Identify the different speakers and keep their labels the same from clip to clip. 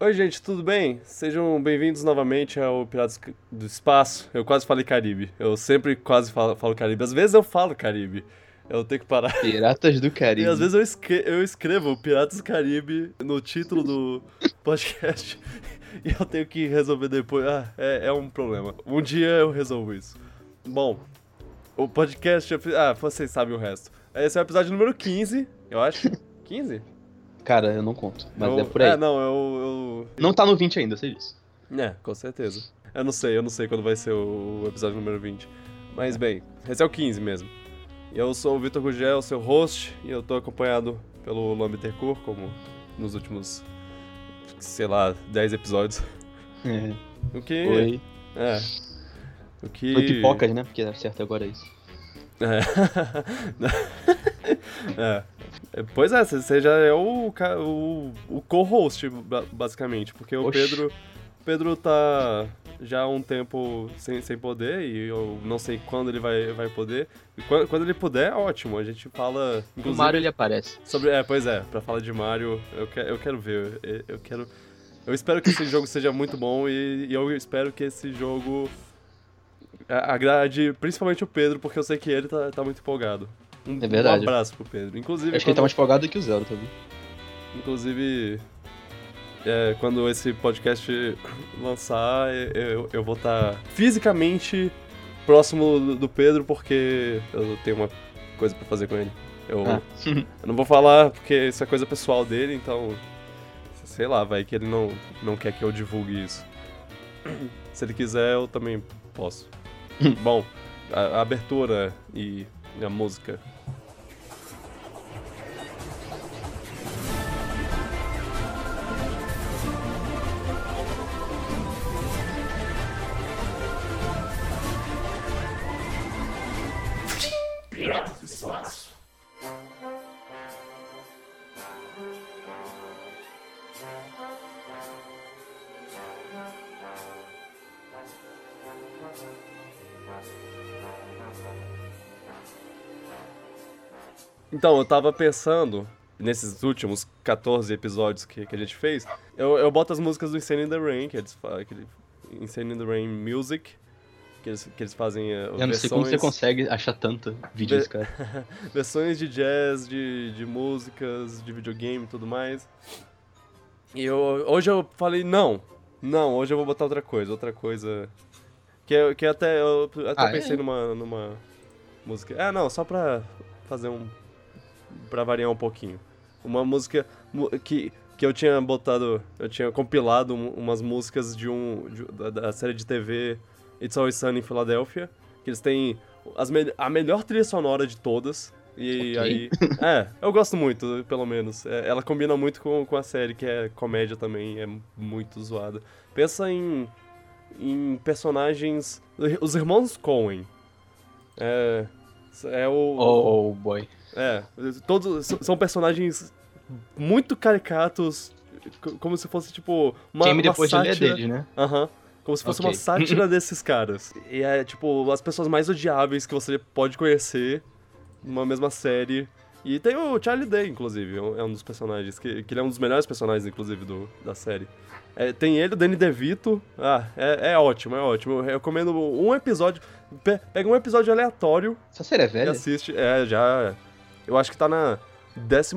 Speaker 1: Oi, gente, tudo bem? Sejam bem-vindos novamente ao Piratas do Espaço. Eu quase falei Caribe. Eu sempre quase falo, falo Caribe. Às vezes eu falo Caribe. Eu tenho que parar.
Speaker 2: Piratas do
Speaker 1: E
Speaker 2: Caribe.
Speaker 1: às vezes eu, esque- eu escrevo Piratas do Caribe no título do podcast. e eu tenho que resolver depois. Ah, é, é um problema. Um dia eu resolvo isso. Bom, o podcast. Ah, vocês sabem o resto. Esse é o episódio número 15, eu acho. 15?
Speaker 2: Cara, eu não conto, mas
Speaker 1: Eu-
Speaker 2: é por aí.
Speaker 1: É,
Speaker 2: não...
Speaker 1: não, eu-
Speaker 2: tá no 20 ainda, você disse.
Speaker 1: eu. É, com certeza. Eu não sei, eu não sei quando vai ser o episódio número 20. Mas bem, esse é o 15 mesmo. E eu sou o Vitor Gugel, seu host, e eu tô acompanhado pelo Lombe Tercourt, como nos últimos, sei lá, 10 episódios.
Speaker 2: É.
Speaker 1: O que.
Speaker 2: Oi.
Speaker 1: É. O que.
Speaker 2: Foi pipocas, né? Porque certo agora é isso.
Speaker 1: É. É, Pois é, você já é o, ca- o, o co-host, ba- basicamente, porque o
Speaker 2: Oxi.
Speaker 1: Pedro. Pedro tá já há um tempo sem, sem poder e eu não sei quando ele vai, vai poder. E quando, quando ele puder, ótimo. A gente fala.
Speaker 2: O
Speaker 1: inclusive,
Speaker 2: Mario ele aparece.
Speaker 1: Sobre, é, pois é, pra falar de Mario, eu, que, eu quero ver. Eu, eu quero. Eu espero que esse jogo seja muito bom e, e eu espero que esse jogo a- agrade principalmente o Pedro, porque eu sei que ele tá, tá muito empolgado. Um,
Speaker 2: É verdade.
Speaker 1: um abraço pro Pedro. Inclusive,
Speaker 2: Acho que ele tá
Speaker 1: quando-
Speaker 2: mais folgado que o Zero também.
Speaker 1: inclusive é, quando esse podcast lançar, eu, eu vou estar fisicamente próximo do- do Pedro, porque eu tenho uma coisa pra fazer com ele. Eu,
Speaker 2: Ah.
Speaker 1: eu não vou falar porque isso é coisa pessoal dele, então. Sei lá, vai que ele não, não quer que eu divulgue isso. Se ele quiser, eu também posso. Bom, a, a abertura e a música. Então, eu tava pensando, nesses últimos 14 episódios que, que a gente fez, eu, eu boto as músicas do Insane in the Rain, que eles fazem. Insane in the Rain Music, que eles, que eles fazem eh,
Speaker 2: É, Eu não sei como você
Speaker 1: versões-
Speaker 2: consegue achar tanto vídeo
Speaker 1: Ve-
Speaker 2: desse cara.
Speaker 1: versões de jazz, de, de músicas, de videogame e tudo mais. E eu, hoje eu falei, não, não, hoje eu vou botar outra coisa, outra coisa. Que, eu- que até eu até
Speaker 2: Ah, é?
Speaker 1: pensei numa, numa música. Ah, não, só pra fazer um. pra variar um pouquinho. Uma música mu- que, que eu tinha botado, eu tinha compilado um- umas músicas de um. de- da, da série de TV It's Always Sunny em Filadélfia. Que eles têm as me- a melhor trilha sonora de todas. E
Speaker 2: Ok.
Speaker 1: aí. É, eu gosto muito, pelo menos. É, ela combina muito com, com a série, que é comédia também, é muito zoada. Pensa em. em personagens. Os irmãos Coen. É. É o.
Speaker 2: Oh, oh, boy.
Speaker 1: É, todos s- são personagens muito caricatos, c- como se fosse tipo uma,
Speaker 2: Quem
Speaker 1: uma
Speaker 2: depois de ler é
Speaker 1: sátira.
Speaker 2: dele, né?
Speaker 1: Aham. Como se fosse
Speaker 2: Ok.
Speaker 1: uma sátira desses caras. E é, tipo, as pessoas mais odiáveis que você pode conhecer numa mesma série. E tem o Charlie Day, inclusive, é um é um dos personagens, que, que ele é um dos melhores personagens, inclusive, do, da série. É, tem ele, o Danny DeVito. Ah, é, é ótimo, é ótimo. Eu recomendo um episódio. Pe- Pega um episódio aleatório
Speaker 2: Essa série é
Speaker 1: e
Speaker 2: velha?
Speaker 1: assiste. É, já. Eu acho que tá na 12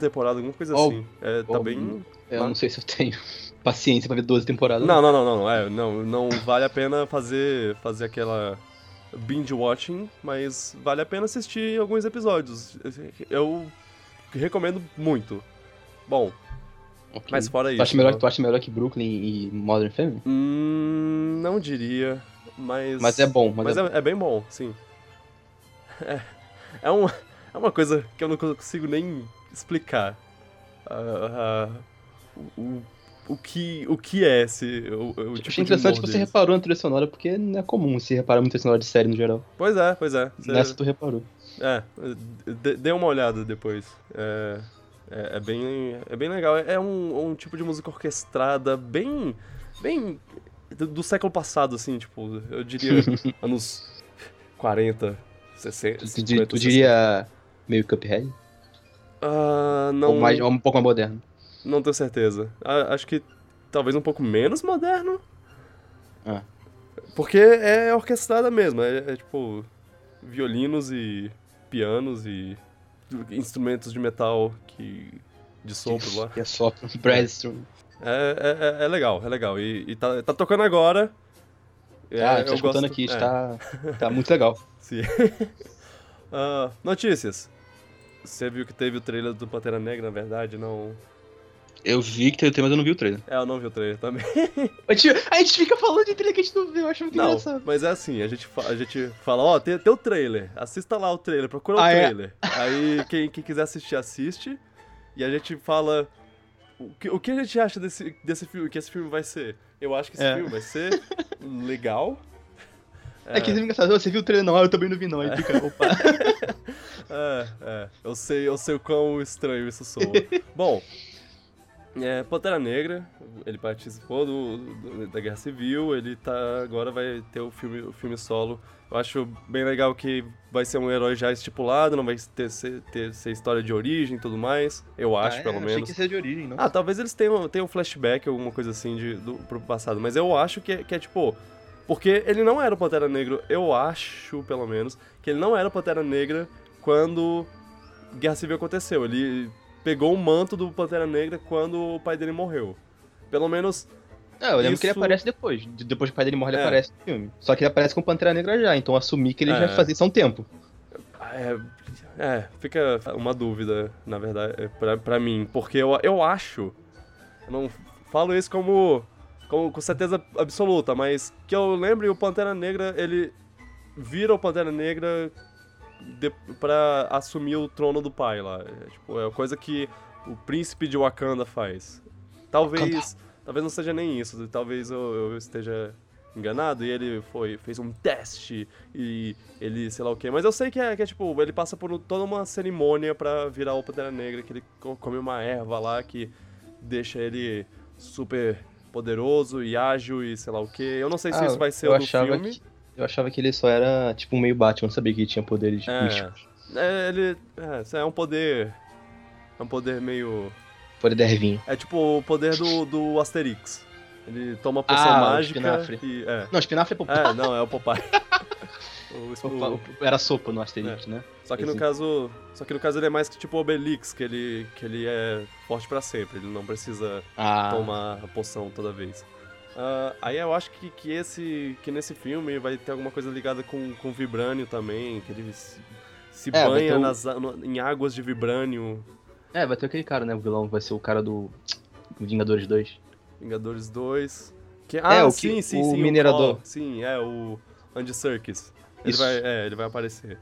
Speaker 1: temporada, alguma coisa
Speaker 2: Oh.
Speaker 1: assim. É, tá
Speaker 2: Oh.
Speaker 1: bem.
Speaker 2: Eu não sei se eu tenho paciência pra ver 12 temporadas.
Speaker 1: Não, não, não, não, não. É, não, não vale a pena fazer, fazer aquela binge watching, mas vale a pena assistir alguns episódios. Eu recomendo muito. Bom,
Speaker 2: né? Ok.
Speaker 1: mas fora isso.
Speaker 2: tu, acha melhor,
Speaker 1: né?
Speaker 2: tu acha melhor que Brooklyn e Modern Family?
Speaker 1: Hum, não diria, mas.
Speaker 2: Mas é bom,
Speaker 1: Mas,
Speaker 2: mas, é...
Speaker 1: é, é bem bom, sim. É, é, um, é uma coisa que eu não consigo nem explicar. Ah, ah, o- o, o, que, o que é esse. O, o tipo
Speaker 2: Eu
Speaker 1: de
Speaker 2: achei interessante é que
Speaker 1: humor
Speaker 2: você
Speaker 1: deles.
Speaker 2: reparou na trilha sonora, porque não é comum você reparar muito trilha sonora de série no geral.
Speaker 1: Pois é, pois é. Você-
Speaker 2: Nessa tu reparou.
Speaker 1: É, dê- dê uma olhada depois. É, é, é bem, é bem legal. É um, um tipo de música orquestrada bem. bem. do, do século passado, assim, tipo, eu diria anos 40, 60.
Speaker 2: Tu, tu,
Speaker 1: 50,
Speaker 2: tu diria meio Cuphead?
Speaker 1: Ah,
Speaker 2: Ou,
Speaker 1: não,
Speaker 2: mais, ou um pouco mais moderno?
Speaker 1: não tenho certeza. A- Ah, acho que talvez um pouco menos moderno.
Speaker 2: Ah.
Speaker 1: Porque é orquestrada mesmo, é, é tipo violinos e pianos e instrumentos de metal que de sopro lá.
Speaker 2: Que é só Brainstorm.
Speaker 1: É, é, é- é legal, é legal. E, e tá, tá tocando agora. É,
Speaker 2: ah,
Speaker 1: eu
Speaker 2: tá escutando
Speaker 1: gosto-
Speaker 2: aqui,
Speaker 1: é,
Speaker 2: está tá muito legal.
Speaker 1: sim. Ah, notícias. Você viu que teve o trailer do Pantera Negra, na verdade, não...
Speaker 2: Eu vi que tem, mas eu não vi o trailer.
Speaker 1: É, eu não vi o trailer também.
Speaker 2: A gente, a gente fica falando de trailer que a gente não viu, eu acho muito
Speaker 1: Não,
Speaker 2: engraçado.
Speaker 1: mas é assim, a gente, fa- a gente fala, ó, tem, tem o trailer, assista lá o trailer, procura o
Speaker 2: Ah, é.
Speaker 1: trailer. Aí quem, quem quiser assistir, assiste. E a gente fala o que, o que a gente acha desse, desse filme, que esse filme vai ser. Eu acho que esse
Speaker 2: É.
Speaker 1: filme vai ser legal.
Speaker 2: É, que é engraçado, você viu o trailer não, ah, eu também não vi não, aí fica, opa.
Speaker 1: É, é. Eu sei, eu sei o quão estranho isso soa. Bom, é, Pantera Negra, ele participou do, do- da Guerra Civil, ele tá agora vai ter o filme, o filme solo. Eu acho bem legal que vai ser um herói já estipulado, não vai ter, ser, ter, ser história de origem e tudo mais. Eu acho,
Speaker 2: Ah, é?
Speaker 1: pelo
Speaker 2: achei
Speaker 1: menos.
Speaker 2: que seja de origem, não?
Speaker 1: Ah, talvez eles tenham, tenham um flashback, alguma coisa assim de, do, pro passado, mas eu acho que é, que é tipo. Porque ele não era o Pantera Negro, eu acho, pelo menos, que ele não era o Pantera Negra quando Guerra Civil aconteceu. Ele pegou o manto do Pantera Negra quando o pai dele morreu. Pelo menos.
Speaker 2: Ah, eu lembro que ele
Speaker 1: isso-
Speaker 2: aparece depois. De- Depois que o pai dele morre, ele
Speaker 1: É.
Speaker 2: aparece no filme. Só que ele aparece com Pantera Negra já, então assumi que ele
Speaker 1: É.
Speaker 2: já fazia isso há um tempo.
Speaker 1: É, é, fica uma dúvida, na verdade, é, pra, pra mim. Porque eu, eu acho. Eu não falo isso como, como. com certeza absoluta, mas que eu lembre, o Pantera Negra, ele vira o Pantera Negra de, pra assumir o trono do pai lá. É, tipo, é uma coisa que o príncipe de Wakanda faz. Talvez. Talvez não seja nem isso, talvez eu, eu esteja enganado e ele foi fez um teste e ele sei lá o quê. Mas eu sei que é, que é tipo, ele passa por um- toda uma cerimônia pra virar o Pantera Negra, que ele co- come uma erva lá que deixa ele super poderoso e ágil e sei lá o quê. Eu não sei se
Speaker 2: Ah,
Speaker 1: isso vai ser
Speaker 2: eu
Speaker 1: o do
Speaker 2: achava
Speaker 1: filme.
Speaker 2: Que, eu achava que ele só era, tipo, meio Batman, não sabia que tinha poderes
Speaker 1: É.
Speaker 2: místicos.
Speaker 1: É, ele é, isso é um poder é um poder meio
Speaker 2: Poder da Ervinha.
Speaker 1: é tipo o poder do, do Asterix. Ele toma poção
Speaker 2: Ah, o
Speaker 1: mágica
Speaker 2: espinafre.
Speaker 1: e é.
Speaker 2: Não, espinafre é pro...
Speaker 1: É, não, é o Popeye. O Spo-
Speaker 2: Opa, o- Era sopa no Asterix, né?
Speaker 1: Só que no
Speaker 2: esse-
Speaker 1: caso, só que no caso ele é mais que tipo Obelix, que ele que ele é forte pra sempre, ele não precisa
Speaker 2: Ah,
Speaker 1: tomar a poção toda vez. Ah, aí eu acho que, que esse que nesse filme vai ter alguma coisa ligada com com vibrânio também, que ele se, se
Speaker 2: É, vai
Speaker 1: banha
Speaker 2: ter o-
Speaker 1: nas a- no- em águas de vibrânio.
Speaker 2: é, vai ter aquele cara, né? O vilão vai ser o cara do Vingadores 2.
Speaker 1: Vingadores 2. Que, ah,
Speaker 2: É, o que-
Speaker 1: sim, sim,
Speaker 2: o
Speaker 1: sim.
Speaker 2: minerador.
Speaker 1: Claw. sim, é, o Andy Serkis. Ele
Speaker 2: Isso.
Speaker 1: vai, é, ele vai aparecer.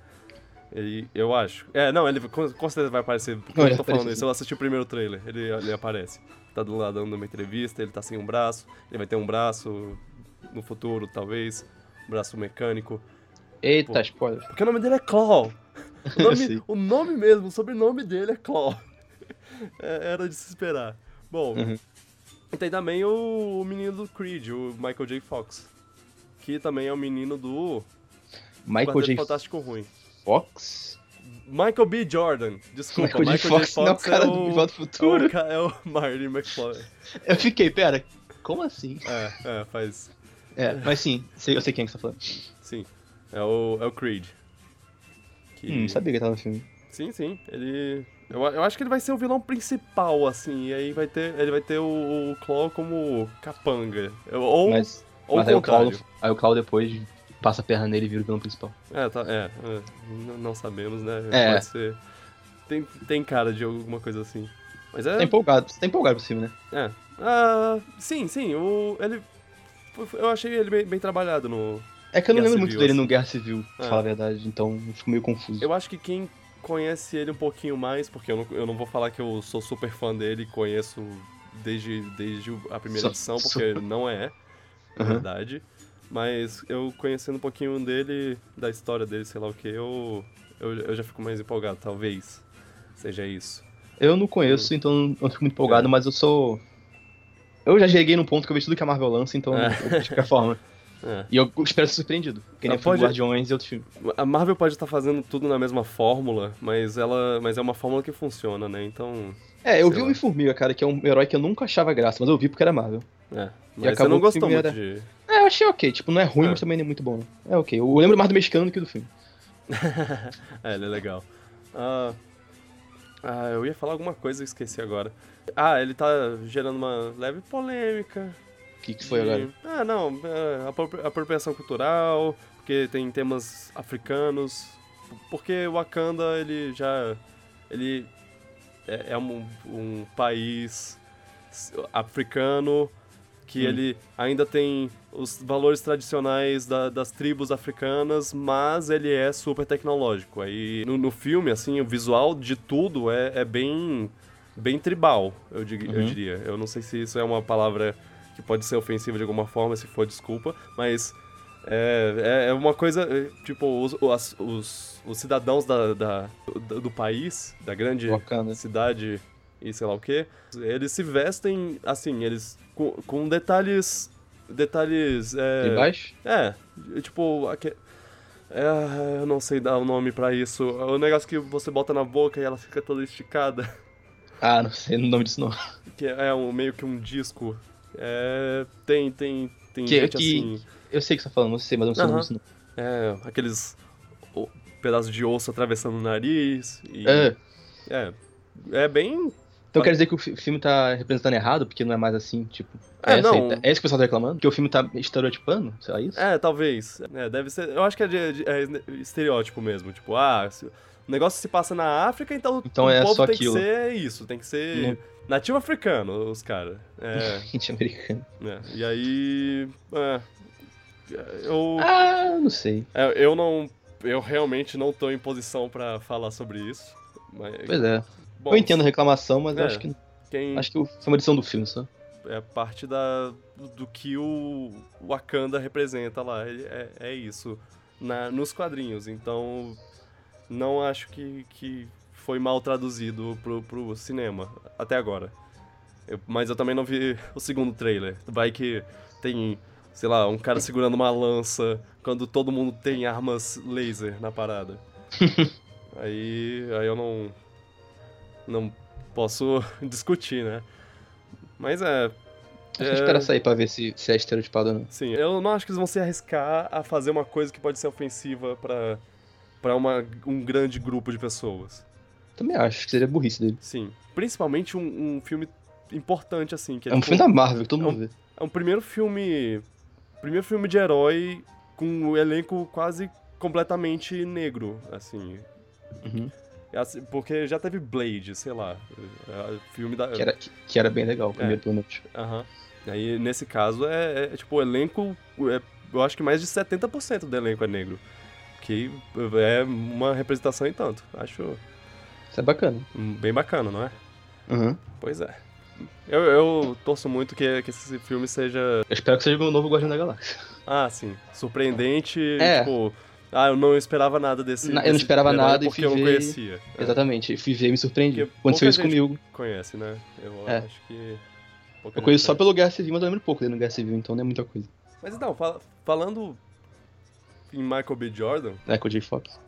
Speaker 1: Ele, eu acho. É, não, ele com, com certeza vai aparecer. Porque
Speaker 2: Não,
Speaker 1: eu
Speaker 2: ele
Speaker 1: tô
Speaker 2: aparece,
Speaker 1: falando isso, eu assisti o primeiro trailer. Ele, ele aparece. Tá do lado dando uma entrevista, ele tá sem um braço. Ele vai ter um braço no futuro, talvez. Um braço mecânico.
Speaker 2: Eita,
Speaker 1: Pô.
Speaker 2: spoiler.
Speaker 1: Porque o nome dele é Claw. O nome,
Speaker 2: Sim.
Speaker 1: o nome mesmo, o sobrenome dele é Claw. É, era de se esperar. Bom,
Speaker 2: Uhum.
Speaker 1: e tem também o, o menino do Creed, o Michael J. Fox. Que também é o menino do
Speaker 2: Michael
Speaker 1: Quarteto
Speaker 2: J.
Speaker 1: Fantástico Ruim.
Speaker 2: Fox?
Speaker 1: Michael B. Jordan, desculpa,
Speaker 2: Michael, J. Fox, não é o cara
Speaker 1: é
Speaker 2: do De
Speaker 1: o,
Speaker 2: Volta ao Futuro.
Speaker 1: é o ca- é o Marty McFly.
Speaker 2: Eu fiquei, pera, como assim?
Speaker 1: É, é, faz.
Speaker 2: É, mas sim, sei- eu sei quem é que você tá falando.
Speaker 1: Sim. É o, é o Creed. Que-
Speaker 2: Hum, sabia que ele tava no filme.
Speaker 1: Sim, sim. Ele. Eu, eu acho que ele vai ser o vilão principal, assim. E aí vai ter. Ele vai ter o, o Claw como capanga. Ou,
Speaker 2: Mas,
Speaker 1: ou
Speaker 2: mas
Speaker 1: o
Speaker 2: aí, o Clau,
Speaker 1: contrário.
Speaker 2: aí o Clau depois passa a perna nele e vira o vilão principal.
Speaker 1: É, tá, é, é, n- não sabemos, né?
Speaker 2: É.
Speaker 1: Pode ser. Tem, tem cara de alguma coisa assim. Mas é.
Speaker 2: Tá empolgado, você tá empolgado pro filme, né?
Speaker 1: é. Ah, sim, sim. O, ele. Eu achei ele bem, bem trabalhado no.
Speaker 2: É que eu não
Speaker 1: Guerra
Speaker 2: lembro muito
Speaker 1: Civil,
Speaker 2: dele
Speaker 1: assim.
Speaker 2: no Guerra Civil, pra
Speaker 1: É.
Speaker 2: falar a verdade, então eu fico meio confuso.
Speaker 1: Eu acho que quem conhece ele um pouquinho mais, porque eu não, eu não vou falar que eu sou super fã dele e conheço desde, desde o- a primeira
Speaker 2: Só-
Speaker 1: edição,
Speaker 2: só-
Speaker 1: porque não é, na
Speaker 2: Aham.
Speaker 1: verdade. Mas eu conhecendo um pouquinho dele, da história dele, sei lá o que, eu, eu, eu já fico mais empolgado, talvez seja isso.
Speaker 2: Eu não
Speaker 1: Hum.
Speaker 2: conheço, então não fico muito empolgado,
Speaker 1: É.
Speaker 2: mas eu sou. Eu já cheguei num ponto que eu vejo tudo que a Marvel lança, então
Speaker 1: É.
Speaker 2: eu vejo de qualquer forma.
Speaker 1: É.
Speaker 2: E eu espero ser surpreendido. Que nem
Speaker 1: Ah,
Speaker 2: foi
Speaker 1: pode-
Speaker 2: Guardiões e outro filme.
Speaker 1: A Marvel pode estar fazendo tudo na mesma fórmula, mas ela mas é uma fórmula que funciona, né? Então,
Speaker 2: É, eu
Speaker 1: Sei
Speaker 2: vi
Speaker 1: lá.
Speaker 2: o Homem-Formiga, cara, que é um herói que eu nunca achava graça, mas eu vi porque era Marvel.
Speaker 1: É,
Speaker 2: E
Speaker 1: mas você
Speaker 2: acabou
Speaker 1: não
Speaker 2: que o
Speaker 1: gostou
Speaker 2: filme
Speaker 1: muito
Speaker 2: era-
Speaker 1: de...
Speaker 2: É, eu achei ok. Tipo, não é ruim,
Speaker 1: É.
Speaker 2: mas também não é muito bom. né? É ok. Eu lembro mais do mexicano que do filme.
Speaker 1: é, ele é legal. Ah, ah, eu ia falar alguma coisa e esqueci agora. Ah, ele tá gerando uma leve polêmica.
Speaker 2: O que, que foi
Speaker 1: de-
Speaker 2: agora?
Speaker 1: Ah, não, é, apropri- apropriação cultural, porque tem temas africanos, porque o Wakanda, ele já... Ele é, é um, um país s- africano que
Speaker 2: Hum.
Speaker 1: ele ainda tem os valores tradicionais da- das tribos africanas, mas ele é super tecnológico. Aí no, no filme, assim, o visual de tudo é, é bem bem tribal, eu, dig- eu
Speaker 2: Uhum.
Speaker 1: diria. Eu não sei se isso é uma palavra que pode ser ofensiva de alguma forma, se for, desculpa, mas é, é- é uma coisa, é, tipo, os, as- os- os cidadãos da- da- do, do país, da grande
Speaker 2: Wakanda.
Speaker 1: cidade e sei lá o que, eles se vestem assim, eles com, com detalhes. Detalhes. É,
Speaker 2: De baixo?
Speaker 1: é, tipo, aque- é, eu não sei dar o nome pra isso. É o negócio que você bota na boca e ela fica toda esticada,
Speaker 2: Ah, não sei o nome disso não.
Speaker 1: que é um, meio que um disco. É, tem, tem, tem
Speaker 2: Que- é
Speaker 1: gente
Speaker 2: que-
Speaker 1: assim.
Speaker 2: Eu sei o que você tá falando, mas eu sei, mas eu não sei o
Speaker 1: Aham.
Speaker 2: nome disso não.
Speaker 1: É, aqueles o- pedaços de osso atravessando o nariz. E,
Speaker 2: É.
Speaker 1: é. É bem.
Speaker 2: Então quer dizer que o fi- filme tá representando errado, porque não é mais assim, tipo.
Speaker 1: É,
Speaker 2: essa
Speaker 1: não.
Speaker 2: aí- é isso que o pessoal tá reclamando? Porque o filme tá estereotipando? Sei lá isso?
Speaker 1: É, talvez. É, deve ser. Eu acho que é, de- de- é estereótipo mesmo. Tipo, ah, se- o negócio se passa na África, então,
Speaker 2: Então
Speaker 1: o
Speaker 2: é
Speaker 1: povo
Speaker 2: só
Speaker 1: tem
Speaker 2: aquilo.
Speaker 1: que ser isso, tem que ser
Speaker 2: Hum.
Speaker 1: nativo africano, os caras. É,
Speaker 2: Gente americana.
Speaker 1: né? E aí. é, eu,
Speaker 2: Ah, não sei.
Speaker 1: é, eu não. Eu realmente não tô em posição pra falar sobre isso. Mas,
Speaker 2: Pois é.
Speaker 1: bom,
Speaker 2: eu entendo a reclamação, mas
Speaker 1: É.
Speaker 2: eu acho que,
Speaker 1: Quem
Speaker 2: acho que foi uma edição do filme só.
Speaker 1: é parte da, do que o Wakanda representa lá. Ele- É, é isso. Na, nos quadrinhos. Então, não acho que, que foi mal traduzido pro, pro cinema, até agora. Eu- mas eu também não vi o segundo trailer. Vai que tem, sei lá, um cara segurando uma lança quando todo mundo tem armas laser na parada. aí, aí eu não. Não posso discutir, né? Mas é.
Speaker 2: Acho que
Speaker 1: É.
Speaker 2: espera sair pra ver se, se é estereotipado ou não.
Speaker 1: Sim, é. eu não acho que eles vão se arriscar a fazer uma coisa que pode ser ofensiva pra, pra uma, um grande grupo de pessoas.
Speaker 2: Também acho que seria burrice dele.
Speaker 1: Sim. Principalmente um, um filme importante, assim. Que
Speaker 2: É um
Speaker 1: tipo,
Speaker 2: filme da Marvel que todo
Speaker 1: é
Speaker 2: mundo vê.
Speaker 1: é um primeiro filme. Primeiro filme de herói com um elenco quase completamente negro, assim.
Speaker 2: Uhum.
Speaker 1: É assim, Porque já teve Blade, sei lá. é, é filme da.
Speaker 2: Que, era, que, que era bem
Speaker 1: É.
Speaker 2: legal, o primeiro pelo menos.
Speaker 1: Aham. Aí, nesse caso, é, é, tipo, o elenco. é- eu acho que mais de 70% do elenco é negro. Que é uma representação e tanto. Acho
Speaker 2: Isso é bacana.
Speaker 1: hum, bem bacana, não é?
Speaker 2: Uhum.
Speaker 1: Pois é. Eu, eu torço muito que, que esse filme seja.
Speaker 2: Eu espero que seja o meu novo Guardião da Galáxia.
Speaker 1: Ah, sim. Surpreendente.
Speaker 2: É.
Speaker 1: Tipo. Ah, eu não esperava nada desse.
Speaker 2: Na- eu não
Speaker 1: desse
Speaker 2: esperava
Speaker 1: herói
Speaker 2: nada e
Speaker 1: Porque
Speaker 2: fui
Speaker 1: eu não
Speaker 2: ver-
Speaker 1: conhecia. É,
Speaker 2: Exatamente. E fui ver e me surpreendi.
Speaker 1: Porque pouca
Speaker 2: Aconteceu isso
Speaker 1: gente-
Speaker 2: comigo.
Speaker 1: Conhece, né? Eu
Speaker 2: É.
Speaker 1: acho que. pouca
Speaker 2: Eu conheço
Speaker 1: gente
Speaker 2: só
Speaker 1: conhece.
Speaker 2: pelo Guerra Civil, mas eu lembro pouco dele no Guerra Civil, então não é muita coisa.
Speaker 1: Mas então, fal- falando em Michael B. Jordan.
Speaker 2: É com o J. Fox.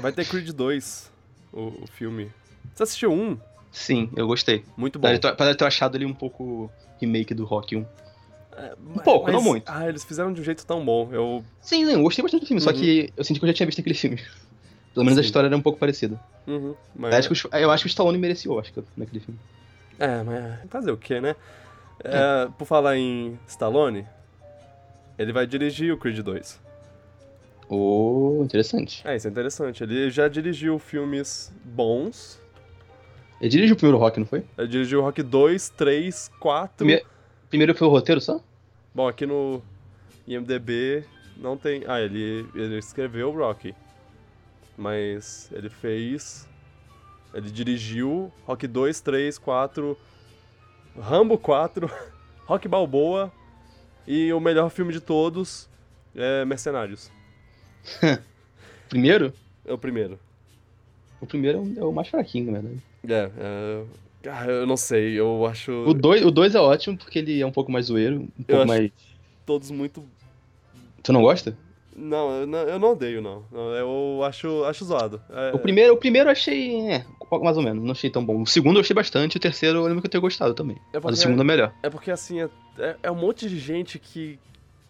Speaker 1: Vai ter Creed 2, o, o filme. Você assistiu um?
Speaker 2: Sim, eu gostei.
Speaker 1: Muito bom.
Speaker 2: Apesar de eu- apesar de eu ter achado ele um pouco remake do Rock 1.
Speaker 1: É, ma-
Speaker 2: pouco, não muito.
Speaker 1: Ah, eles fizeram de um jeito tão bom. Eu.
Speaker 2: Sim, não, eu gostei bastante do filme, só
Speaker 1: Uhum.
Speaker 2: que eu senti que eu já tinha visto aquele filme. Pelo menos a
Speaker 1: Sim.
Speaker 2: história era um pouco parecida.
Speaker 1: Uhum, mas...
Speaker 2: Eu acho, que o, Sch- eu acho que o Stallone merecia o Oscar naquele filme.
Speaker 1: É, mas fazer o quê, né? É, Por falar em Stallone, ele vai dirigir o Creed 2.
Speaker 2: Oh, interessante.
Speaker 1: É, isso é interessante. Ele já dirigiu filmes bons.
Speaker 2: Ele dirigiu o primeiro Rock, não foi?
Speaker 1: Ele dirigiu Rock 2, 3, 4.
Speaker 2: Primeiro, primeiro foi o roteiro só?
Speaker 1: Bom, aqui no IMDB não tem. Ah, ele, ele escreveu o Rocky. Mas ele fez. Ele dirigiu Rock 2, 3, 4, Rambo 4, Rock Balboa e o melhor filme de todos é Mercenários.
Speaker 2: Primeiro?
Speaker 1: É o primeiro.
Speaker 2: O primeiro é o- é o mais fraquinho, na verdade.
Speaker 1: É, é ah, eu não sei, eu acho
Speaker 2: O dois, o dois é ótimo porque ele é um pouco mais zoeiro, um pouco
Speaker 1: acho-
Speaker 2: mais.
Speaker 1: todos muito.
Speaker 2: Tu não gosta?
Speaker 1: Não, eu não, eu não odeio, não. Não, Eu acho, acho zoado. É,
Speaker 2: O primeiro, o primeiro eu achei, é, mais ou menos, não achei tão bom. O segundo eu achei bastante, o terceiro eu lembro que eu tenho gostado também.
Speaker 1: é
Speaker 2: Mas o
Speaker 1: porque-
Speaker 2: segundo é melhor.
Speaker 1: É porque assim, é, é- é um monte de gente que.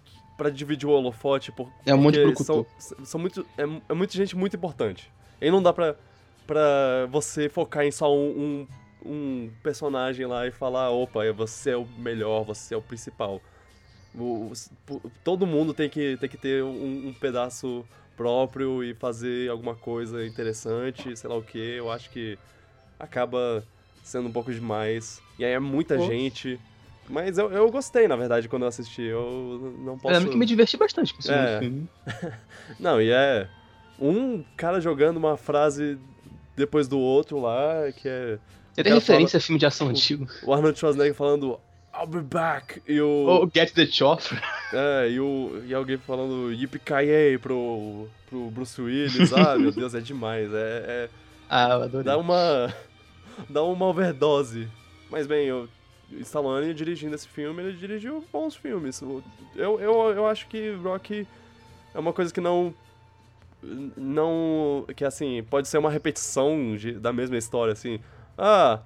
Speaker 1: que- pra dividir o holofote. Por,
Speaker 2: É um monte de
Speaker 1: porque
Speaker 2: brucutu.
Speaker 1: são, são muito, é, é muita gente muito importante. E não dá pra, pra você focar em só um, um, um personagem lá e falar: opa, você é o melhor, você é o principal. O- o- todo mundo tem que, tem que ter um, um pedaço próprio e fazer alguma coisa interessante, sei lá o que. Eu acho que acaba sendo um pouco demais. E aí é muita
Speaker 2: Pô.
Speaker 1: gente. Mas eu, eu gostei, na verdade, quando eu assisti. Eu não
Speaker 2: É, Eu
Speaker 1: posso.
Speaker 2: lembro que me diverti bastante com o segundo
Speaker 1: É.
Speaker 2: filme.
Speaker 1: Não, e é um cara jogando uma frase depois do outro lá, que é
Speaker 2: Tem até
Speaker 1: cara
Speaker 2: referência a filme de ação antigo.
Speaker 1: o Arnold Schwarzenegger falando I'll be back! E o.
Speaker 2: Ou Get the Chopper.
Speaker 1: É, e, o e alguém falando Yippee pro, pro Bruce Willis. Ah, meu Deus, é demais. É,
Speaker 2: Ah, eu
Speaker 1: é-
Speaker 2: adorei.
Speaker 1: dá uma. dá uma overdose. Mas bem, eu. Stallone dirigindo esse filme, ele dirigiu bons filmes. O- Eu, eu, eu acho que Rock é uma coisa que não. Não. Que assim, pode ser uma repetição de- da mesma história, assim. Ah,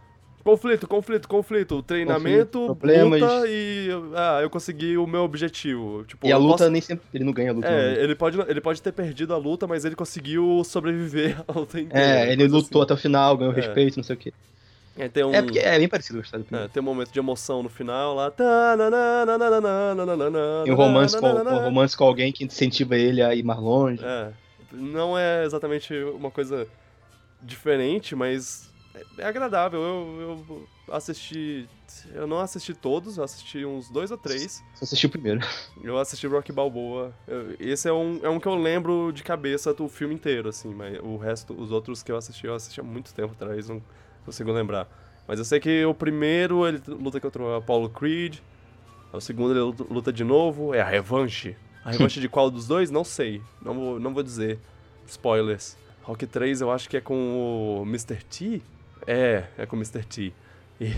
Speaker 1: conflito, conflito, conflito. Treinamento,
Speaker 2: problemas.
Speaker 1: luta e. Ah, eu consegui o meu objetivo. Tipo,
Speaker 2: E a
Speaker 1: eu
Speaker 2: luta
Speaker 1: posso-
Speaker 2: nem né? sempre. Ele não ganha a luta. não.
Speaker 1: é, ele pode, ele pode ter perdido a luta, mas ele conseguiu sobreviver à luta inteira.
Speaker 2: É, ele
Speaker 1: coisa
Speaker 2: lutou
Speaker 1: assim.
Speaker 2: até o final, ganhou
Speaker 1: É.
Speaker 2: respeito, não sei o quê.
Speaker 1: É, tem um,
Speaker 2: É, porque é bem parecido com o estado
Speaker 1: é,
Speaker 2: primeiro.
Speaker 1: tem um momento de emoção no final lá.
Speaker 2: Tem um romance, com, um romance com alguém que incentiva ele a ir mais longe.
Speaker 1: É, não é exatamente uma coisa diferente, mas é- é agradável. Eu, eu assisti. Eu não assisti todos, eu assisti uns dois ou três.
Speaker 2: Só assisti o primeiro.
Speaker 1: Eu assisti Rock Balboa. Eu- Esse é um, é um que eu lembro de cabeça do filme inteiro, assim, mas o resto, os outros que eu assisti, eu assisti há muito tempo atrás, não consigo lembrar. Mas eu sei que o primeiro ele luta contra o Apollo Creed, o segundo ele luta- luta de novo, é a revanche. A revanche de qual dos dois? Não sei. Não vou, não vou dizer. Spoilers. Rock 3 eu acho que é com o Mr. T? É, é com o Mr. T. E,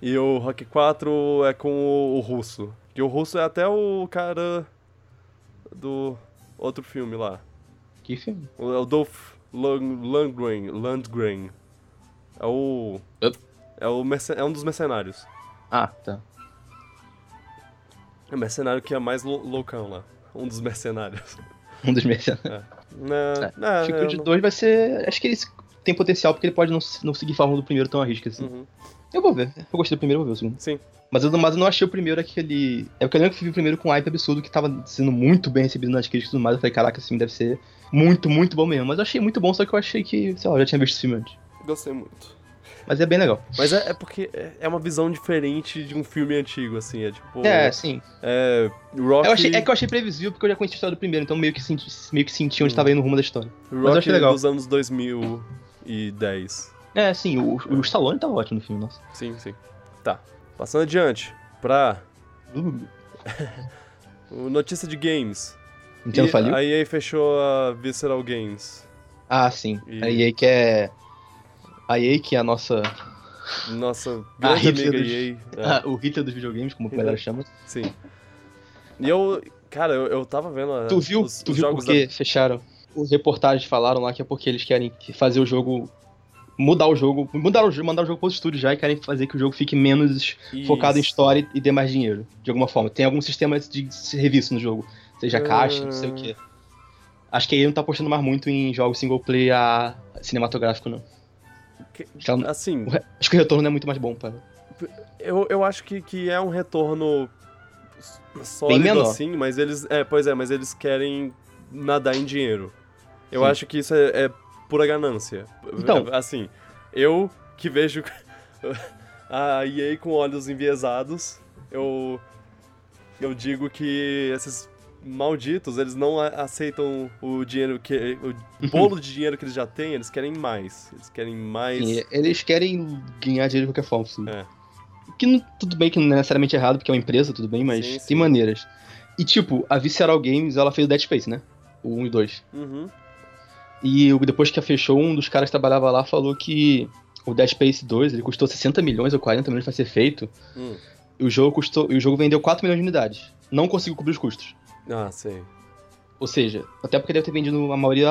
Speaker 1: e o Rock 4 é com o, o russo. Que o russo é até o cara do outro filme lá.
Speaker 2: Que filme?
Speaker 1: O- É o Dolph Lund- Lundgren. Lundgren. É o.
Speaker 2: Up.
Speaker 1: É, o merce- é um dos mercenários.
Speaker 2: Ah, tá.
Speaker 1: É o mercenário que é mais lou- loucão lá. Um dos mercenários.
Speaker 2: Um dos mercenários.
Speaker 1: Não,
Speaker 2: É,
Speaker 1: não,
Speaker 2: acho que
Speaker 1: Ah, eu
Speaker 2: o de
Speaker 1: não-
Speaker 2: dois vai ser. Acho que ele tem potencial porque ele pode não, se- não seguir a fórmula do primeiro tão à risca assim.
Speaker 1: Uhum.
Speaker 2: Eu vou ver. Eu gostei do primeiro, eu vou ver o segundo.
Speaker 1: Sim.
Speaker 2: Mas eu, mas eu não achei o primeiro aquele. É porque eu lembro que eu vi o primeiro com um hype absurdo que tava sendo muito bem recebido nas críticas e tudo mais. Eu falei, caraca, esse filme deve ser muito, muito bom mesmo. Mas eu achei muito bom, só que eu achei que, sei lá, eu já tinha visto esse filme antes.
Speaker 1: Gostei muito.
Speaker 2: Mas é bem legal.
Speaker 1: Mas é, é porque é- é uma visão diferente de um filme antigo, assim. É tipo.
Speaker 2: É, sim.
Speaker 1: é, Rock.
Speaker 2: Eu achei- é que eu achei previsível porque eu já conhecia a história do primeiro, então meio que senti, meio que senti onde
Speaker 1: Hum.
Speaker 2: tava indo o rumo da história. eu
Speaker 1: Rock
Speaker 2: achei legal.
Speaker 1: dos anos 2010.
Speaker 2: É, sim, o, o Stallone tava ótimo no filme, nossa.
Speaker 1: Sim, sim. Tá. Passando adiante pra Uhum. o Notícia de Games.
Speaker 2: Nintendo
Speaker 1: E
Speaker 2: faliu?
Speaker 1: A EA fechou a Visceral Games.
Speaker 2: Ah, sim.
Speaker 1: E-
Speaker 2: A EA que é. A EA que é a nossa.
Speaker 1: Nossa
Speaker 2: A
Speaker 1: grande
Speaker 2: Ah, Hitler Ah.
Speaker 1: amiga
Speaker 2: dos-
Speaker 1: EA. É,
Speaker 2: o Hitler dos videogames, como a
Speaker 1: Hitler.
Speaker 2: galera chama.
Speaker 1: sim. E eu, cara, eu, eu tava vendo a-
Speaker 2: tu viu,
Speaker 1: É, os,
Speaker 2: tu
Speaker 1: os
Speaker 2: viu
Speaker 1: jogos
Speaker 2: porque fecharam. Os reportagens falaram lá que é porque eles querem fazer o jogo. Mudar o jogo. Mudar o jogo, mandar o jogo pro estúdio já e querem fazer que o jogo fique menos
Speaker 1: da- Isso.
Speaker 2: focado em história e dê mais dinheiro, de alguma forma. Tem algum sistema de serviço no jogo. Seja
Speaker 1: Ah.
Speaker 2: caixa, não sei o quê. Acho que a EA não tá apostando mais muito em jogos single player ah, cinematográfico, não.
Speaker 1: Que-
Speaker 2: Acho que ela-
Speaker 1: Assim,
Speaker 2: o re- Acho que o retorno é muito mais bom, para
Speaker 1: eu, eu acho que, que é um retorno s- sólido
Speaker 2: menor.
Speaker 1: assim, mas eles. É, pois é, mas eles querem nadar em dinheiro. Eu
Speaker 2: Sim.
Speaker 1: acho que isso é, é pura ganância.
Speaker 2: Então.
Speaker 1: Assim, eu que vejo a EA com olhos enviesados, eu. Eu digo que esses malditos, eles não a- aceitam o dinheiro que.
Speaker 2: Uhum.
Speaker 1: O bolo de dinheiro que eles já têm, eles querem mais. Eles querem mais.
Speaker 2: Sim, é. eles querem ganhar dinheiro de qualquer forma. Assim.
Speaker 1: É.
Speaker 2: Que não- tudo bem que não é necessariamente errado, porque é uma empresa, tudo bem, mas
Speaker 1: Sim, sim.
Speaker 2: tem maneiras. E tipo, a Visceral Games, ela fez o Dead Space, né? O 1 e 2.
Speaker 1: Uhum.
Speaker 2: E o- depois que a fechou, um dos caras que trabalhava lá falou que o Dead Space 2, ele custou 60 milhões ou 40 milhões pra ser feito,
Speaker 1: Hum.
Speaker 2: e o jogo custou, e o jogo vendeu 4 milhões de unidades. Não conseguiu cobrir os custos.
Speaker 1: Ah, sei.
Speaker 2: Ou seja, até porque deve ter vendido a maioria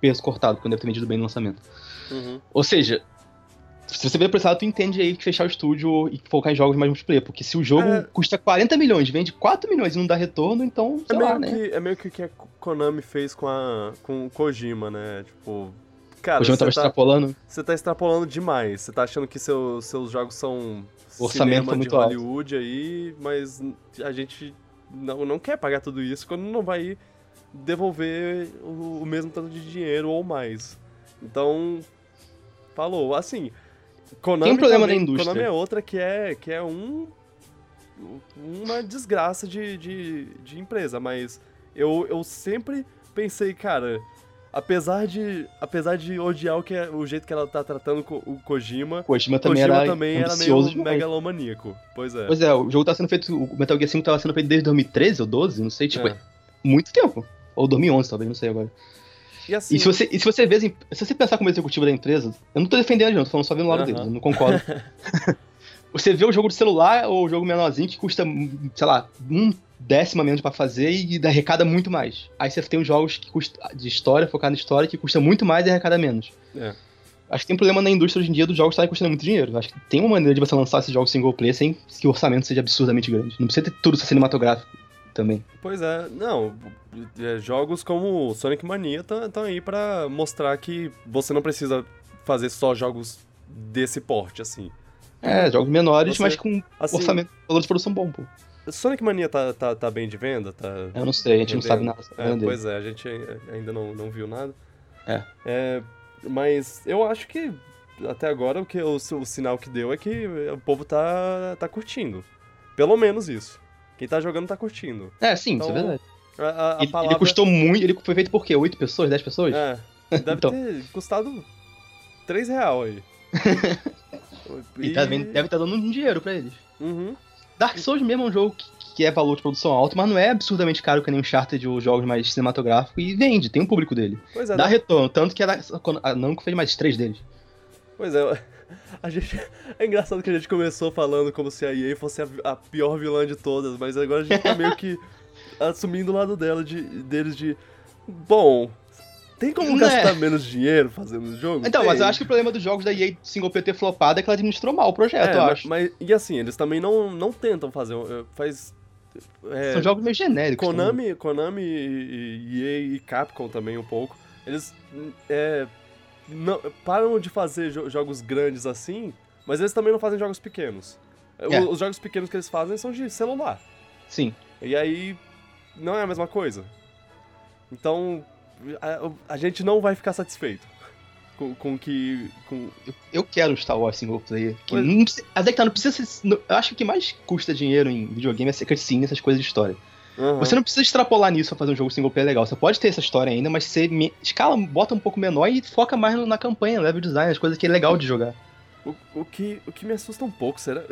Speaker 2: peso cortado, porque deve ter vendido bem no lançamento.
Speaker 1: Uhum.
Speaker 2: Ou seja, se você vê por esse lado, tu entende aí que fechar o estúdio e focar em jogos mais multiplayer, porque se o jogo
Speaker 1: É.
Speaker 2: custa 40 milhões, vende 4 milhões e não dá retorno, então,
Speaker 1: É
Speaker 2: sei lá,
Speaker 1: meio,
Speaker 2: né?
Speaker 1: que, é meio que o que a Konami fez com, a, com o Kojima, né? Tipo, cara,
Speaker 2: O João
Speaker 1: você
Speaker 2: tava
Speaker 1: tá,
Speaker 2: extrapolando.
Speaker 1: você tá extrapolando demais. Você tá achando que seu- seus jogos são
Speaker 2: O orçamento
Speaker 1: cinema
Speaker 2: tá
Speaker 1: de
Speaker 2: muito alto.
Speaker 1: Hollywood aí, mas a gente não, não quer pagar tudo isso quando não vai devolver o, o mesmo tanto de dinheiro ou mais. Então, falou. Assim, Konami,
Speaker 2: Tem um problema
Speaker 1: também-
Speaker 2: na indústria.
Speaker 1: Konami é outra que é, que é um uma desgraça de, de, de empresa, mas eu, eu sempre pensei, cara, apesar de, apesar de odiar o, que é- o jeito que ela tá tratando co- o Kojima,
Speaker 2: O Kojima
Speaker 1: o
Speaker 2: também
Speaker 1: Kojima
Speaker 2: era
Speaker 1: também era meio
Speaker 2: ambicioso demais.
Speaker 1: megalomaníaco. Pois é.
Speaker 2: Pois é, o jogo tá sendo feito, o Metal Gear 5 tava sendo feito desde 2013 ou 12, não sei, tipo,
Speaker 1: É.
Speaker 2: muito tempo. Ou 2011, talvez, não sei agora.
Speaker 1: E assim,
Speaker 2: E se, você, e se você vê, as em- se você pensar como executivo da empresa, eu não tô defendendo, não, tô falando só vendo o lado
Speaker 1: Aham.
Speaker 2: deles, eu não concordo. você vê o jogo de celular ou o jogo menorzinho que custa, hum, sei lá, um décimo a menos pra fazer e arrecada muito mais. Aí você tem os jogos que custa, de história, focado na história, que custa muito mais e arrecada menos.
Speaker 1: É.
Speaker 2: Acho que tem um problema na indústria hoje em dia dos jogos estarem custando muito dinheiro. Acho que tem uma maneira de você lançar esses jogos single player sem que o orçamento seja absurdamente grande. Não precisa ter tudo ser cinematográfico também.
Speaker 1: pois é, não, é, jogos como Sonic Mania estão aí pra mostrar que você não precisa fazer só jogos desse porte, assim.
Speaker 2: É, jogos menores,
Speaker 1: Você-
Speaker 2: mas com
Speaker 1: assim
Speaker 2: orçamento, valor de produção bom, pô.
Speaker 1: Sonic Mania tá, tá, tá bem de venda? Tá...
Speaker 2: Eu não sei, a gente não sabe
Speaker 1: Entendo.
Speaker 2: nada. sobre
Speaker 1: É,
Speaker 2: nada dele.
Speaker 1: pois é, a gente ai- ainda não, não viu nada.
Speaker 2: É.
Speaker 1: É, Mas eu acho que até agora o, que, o, o sinal que deu é que o povo tá, tá curtindo. Pelo menos isso. Quem tá jogando tá curtindo.
Speaker 2: É, sim,
Speaker 1: Então,
Speaker 2: isso é verdade.
Speaker 1: A, a- a
Speaker 2: Ele, ele
Speaker 1: palavra.
Speaker 2: custou muito, ele foi feito por quê? 8 pessoas, 10 pessoas?
Speaker 1: É, deve
Speaker 2: Então.
Speaker 1: ter custado 3 real aí.
Speaker 2: E tá vendo- deve estar dando um dinheiro pra eles.
Speaker 1: Uhum.
Speaker 2: Dark Souls mesmo é um jogo que, que é valor de produção alto, mas não é absurdamente caro que nem Uncharted ou jogos mais cinematográficos e vende, tem um público dele.
Speaker 1: Pois é,
Speaker 2: Dá retorno, tanto que a, a Namco fez mais três deles.
Speaker 1: Pois é, a gente. É engraçado que a gente começou falando como se a EA fosse a, a pior vilã de todas, mas agora a gente tá meio que assumindo o lado dela de, deles de. Bom, tem como
Speaker 2: Né?
Speaker 1: gastar menos dinheiro fazendo o jogo?
Speaker 2: Então, mas eu
Speaker 1: Tem.
Speaker 2: acho que o problema dos jogos da EA single PT flopado é que ela administrou mal o projeto,
Speaker 1: É,
Speaker 2: eu
Speaker 1: ma-
Speaker 2: acho.
Speaker 1: Mas, e assim, eles também não, não tentam fazer. eh, Faz. é,
Speaker 2: São jogos meio genéricos. né? também.
Speaker 1: Konami, Konami e, e EA e Capcom também um pouco, eles hum, é, não- param de fazer jo- jogos grandes assim, mas eles também não fazem jogos pequenos. O-
Speaker 2: É.
Speaker 1: Os jogos pequenos que eles fazem são de celular.
Speaker 2: Sim.
Speaker 1: E aí não é a mesma coisa. Então a, a gente não vai ficar satisfeito com, com que. Com...
Speaker 2: Eu quero um Star Wars single player. Que
Speaker 1: Mas-
Speaker 2: não precisa, mas é que tá, não precisa ser. não- eu acho que o que mais custa dinheiro em videogame é ser cutscene, essas coisas de história.
Speaker 1: Aham.
Speaker 2: Você não precisa extrapolar nisso pra fazer um jogo single player legal. Você pode ter essa história ainda, mas você me- escala, bota um pouco menor e foca mais no- na campanha, level design, as coisas que é legal de jogar.
Speaker 1: o, o que, o que me assusta um pouco, será,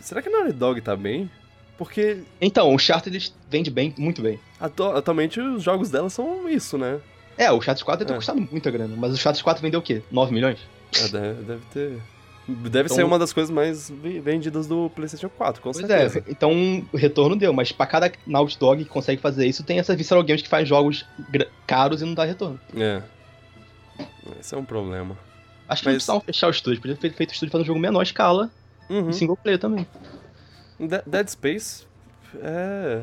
Speaker 1: será que a Naughty Dog tá bem? Porque
Speaker 2: Então, o Charter ele vende bem, muito bem.
Speaker 1: atu- atualmente os jogos dela são isso, né?
Speaker 2: É, o Charter 4 deve
Speaker 1: É.
Speaker 2: ter custado muita grana, mas o Charter 4 vendeu o quê? 9 milhões?
Speaker 1: É, deve, deve ter. Deve
Speaker 2: Então-
Speaker 1: ser uma das coisas mais ve- vendidas do PlayStation 4, com
Speaker 2: Pois
Speaker 1: certeza.
Speaker 2: é, então o retorno deu, mas pra cada Naughty Dog que consegue fazer isso, tem essa Visceral Games que faz jogos gra- caros e não dá retorno.
Speaker 1: É. Esse é um problema.
Speaker 2: Acho que
Speaker 1: Mas-
Speaker 2: não precisavam fechar o estúdio, podia ter feito o estúdio fazendo um jogo menor escala
Speaker 1: Uhum.
Speaker 2: e single player também.
Speaker 1: De- Dead Space é.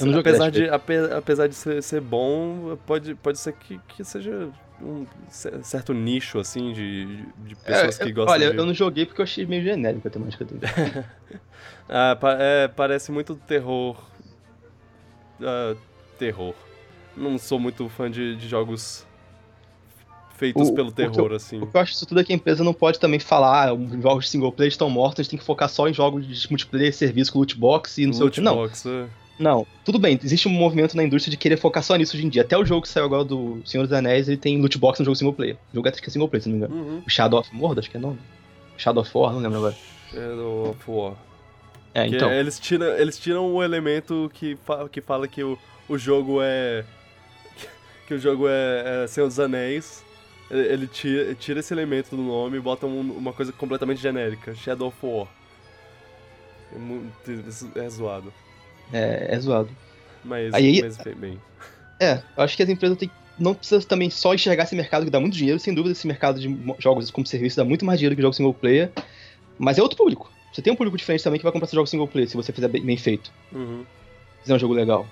Speaker 2: Eu não joguei
Speaker 1: apesar,
Speaker 2: Dead
Speaker 1: de, ape- apesar de ser, ser bom, pode, pode ser que, que seja um ce- certo nicho, assim, de, de pessoas
Speaker 2: É,
Speaker 1: que
Speaker 2: eu-
Speaker 1: gostam
Speaker 2: olha,
Speaker 1: de.
Speaker 2: eu não joguei porque eu achei meio genérico a temática dele.
Speaker 1: Ah, pa- é, parece muito terror. Ah, terror. Não sou muito fã de, de jogos feitos
Speaker 2: O-
Speaker 1: pelo
Speaker 2: o que eu-
Speaker 1: terror, assim.
Speaker 2: O que eu acho disso tudo é que a empresa não pode também falar, ah, os jogos single player estão mortos, a gente tem que focar só em jogos de multiplayer, serviço com loot box e não sei o
Speaker 1: Loot
Speaker 2: que. Não,
Speaker 1: box, é.
Speaker 2: não. Tudo bem, existe um movimento na indústria de querer focar só nisso hoje em dia. Até o jogo que saiu agora do Senhor dos Anéis, ele tem loot box no jogo single player. O jogo acho que é single player, se não me engano.
Speaker 1: Uhum.
Speaker 2: O Shadow of Mordor, acho que é não. Shadow of War, não lembro agora.
Speaker 1: Shadow of War.
Speaker 2: É,
Speaker 1: Que
Speaker 2: então.
Speaker 1: eles, tiram, eles tiram o elemento que, fa- que fala que o, o jogo é. Que o jogo é, é Senhor dos Anéis. E- Ele tira, tira esse elemento do nome e bota um- uma coisa completamente genérica: Shadow of War. É, mu- é zoado.
Speaker 2: É, é zoado.
Speaker 1: Mas,
Speaker 2: Aí-
Speaker 1: mas bem, bem.
Speaker 2: É, eu acho que as empresas têm- não precisam também só enxergar esse mercado que dá muito dinheiro, sem dúvida esse mercado de mo- jogos como serviço dá muito mais dinheiro que jogos single player, mas é outro público. Você tem um público diferente também que vai comprar seu jogo single player, se você fizer bem, bem feito,
Speaker 1: Uhum.
Speaker 2: fizer um jogo legal.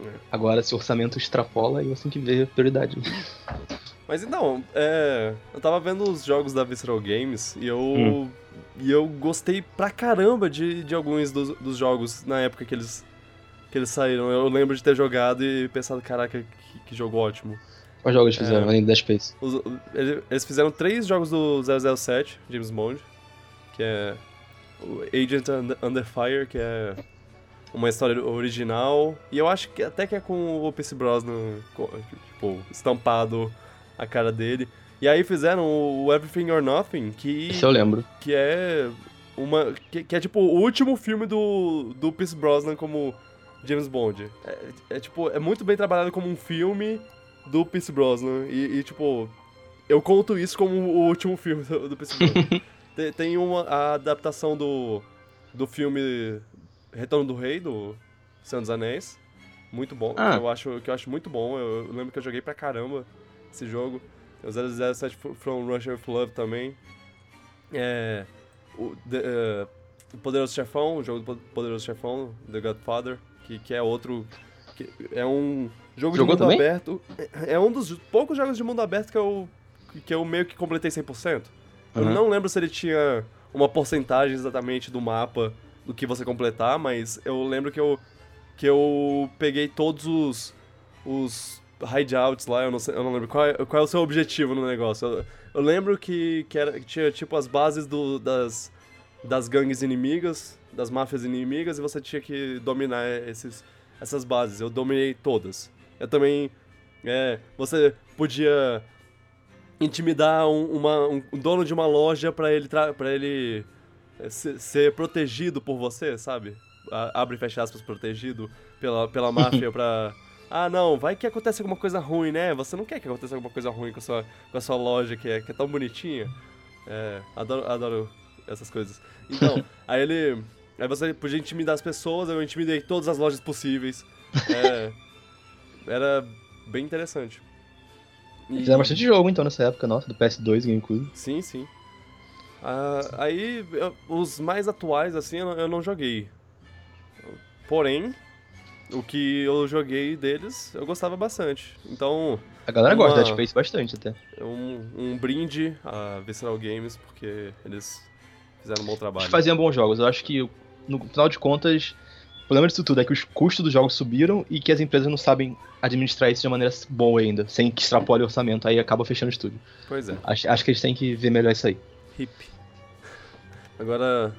Speaker 1: É.
Speaker 2: Agora, se o orçamento extrapola, aí você tem que ver prioridade. né?
Speaker 1: Mas então, é, eu tava vendo os jogos da Visceral Games e eu,
Speaker 2: Hum.
Speaker 1: e eu gostei pra caramba de, de alguns dos, dos jogos na época que eles, que eles saíram. Eu lembro de ter jogado e pensado, caraca, que, que jogo ótimo.
Speaker 2: Quais jogos
Speaker 1: É.
Speaker 2: fizeram, além do Dead Space?
Speaker 1: Os- ele- eles fizeram três jogos do 007, James Bond, que é o Agent Und- Under Fire, que é uma história original, e eu acho que até que é com o Pierce Brosnan, co- tipo, estampado a cara dele. E aí fizeram o Everything or Nothing, que,
Speaker 2: Isso eu lembro.
Speaker 1: que é uma que, que é tipo o último filme do do Pierce Brosnan como James Bond. É, é, tipo, é muito bem trabalhado como um filme do Pierce Brosnan e, e, tipo, eu conto isso como o último filme do, do Pierce Brosnan. tem, tem uma a adaptação do do filme Retorno do Rei do Senhor dos Anéis. Muito bom.
Speaker 2: Ah.
Speaker 1: Eu acho que eu acho muito bom. Eu, eu lembro que eu joguei pra caramba esse jogo. É O 007 Fr- From Russia with Love também. É, o, The- eh, o Poderoso Chefão, o jogo do Po- Poderoso Chefão, The Godfather, que, que é outro. que é um jogo
Speaker 2: Jogou
Speaker 1: de mundo
Speaker 2: também?
Speaker 1: aberto. É um dos poucos jogos de mundo aberto que eu, que eu meio que completei 100%. Eu
Speaker 2: Aham.
Speaker 1: não lembro se ele tinha uma porcentagem exatamente do mapa do que você completar, mas eu lembro que eu, que eu peguei todos os, os hideouts lá, eu não, sei- eu não lembro qual é, qual é o seu objetivo no negócio. Eu, eu lembro que, que, era, que tinha tipo as bases do, das, das gangues inimigas, das máfias inimigas, e você tinha que dominar esses, essas bases. Eu dominei todas. Eu também. É, você podia intimidar um, uma- um- um dono de uma loja pra ele para ele é, se- ser protegido por você, sabe? A- abre e fecha aspas protegido pela, pela máfia pra. Ah, não, vai que acontece alguma coisa ruim, né? Você não quer que aconteça alguma coisa ruim com a sua, com a sua loja que é, que é tão bonitinha. É, adoro, adoro essas coisas. Então, aí ele. Aí você podia intimidar as pessoas, eu intimidei todas as lojas possíveis. É, era bem interessante. E-
Speaker 2: Fizeram bastante jogo, então, nessa época, nossa, do PS2, GameCube.
Speaker 1: Sim, sim. Ah, aí, eu- os mais atuais, assim, eu, eu não joguei. Porém, o que eu joguei deles, eu gostava bastante. Então,
Speaker 2: A galera gosta
Speaker 1: Uma-
Speaker 2: do Dead Space bastante, até.
Speaker 1: é um, um brinde a Visceral Games, porque eles fizeram um bom
Speaker 2: Eles
Speaker 1: trabalho.
Speaker 2: faziam bons jogos. Eu acho que, no final de contas, o problema disso tudo é que os custos dos jogos subiram e que as empresas não sabem administrar isso de uma maneira boa ainda, sem que extrapole o orçamento, aí acaba fechando o estúdio.
Speaker 1: Pois é,
Speaker 2: Acho, acho que eles têm que ver melhor isso aí.
Speaker 1: hip. Agora,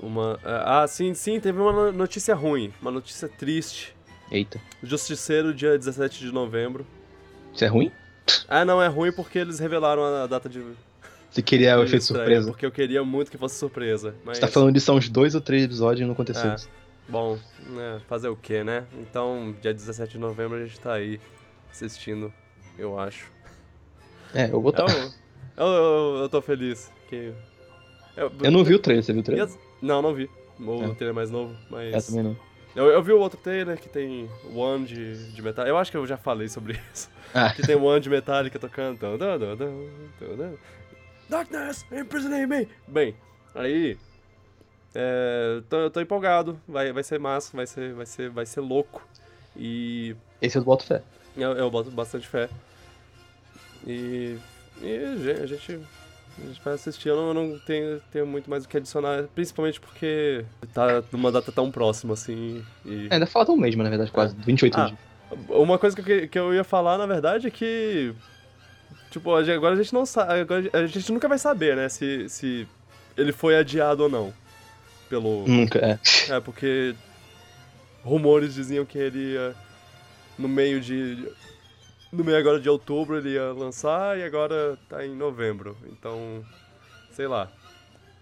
Speaker 1: uma... Ah, sim, sim, teve uma notícia ruim, uma notícia triste.
Speaker 2: Eita.
Speaker 1: Justiceiro, dia 17 de novembro.
Speaker 2: Isso é ruim?
Speaker 1: Ah, não, é ruim porque eles revelaram a data de,
Speaker 2: Você queria o
Speaker 1: Foi
Speaker 2: efeito
Speaker 1: estranho,
Speaker 2: surpresa?
Speaker 1: Porque eu queria muito que fosse surpresa. Mas,
Speaker 2: Você tá falando disso há uns dois ou três episódios e não aconteceu
Speaker 1: É.
Speaker 2: isso.
Speaker 1: Bom, né, fazer o quê, né? Então, dia 17 de novembro a gente tá aí assistindo, eu acho.
Speaker 2: É, eu vou
Speaker 1: Eu,
Speaker 2: tá.
Speaker 1: eu, eu, eu tô feliz. Que... Eu,
Speaker 2: Eu não vi o trailer, você viu
Speaker 1: e
Speaker 2: o
Speaker 1: assim,
Speaker 2: trailer?
Speaker 1: as- Não, não vi. O
Speaker 2: É.
Speaker 1: trailer mais novo,
Speaker 2: Eu
Speaker 1: mas.
Speaker 2: também não.
Speaker 1: Eu, eu vi o outro trailer que tem One de, de Metallica. Eu acho que eu já falei sobre isso.
Speaker 2: Ah.
Speaker 1: Que tem One de Metallica tocando. Dun, dun, dun, dun, dun, dun. Darkness, imprisoning me! Bem, aí. É, tô, eu tô empolgado. Vai, vai ser massa, vai ser, vai ser, vai ser louco. E
Speaker 2: Esse eu boto fé.
Speaker 1: eu, eu boto bastante fé. E, e a gen- a gente, a gente vai assistir. Eu não, eu não tenho, tenho muito mais o que adicionar, principalmente porque tá numa data tão próxima assim. E...
Speaker 2: É, ainda falta um mês, mas, na verdade, quase. 28
Speaker 1: Ah.
Speaker 2: dias.
Speaker 1: Uma coisa que eu, que- que eu ia falar, na verdade, é que. Tipo, a gen- agora a gente não sabe. Agora a gente nunca vai saber, né? Se, se ele foi adiado ou não. Pelo.
Speaker 2: Nunca, é.
Speaker 1: É, porque. Rumores diziam que ele ia. No meio de. No meio agora de outubro ele ia lançar e agora tá em novembro. Então. Sei lá.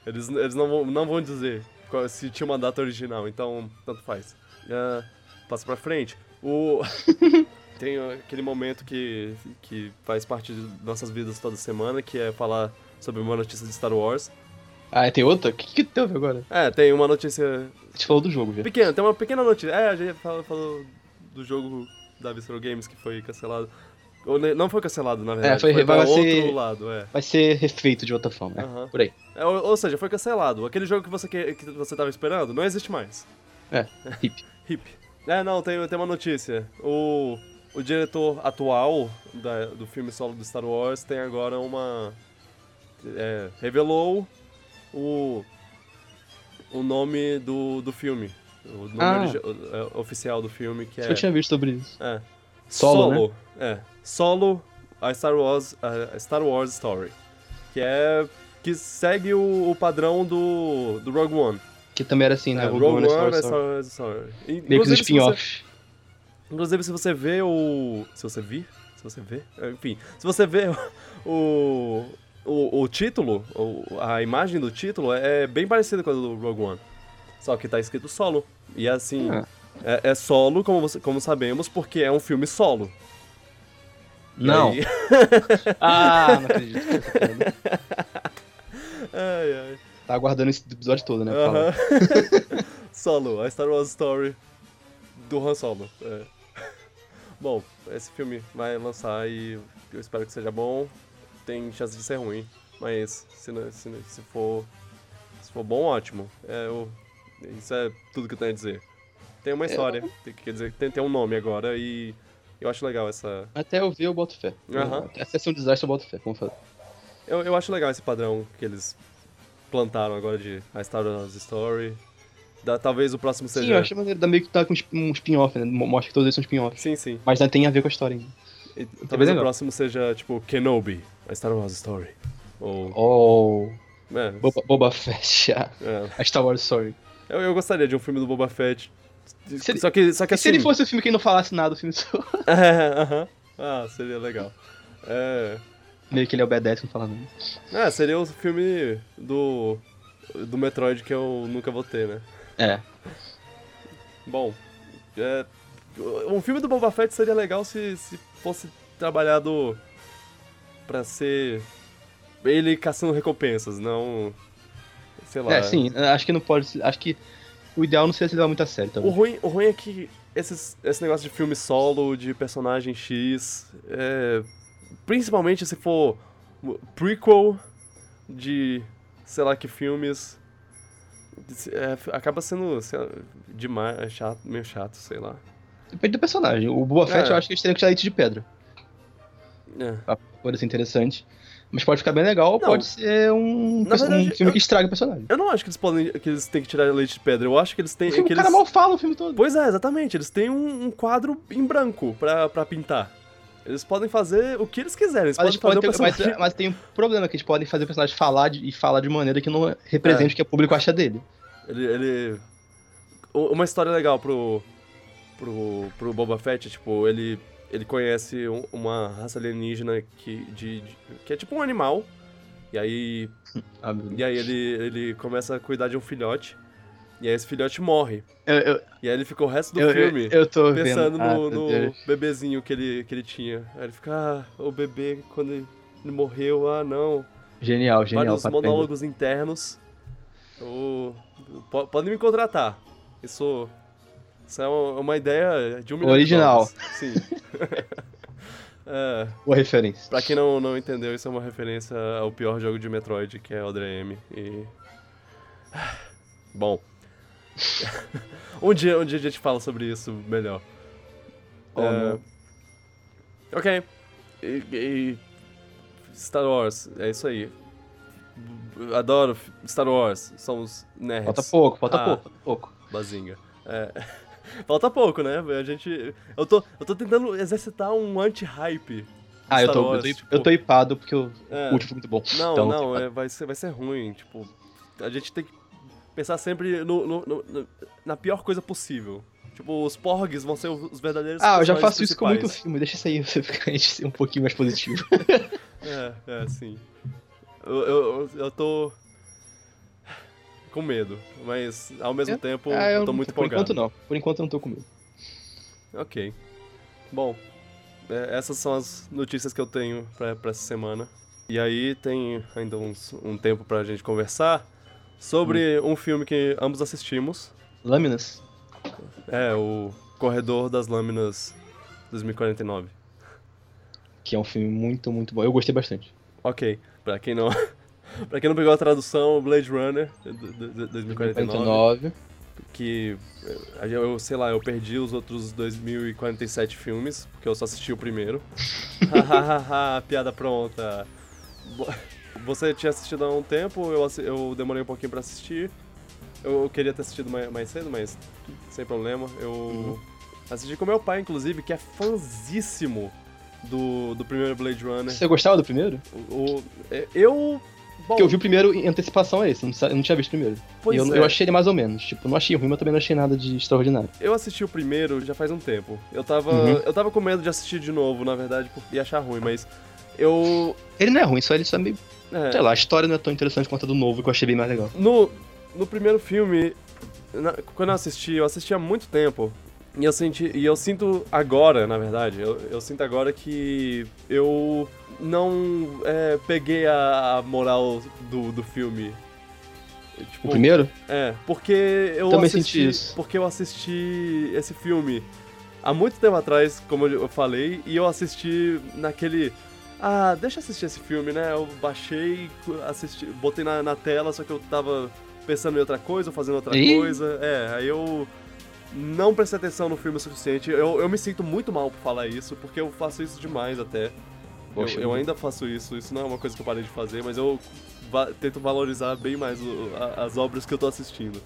Speaker 1: Eles, eles não, vão, não vão dizer qual- se tinha uma data original, então tanto faz. Ah, passa pra frente. O. Tem aquele momento que, que faz parte de nossas vidas toda semana, que é falar sobre uma notícia de Star Wars.
Speaker 2: Ah, e tem outra? O que, que teve agora?
Speaker 1: É, tem uma notícia
Speaker 2: A gente falou do jogo já.
Speaker 1: Pequeno, tem uma pequena notícia. É, a gente falou, falou do jogo da Visceral Games que foi cancelado. Ou, ne- não foi cancelado, na verdade.
Speaker 2: É, foi-
Speaker 1: pra
Speaker 2: vai
Speaker 1: outro
Speaker 2: ser-
Speaker 1: lado, é.
Speaker 2: Vai ser refeito de outra forma, é.
Speaker 1: Aham.
Speaker 2: Por aí.
Speaker 1: É, Ou, ou seja, foi cancelado. Aquele jogo que você, que, que você tava esperando não existe mais.
Speaker 2: É, hip.
Speaker 1: Hip. É, não, tem, tem uma notícia. O, o diretor atual da- do filme solo do Star Wars tem agora uma. é, revelou o. o nome do, do filme. O nome
Speaker 2: Ah.
Speaker 1: origi- o- é, oficial do filme, que
Speaker 2: Acho
Speaker 1: é.
Speaker 2: que eu tinha visto sobre isso.
Speaker 1: é,
Speaker 2: Solo, né?
Speaker 1: É. Solo, a Star Wars, a Star Wars Story. Que é. que segue o, o padrão do, do Rogue One.
Speaker 2: Que também era assim, né?
Speaker 1: É,
Speaker 2: Rogue
Speaker 1: Rogue
Speaker 2: One, Star
Speaker 1: One,
Speaker 2: Wars,
Speaker 1: é
Speaker 2: Star
Speaker 1: Star
Speaker 2: Wars.
Speaker 1: Wars Story.
Speaker 2: Meio que
Speaker 1: Inclusive,
Speaker 2: os
Speaker 1: se você-
Speaker 2: spin-offs.
Speaker 1: Inclusive, se você vê o. Se você vir? Se você vê? Enfim, se você vê o. O, o título, o- a imagem do título é bem parecida com a do Rogue One. Só que tá escrito solo. E assim,
Speaker 2: Ah.
Speaker 1: é, é solo, como, você- como sabemos, porque é um filme solo. E
Speaker 2: Não.
Speaker 1: aí-
Speaker 2: Ah, não acredito. que essa piada.
Speaker 1: ai, ai.
Speaker 2: Tá aguardando esse episódio todo, né? pra falar.
Speaker 1: Aham. Solo, a Star Wars Story do Han Solo. é. Bom, esse filme vai lançar e eu espero que seja bom. Tem chance de ser ruim, mas se, não- se, não- se for, se for bom, ótimo. É, eu- isso é tudo que eu tenho a dizer. Tem
Speaker 2: É,
Speaker 1: uma história, tem- quer dizer, tem, tem um nome agora e eu acho legal essa.
Speaker 2: Até eu ver, eu boto fé.
Speaker 1: Aham.
Speaker 2: Até se é um desastre, eu boto fé. Vamos fazer.
Speaker 1: Eu, eu acho legal esse padrão que eles plantaram agora de a Star Wars Story. Da- talvez o próximo seja.
Speaker 2: Sim, eu achei maneiro. Dá meio que tá com um spin-off, né? Mo- Mostra que todos eles são spin-offs.
Speaker 1: Sim, sim.
Speaker 2: Mas ainda tem a ver com a história ainda.
Speaker 1: E
Speaker 2: Tá
Speaker 1: talvez o
Speaker 2: bem legal.
Speaker 1: próximo seja, tipo, Kenobi, a Star Wars Story. Ou.
Speaker 2: Oh.
Speaker 1: É,
Speaker 2: Boba, Boba Fett. ah.
Speaker 1: é.
Speaker 2: A Star Wars Story.
Speaker 1: Eu, eu gostaria de um filme do Boba Fett.
Speaker 2: Se ele-
Speaker 1: só que, só que
Speaker 2: E
Speaker 1: assim.
Speaker 2: se ele fosse o filme que não falasse nada, o filme só.
Speaker 1: É, aham. Ah, seria legal. É.
Speaker 2: Meio que ele obedece, não fala nada.
Speaker 1: Ah, seria o filme do. do Metroid que eu nunca vou ter, né?
Speaker 2: É.
Speaker 1: Bom. É, um filme do Boba Fett seria legal se, se fosse trabalhado pra ser. ele caçando recompensas, não. Sei lá.
Speaker 2: É, sim. Acho que não pode. ser- Acho que o ideal não seria se levar muito a sério,
Speaker 1: O
Speaker 2: talvez.
Speaker 1: ruim, o ruim é que esses- esse negócio de filme solo, de personagem X, é, principalmente se for prequel de sei lá que filmes, é, acaba sendo sei lá, demais, é chato, meio chato, sei lá.
Speaker 2: Depende do personagem. O Boba Fett,
Speaker 1: É.
Speaker 2: eu acho que eles teriam que tirar leite de pedra.
Speaker 1: É.
Speaker 2: Pra poder ser interessante. Mas pode ficar bem legal, ou
Speaker 1: Não.
Speaker 2: pode ser um,
Speaker 1: Na
Speaker 2: perso- um
Speaker 1: verdade,
Speaker 2: filme
Speaker 1: eu-
Speaker 2: que estraga o personagem.
Speaker 1: Eu não acho que eles podem, que eles têm que tirar leite de pedra. Eu acho que eles têm,
Speaker 2: O, filme,
Speaker 1: É que
Speaker 2: o cara
Speaker 1: eles-
Speaker 2: mal fala o filme todo.
Speaker 1: Pois é, exatamente. Eles têm um, um quadro em branco pra, pra pintar. Eles podem fazer o que eles quiserem. Eles
Speaker 2: Mas, eles
Speaker 1: podem fazer
Speaker 2: podem
Speaker 1: o
Speaker 2: ter- mas-
Speaker 1: personagem-
Speaker 2: mas tem um problema que eles podem fazer o personagem falar de- e falar de maneira que não
Speaker 1: É.
Speaker 2: represente o que o público acha dele.
Speaker 1: Ele, ele- U- Uma história legal pro. pro, pro Boba Fett, é, tipo, ele. Ele conhece um- uma raça alienígena que, de, de- que é tipo um animal. E aí.
Speaker 2: Ah, meu Deus.
Speaker 1: E aí ele, ele começa a cuidar de um filhote. E aí esse filhote morre.
Speaker 2: Eu, eu,
Speaker 1: E aí ele fica o resto do
Speaker 2: eu,
Speaker 1: filme
Speaker 2: eu, eu tô
Speaker 1: pensando
Speaker 2: vendo. Ah,
Speaker 1: no,
Speaker 2: meu
Speaker 1: no
Speaker 2: Deus.
Speaker 1: bebezinho que ele, que ele tinha. Aí ele fica, ah, o bebê quando ele ele morreu, ah não.
Speaker 2: Genial, genial.
Speaker 1: Vários
Speaker 2: papel.
Speaker 1: monólogos internos. O- po- podem me contratar. Isso, isso é um- é uma ideia de um milhão de
Speaker 2: Original.
Speaker 1: dólares. Sim. É,
Speaker 2: Boa referência.
Speaker 1: pra quem não, não entendeu, isso é uma referência ao pior jogo de Metroid, que é o DRM. E... Bom. um, dia, um dia a gente fala sobre isso melhor.
Speaker 2: Oh,
Speaker 1: É,
Speaker 2: não.
Speaker 1: Ok. E, e- Star Wars, é isso aí. Adoro Star Wars, somos nerds.
Speaker 2: Falta pouco, falta
Speaker 1: Ah.
Speaker 2: pouco, falta pouco.
Speaker 1: Bazinga. É. Falta pouco, né? A gente. Eu tô, eu tô tentando exercitar um anti-hype.
Speaker 2: Ah, eu
Speaker 1: Star
Speaker 2: tô, eu,
Speaker 1: Wars,
Speaker 2: tô,
Speaker 1: tipo-
Speaker 2: eu tô hipado porque o
Speaker 1: É.
Speaker 2: último foi muito bom.
Speaker 1: Não,
Speaker 2: Então,
Speaker 1: não,
Speaker 2: tá.
Speaker 1: é- vai, ser, vai ser ruim. Tipo, a gente tem que pensar sempre no, no- no- no- na pior coisa possível. Tipo, os porgs vão ser os verdadeiros.
Speaker 2: Ah, eu já
Speaker 1: personagens
Speaker 2: faço isso com muito
Speaker 1: principais.
Speaker 2: filme, deixa isso aí você ficar a gente ser um pouquinho mais positivo.
Speaker 1: É, é, sim. Eu, eu, eu- eu tô. com medo, mas ao mesmo
Speaker 2: Eu-
Speaker 1: tempo
Speaker 2: ah,
Speaker 1: eu
Speaker 2: eu
Speaker 1: tô
Speaker 2: não-
Speaker 1: muito
Speaker 2: Por
Speaker 1: empolgado.
Speaker 2: enquanto não, por enquanto eu não tô com medo.
Speaker 1: Ok. Bom, é, essas são as notícias que eu tenho pra, pra essa semana. E aí tem ainda uns, um tempo pra gente conversar sobre um filme que ambos assistimos.
Speaker 2: Lâminas?
Speaker 1: É, o Corredor das Lâminas 2049.
Speaker 2: Que é um filme muito, muito bom. Eu gostei bastante.
Speaker 1: Ok, pra quem não. pra quem não pegou a tradução, Blade Runner d- d- d- 2049.
Speaker 2: 49.
Speaker 1: Que eh, eu, sei lá, eu perdi os outros 2047 filmes, porque eu só assisti o primeiro. Hahaha, piada pronta. Bo- Você tinha assistido há um tempo, eu, assi- eu demorei um pouquinho pra assistir. Eu queria ter assistido mais, mais cedo, mas sem problema. Eu
Speaker 2: Uhum.
Speaker 1: assisti com meu pai, inclusive, que é fanzíssimo do, do primeiro Blade Runner.
Speaker 2: Você gostava do primeiro?
Speaker 1: O, o- é, eu. Bom,
Speaker 2: Porque eu vi o primeiro em antecipação a esse, eu não sa- eu não tinha visto o primeiro.
Speaker 1: pois
Speaker 2: e eu,
Speaker 1: é,
Speaker 2: eu achei ele mais ou menos. Tipo, não achei ruim, mas também não achei nada de extraordinário.
Speaker 1: eu assisti o primeiro já faz um tempo. Eu tava,
Speaker 2: Uhum.
Speaker 1: eu tava com medo de assistir de novo, na verdade, por- e achar ruim, mas eu.
Speaker 2: Ele não é ruim, só ele só é meio.
Speaker 1: é,
Speaker 2: Sei lá, a história não é tão interessante quanto a do novo, que eu achei bem mais legal.
Speaker 1: no, no primeiro filme, na- quando eu assisti, eu assisti há muito tempo. E eu, senti, e eu sinto agora, na verdade, eu, eu sinto agora que eu não é, peguei a, a moral do, do filme.
Speaker 2: O
Speaker 1: Tipo,
Speaker 2: primeiro?
Speaker 1: É, porque eu
Speaker 2: Também
Speaker 1: assisti,
Speaker 2: senti isso.
Speaker 1: porque eu assisti esse filme há muito tempo atrás, como eu falei, e eu assisti naquele ah, deixa eu assistir esse filme, né? Eu baixei, assisti, botei na, na tela, só que eu tava pensando em outra coisa, ou fazendo outra
Speaker 2: Ih.
Speaker 1: coisa. É, aí eu não prestei atenção no filme o suficiente. Eu, eu me sinto muito mal por falar isso, porque eu faço isso demais até. Eu,
Speaker 2: Poxa.
Speaker 1: eu ainda faço isso, isso não é uma coisa que eu parei de fazer, mas eu va- tento valorizar bem mais o- a- as obras que eu tô assistindo.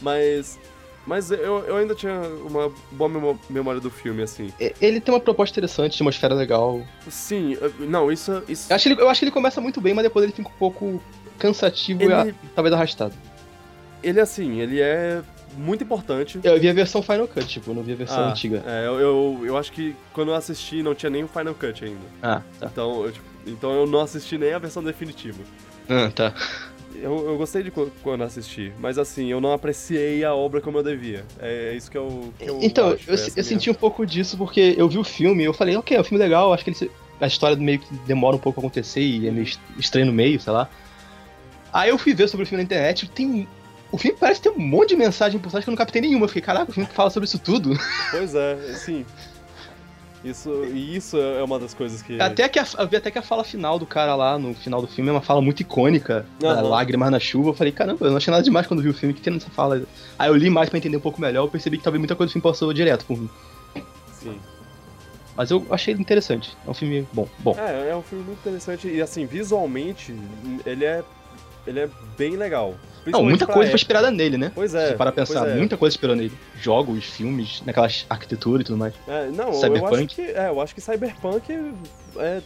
Speaker 1: Mas. Mas eu, eu ainda tinha uma boa memo- memória do filme, assim.
Speaker 2: E- Ele tem uma proposta interessante, uma esfera legal.
Speaker 1: Sim, eu- não, isso. isso
Speaker 2: Eu acho, ele, eu acho que ele começa muito bem, mas depois ele fica um pouco cansativo
Speaker 1: Ele-
Speaker 2: e a- talvez arrastado.
Speaker 1: ele, assim, ele é muito importante.
Speaker 2: Eu vi a versão Final Cut, tipo, eu não vi a versão
Speaker 1: Ah,
Speaker 2: antiga.
Speaker 1: É, eu, eu, eu acho que quando eu assisti não tinha nem o Final Cut ainda.
Speaker 2: Ah, tá.
Speaker 1: Então eu, tipo, então eu não assisti nem a versão definitiva.
Speaker 2: Ah, tá.
Speaker 1: Eu, eu gostei de co- quando assisti, mas assim, eu não apreciei a obra como eu devia. É isso que eu. que eu
Speaker 2: Então,
Speaker 1: acho,
Speaker 2: eu,
Speaker 1: é
Speaker 2: se-
Speaker 1: essa
Speaker 2: eu
Speaker 1: minha-
Speaker 2: senti um pouco disso porque eu vi o filme e eu falei, ok, é um filme legal, acho que ele se- a história meio que demora um pouco pra acontecer e é meio est- estranho no meio, sei lá. Aí eu fui ver sobre o filme na internet, tem. O filme parece ter um monte de mensagem por trás que eu não captei nenhuma. Eu fiquei, caraca, o filme fala sobre isso tudo.
Speaker 1: Pois é, sim. Isso, e isso é uma das coisas que.
Speaker 2: Até que a, eu vi até que a fala final do cara lá no final do filme é uma fala muito icônica, da
Speaker 1: Aham.
Speaker 2: lágrimas na chuva. Eu falei, caramba, eu não achei nada demais quando vi o filme, que tem nessa fala. Aí eu li mais pra entender um pouco melhor, eu percebi que talvez muita coisa do filme passou direto por mim.
Speaker 1: Sim.
Speaker 2: Mas eu achei ele interessante. É um filme bom. Bom.
Speaker 1: É, é um filme muito interessante. E assim, visualmente, ele é. Ele é bem legal.
Speaker 2: Não, muita coisa foi inspirada nele, né?
Speaker 1: Pois é.
Speaker 2: Se para
Speaker 1: pois
Speaker 2: pensar,
Speaker 1: é.
Speaker 2: muita coisa inspirou nele. Jogos, filmes, naquelas arquitetura e tudo mais.
Speaker 1: É, não, eu acho
Speaker 2: Cyberpunk?
Speaker 1: que. É, eu acho que Cyberpunk é.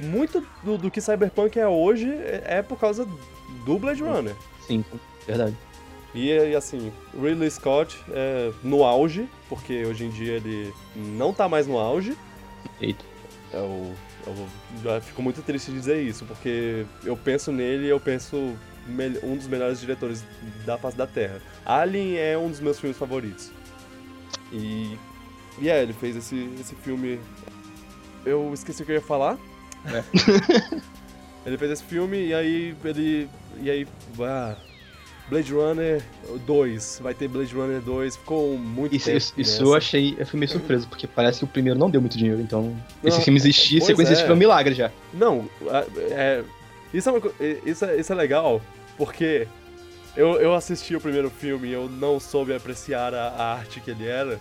Speaker 1: Muito do, do que Cyberpunk é hoje é é por causa do Blade Runner.
Speaker 2: Sim, verdade.
Speaker 1: E, e, assim, Ridley Scott é no auge, porque hoje em dia ele não tá mais no auge.
Speaker 2: Eita.
Speaker 1: Eu, eu é já fico muito triste de dizer isso, porque eu penso nele e eu penso mel- um dos melhores diretores da face da Terra. Alien é um dos meus filmes favoritos. E, e é, ele fez esse, esse filme. Eu esqueci o que eu ia falar. né? ele fez esse filme e aí ele. E aí. ah, Blade Runner 2. Vai ter Blade Runner 2. Ficou muito
Speaker 2: Isso,
Speaker 1: tempo
Speaker 2: isso, isso é eu
Speaker 1: nessa.
Speaker 2: achei. Eu fui meio surpreso, porque parece que o primeiro não deu muito dinheiro, então. Esse
Speaker 1: Ah,
Speaker 2: filme existir,
Speaker 1: pois
Speaker 2: sequência
Speaker 1: é.
Speaker 2: existir foi um milagre já.
Speaker 1: Não, a- é, isso, é uma co- isso, é- isso é legal, porque eu, eu assisti o primeiro filme e eu não soube apreciar a, a arte que ele era.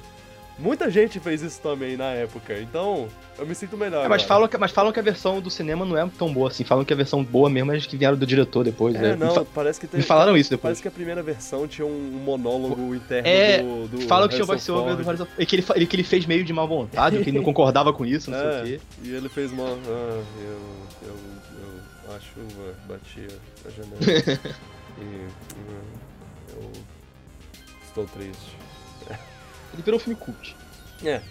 Speaker 1: Muita gente fez isso também na época, então eu me sinto melhor.
Speaker 2: É, mas,
Speaker 1: agora.
Speaker 2: falam que, mas falam que a versão do cinema não é tão boa assim. Falam que a versão boa mesmo é as que vieram do diretor depois.
Speaker 1: É,
Speaker 2: né? Me fa-
Speaker 1: não, parece que tem.
Speaker 2: Me falaram isso depois.
Speaker 1: Parece que a primeira versão tinha um, um monólogo interno
Speaker 2: É,
Speaker 1: do, do.
Speaker 2: Falam que tinha o
Speaker 1: Harrison
Speaker 2: voiceover do
Speaker 1: Ford,
Speaker 2: Horizon. E que ele, fa- ele- que ele fez meio de má vontade, que ele não concordava com isso, não
Speaker 1: É.
Speaker 2: sei o quê.
Speaker 1: E ele fez uma. Ah, eu, eu, eu, a chuva batia a janela. e. ah, eu estou triste.
Speaker 2: Ele virou um filme cult.
Speaker 1: É,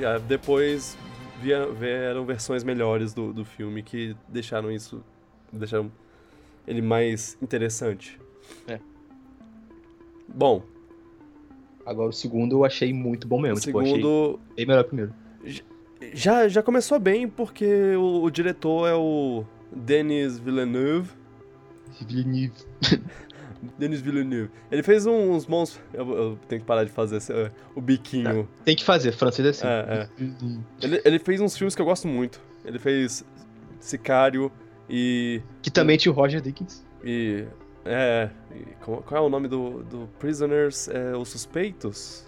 Speaker 1: e, ah, depois vieram, vieram versões melhores do, do filme que deixaram isso. deixaram ele mais interessante.
Speaker 2: É.
Speaker 1: Bom,
Speaker 2: Agora o segundo eu achei muito bom mesmo.
Speaker 1: o
Speaker 2: Tipo, eu achei
Speaker 1: segundo.
Speaker 2: bem melhor que o primeiro.
Speaker 1: Já, já começou bem porque o, o diretor é o Denis Villeneuve.
Speaker 2: Villeneuve.
Speaker 1: Denis Villeneuve. Ele fez um- uns bons. Eu, eu tenho que parar de fazer esse, uh, o biquinho.
Speaker 2: Tem que fazer, francês é assim.
Speaker 1: É, Ele, ele fez uns filmes que eu gosto muito. Ele fez Sicário e.
Speaker 2: Que também tinha o Roger Dickens.
Speaker 1: e é. e qual, qual é o nome do, do Prisoners? É, Os Suspeitos?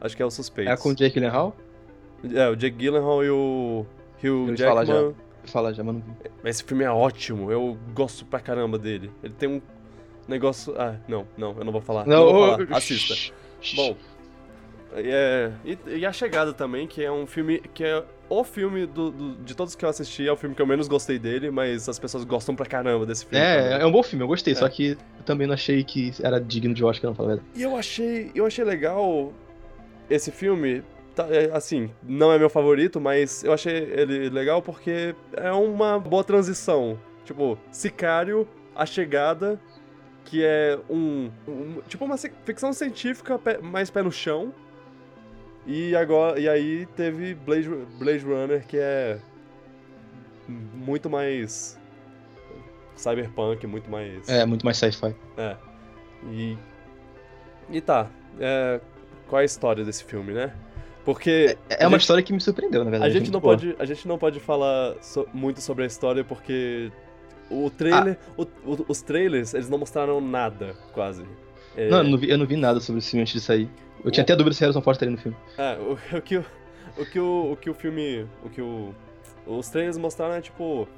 Speaker 1: Acho que é Os Suspeitos.
Speaker 2: É com o Jake Gyllenhaal?
Speaker 1: É, o Jake Gyllenhaal e o Hugh
Speaker 2: Eu ia falar
Speaker 1: Jackman.
Speaker 2: Fala já, mas não vi.
Speaker 1: Esse filme é ótimo, eu gosto pra caramba dele. Ele tem um negócio. Ah, não, não, eu não vou falar. Não, vou falar. Assista. Bom. é, e, e A Chegada também, que é um filme que é o filme do- do- de todos que eu assisti, é o filme que eu menos gostei dele, mas as pessoas gostam pra caramba desse filme. também.
Speaker 2: É, é um bom filme, eu gostei, só que eu também não achei que era digno de Oscar, não, fala a verdade.
Speaker 1: E eu achei, eu achei legal esse filme. tá, é, assim, não é meu favorito, mas eu achei ele legal porque é uma boa transição. Tipo, Sicário, A Chegada, que é um. um- tipo, uma ci- ficção científica pé- mais pé no chão. E, agora, e aí teve Blade, Ru- Blade Runner, que é muito mais cyberpunk, muito mais.
Speaker 2: É, muito mais sci-fi.
Speaker 1: É. E. E tá. é, Qual é a história desse filme, né? Porque.
Speaker 2: É
Speaker 1: a
Speaker 2: uma
Speaker 1: gente-
Speaker 2: história né, que me surpreendeu, na
Speaker 1: A
Speaker 2: verdade.
Speaker 1: gente, não
Speaker 2: Pô,
Speaker 1: pode, a gente não pode falar so- muito sobre a história porque o trailer.
Speaker 2: Ah.
Speaker 1: o- o- os trailers, eles não mostraram nada, quase. É,
Speaker 2: Não, eu não, vi, eu não vi nada sobre esse filme antes de sair. Eu tinha até dúvida se Harrison Ford estaria no filme.
Speaker 1: é, o, o que, o, o que o, o que o filme. O que o. Os trailers mostraram é tipo.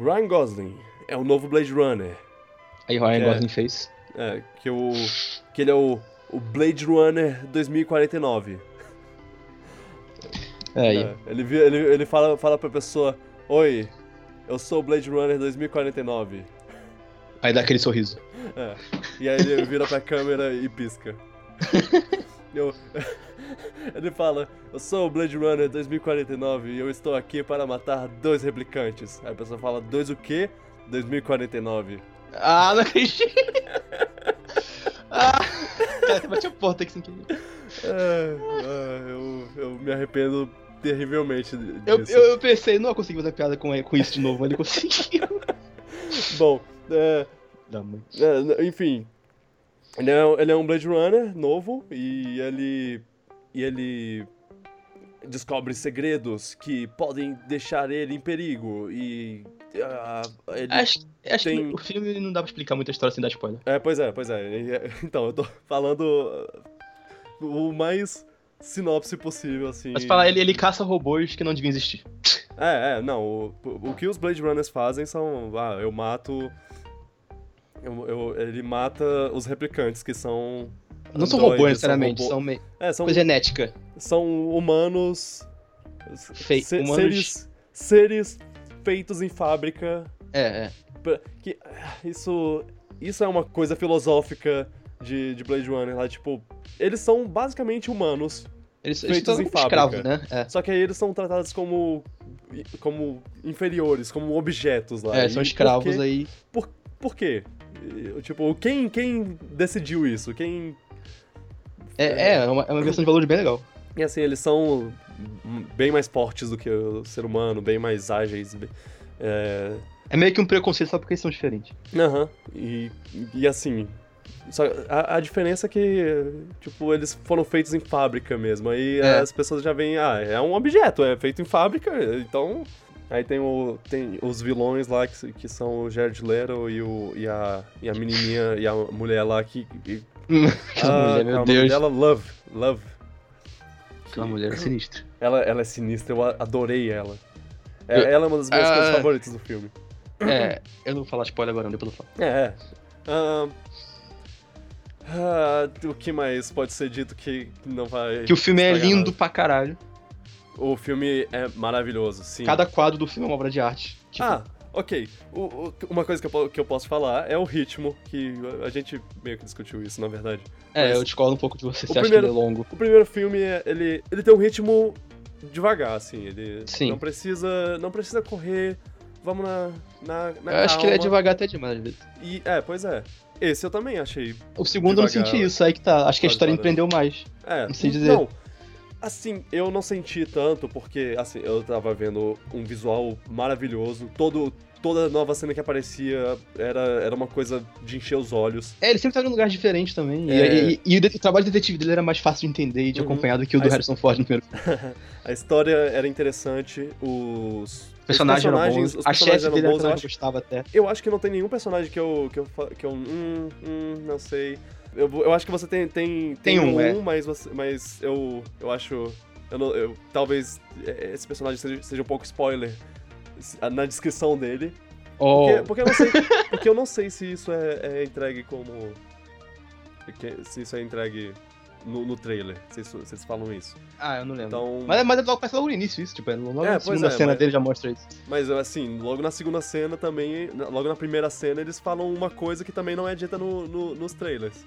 Speaker 1: Ryan Gosling é o novo Blade Runner.
Speaker 2: Aí Ryan
Speaker 1: É.
Speaker 2: Gosling fez.
Speaker 1: É, que o. Que ele é o, o Blade Runner 2049.
Speaker 2: É, aí.
Speaker 1: É, ele vi- ele, ele fala, fala pra pessoa: Oi, eu sou o Blade Runner 2049.
Speaker 2: aí dá aquele sorriso.
Speaker 1: É, e aí ele vira pra câmera e pisca. Eu- ele fala: Eu sou o Blade Runner 2049 e eu estou aqui para matar dois replicantes. Aí a pessoa fala: Dois o quê? 2049.
Speaker 2: Ah, não acredito! ah! Cara, bati a porta aqui sem querer.
Speaker 1: É, é, eu, eu me arrependo terrivelmente disso.
Speaker 2: Eu, eu, eu pensei, não eu consegui fazer piada com, com isso de novo, mas ele conseguiu.
Speaker 1: Bom, é,
Speaker 2: Da mãe.
Speaker 1: É, n- enfim. Ele é, um- ele é um Blade Runner novo e ele. E ele descobre segredos que podem deixar ele em perigo. E. ah, ele-
Speaker 2: Acho, acho
Speaker 1: Tem-
Speaker 2: que o filme não dá pra explicar muita história sem dar spoiler.
Speaker 1: É, pois é, pois é. E, é, Então, eu tô falando ah, o mais sinopse possível, assim.
Speaker 2: Mas falar, ele, ele caça robôs que não deviam existir.
Speaker 1: É, é, não. O, o que os Blade Runners fazem são. Ah, eu mato. eu- eu- ele mata os replicantes, que são.
Speaker 2: Não são
Speaker 1: androides,
Speaker 2: robôs, necessariamente,
Speaker 1: robô-
Speaker 2: são, meio
Speaker 1: É, são
Speaker 2: coisa genética.
Speaker 1: são humanos.
Speaker 2: Fei-
Speaker 1: se-
Speaker 2: humanos-
Speaker 1: Seres, seres feitos em fábrica.
Speaker 2: É, é.
Speaker 1: pra- Que, ah, isso, isso é uma coisa filosófica de, de Blade Runner lá. Tipo, eles são basicamente humanos.
Speaker 2: Eles, eles
Speaker 1: Feitos
Speaker 2: são
Speaker 1: em
Speaker 2: como escravos,
Speaker 1: fábrica.
Speaker 2: né? É.
Speaker 1: Só que aí eles são tratados como, como inferiores, como objetos lá.
Speaker 2: É,
Speaker 1: E
Speaker 2: são escravos
Speaker 1: por quê?
Speaker 2: aí.
Speaker 1: Por quê? E, Tipo, quem, quem decidiu isso? Quem.
Speaker 2: É, é, é uma, é uma versão de valores bem legal.
Speaker 1: E assim, eles são um, bem mais fortes do que o ser humano, bem mais ágeis. bem- é,
Speaker 2: É meio que um preconceito só porque eles são diferentes.
Speaker 1: Aham, e, e assim. só- a, a diferença é que, tipo, eles foram feitos em fábrica mesmo. Aí
Speaker 2: É.
Speaker 1: as pessoas já veem, ah, é um objeto, é feito em fábrica, então. Aí tem, o, tem os vilões lá, que, s- que são o Jared Leto e, o, e, a, e a menininha e a mulher lá que. E, ah, qual
Speaker 2: Aquela mulher,
Speaker 1: é o
Speaker 2: meu
Speaker 1: nome
Speaker 2: Deus.
Speaker 1: dela, Love. Love.
Speaker 2: Aquela mulher é sinistra.
Speaker 1: Ela, ela é sinistra, eu a- adorei ela. É- Ela é uma das minhas
Speaker 2: Ah.
Speaker 1: coisas favoritas do filme.
Speaker 2: É, eu não vou falar spoiler agora, não, depois eu falo.
Speaker 1: É. Ahn. Ah, o que mais pode ser dito que não vai.
Speaker 2: Que o filme é
Speaker 1: estragar
Speaker 2: lindo pra caralho.
Speaker 1: nada? O filme é maravilhoso, sim.
Speaker 2: Cada quadro do filme é uma obra de arte. Tipo,
Speaker 1: Ah, ok. O- o- uma coisa que eu, po- que eu posso falar é o ritmo, que a gente meio que discutiu isso, na verdade.
Speaker 2: é,
Speaker 1: mas-
Speaker 2: eu discordo um pouco de você,
Speaker 1: O
Speaker 2: você acha que ele
Speaker 1: primeiro-
Speaker 2: é longo.
Speaker 1: O primeiro filme, é- ele, ele tem um ritmo devagar, assim. Ele
Speaker 2: Sim.
Speaker 1: não precisa. Não precisa correr. Vamos na. na, na
Speaker 2: Eu acho que ele é
Speaker 1: calma.
Speaker 2: devagar até demais, às vezes.
Speaker 1: E, é, pois é. Esse eu também achei
Speaker 2: O segundo eu não
Speaker 1: Devagar.
Speaker 2: senti isso, aí que tá. Acho que a
Speaker 1: Pode
Speaker 2: história
Speaker 1: parar.
Speaker 2: empreendeu mais.
Speaker 1: É,
Speaker 2: Não sei dizer.
Speaker 1: Não, assim, eu não senti tanto, porque, assim, eu tava vendo um visual maravilhoso, todo, toda nova cena que aparecia era, era uma coisa de encher os olhos.
Speaker 2: É, ele sempre tava em lugares diferentes também. E-
Speaker 1: É.
Speaker 2: E, e o de- o trabalho do detetive dele era mais fácil de entender e de
Speaker 1: Uhum.
Speaker 2: acompanhar do que o do
Speaker 1: Aí-
Speaker 2: Harrison Ford no primeiro filme.
Speaker 1: A história era interessante, os, os
Speaker 2: O personagem era bom.
Speaker 1: os
Speaker 2: A
Speaker 1: personagens
Speaker 2: chefe dele era
Speaker 1: eu
Speaker 2: aquela que
Speaker 1: acho
Speaker 2: eu gostava até.
Speaker 1: Eu acho que não tem nenhum personagem que eu. que eu. fa- que eu hum, hum, não sei. Eu, vou- eu acho que você tem. Tem,
Speaker 2: Tem um, é.
Speaker 1: mas, você- mas eu, eu acho. Eu não- eu- talvez é, esse personagem seja, seja um pouco spoiler se- na descrição dele.
Speaker 2: Oh,
Speaker 1: Porque, porque eu não sei, porque eu não sei se isso é, é entregue como. que- Se isso é entregue no, no trailer. Se, isso- se eles falam isso.
Speaker 2: Ah, eu não lembro.
Speaker 1: Então.
Speaker 2: Mas, mas é logo, parece logo no início isso, tipo, é logo
Speaker 1: É,
Speaker 2: na
Speaker 1: pois
Speaker 2: segunda
Speaker 1: é,
Speaker 2: cena
Speaker 1: mas-
Speaker 2: dele já mostra isso.
Speaker 1: Mas assim, logo na segunda cena também. na- Logo na primeira cena eles falam uma coisa que também não é dita no- no- nos trailers.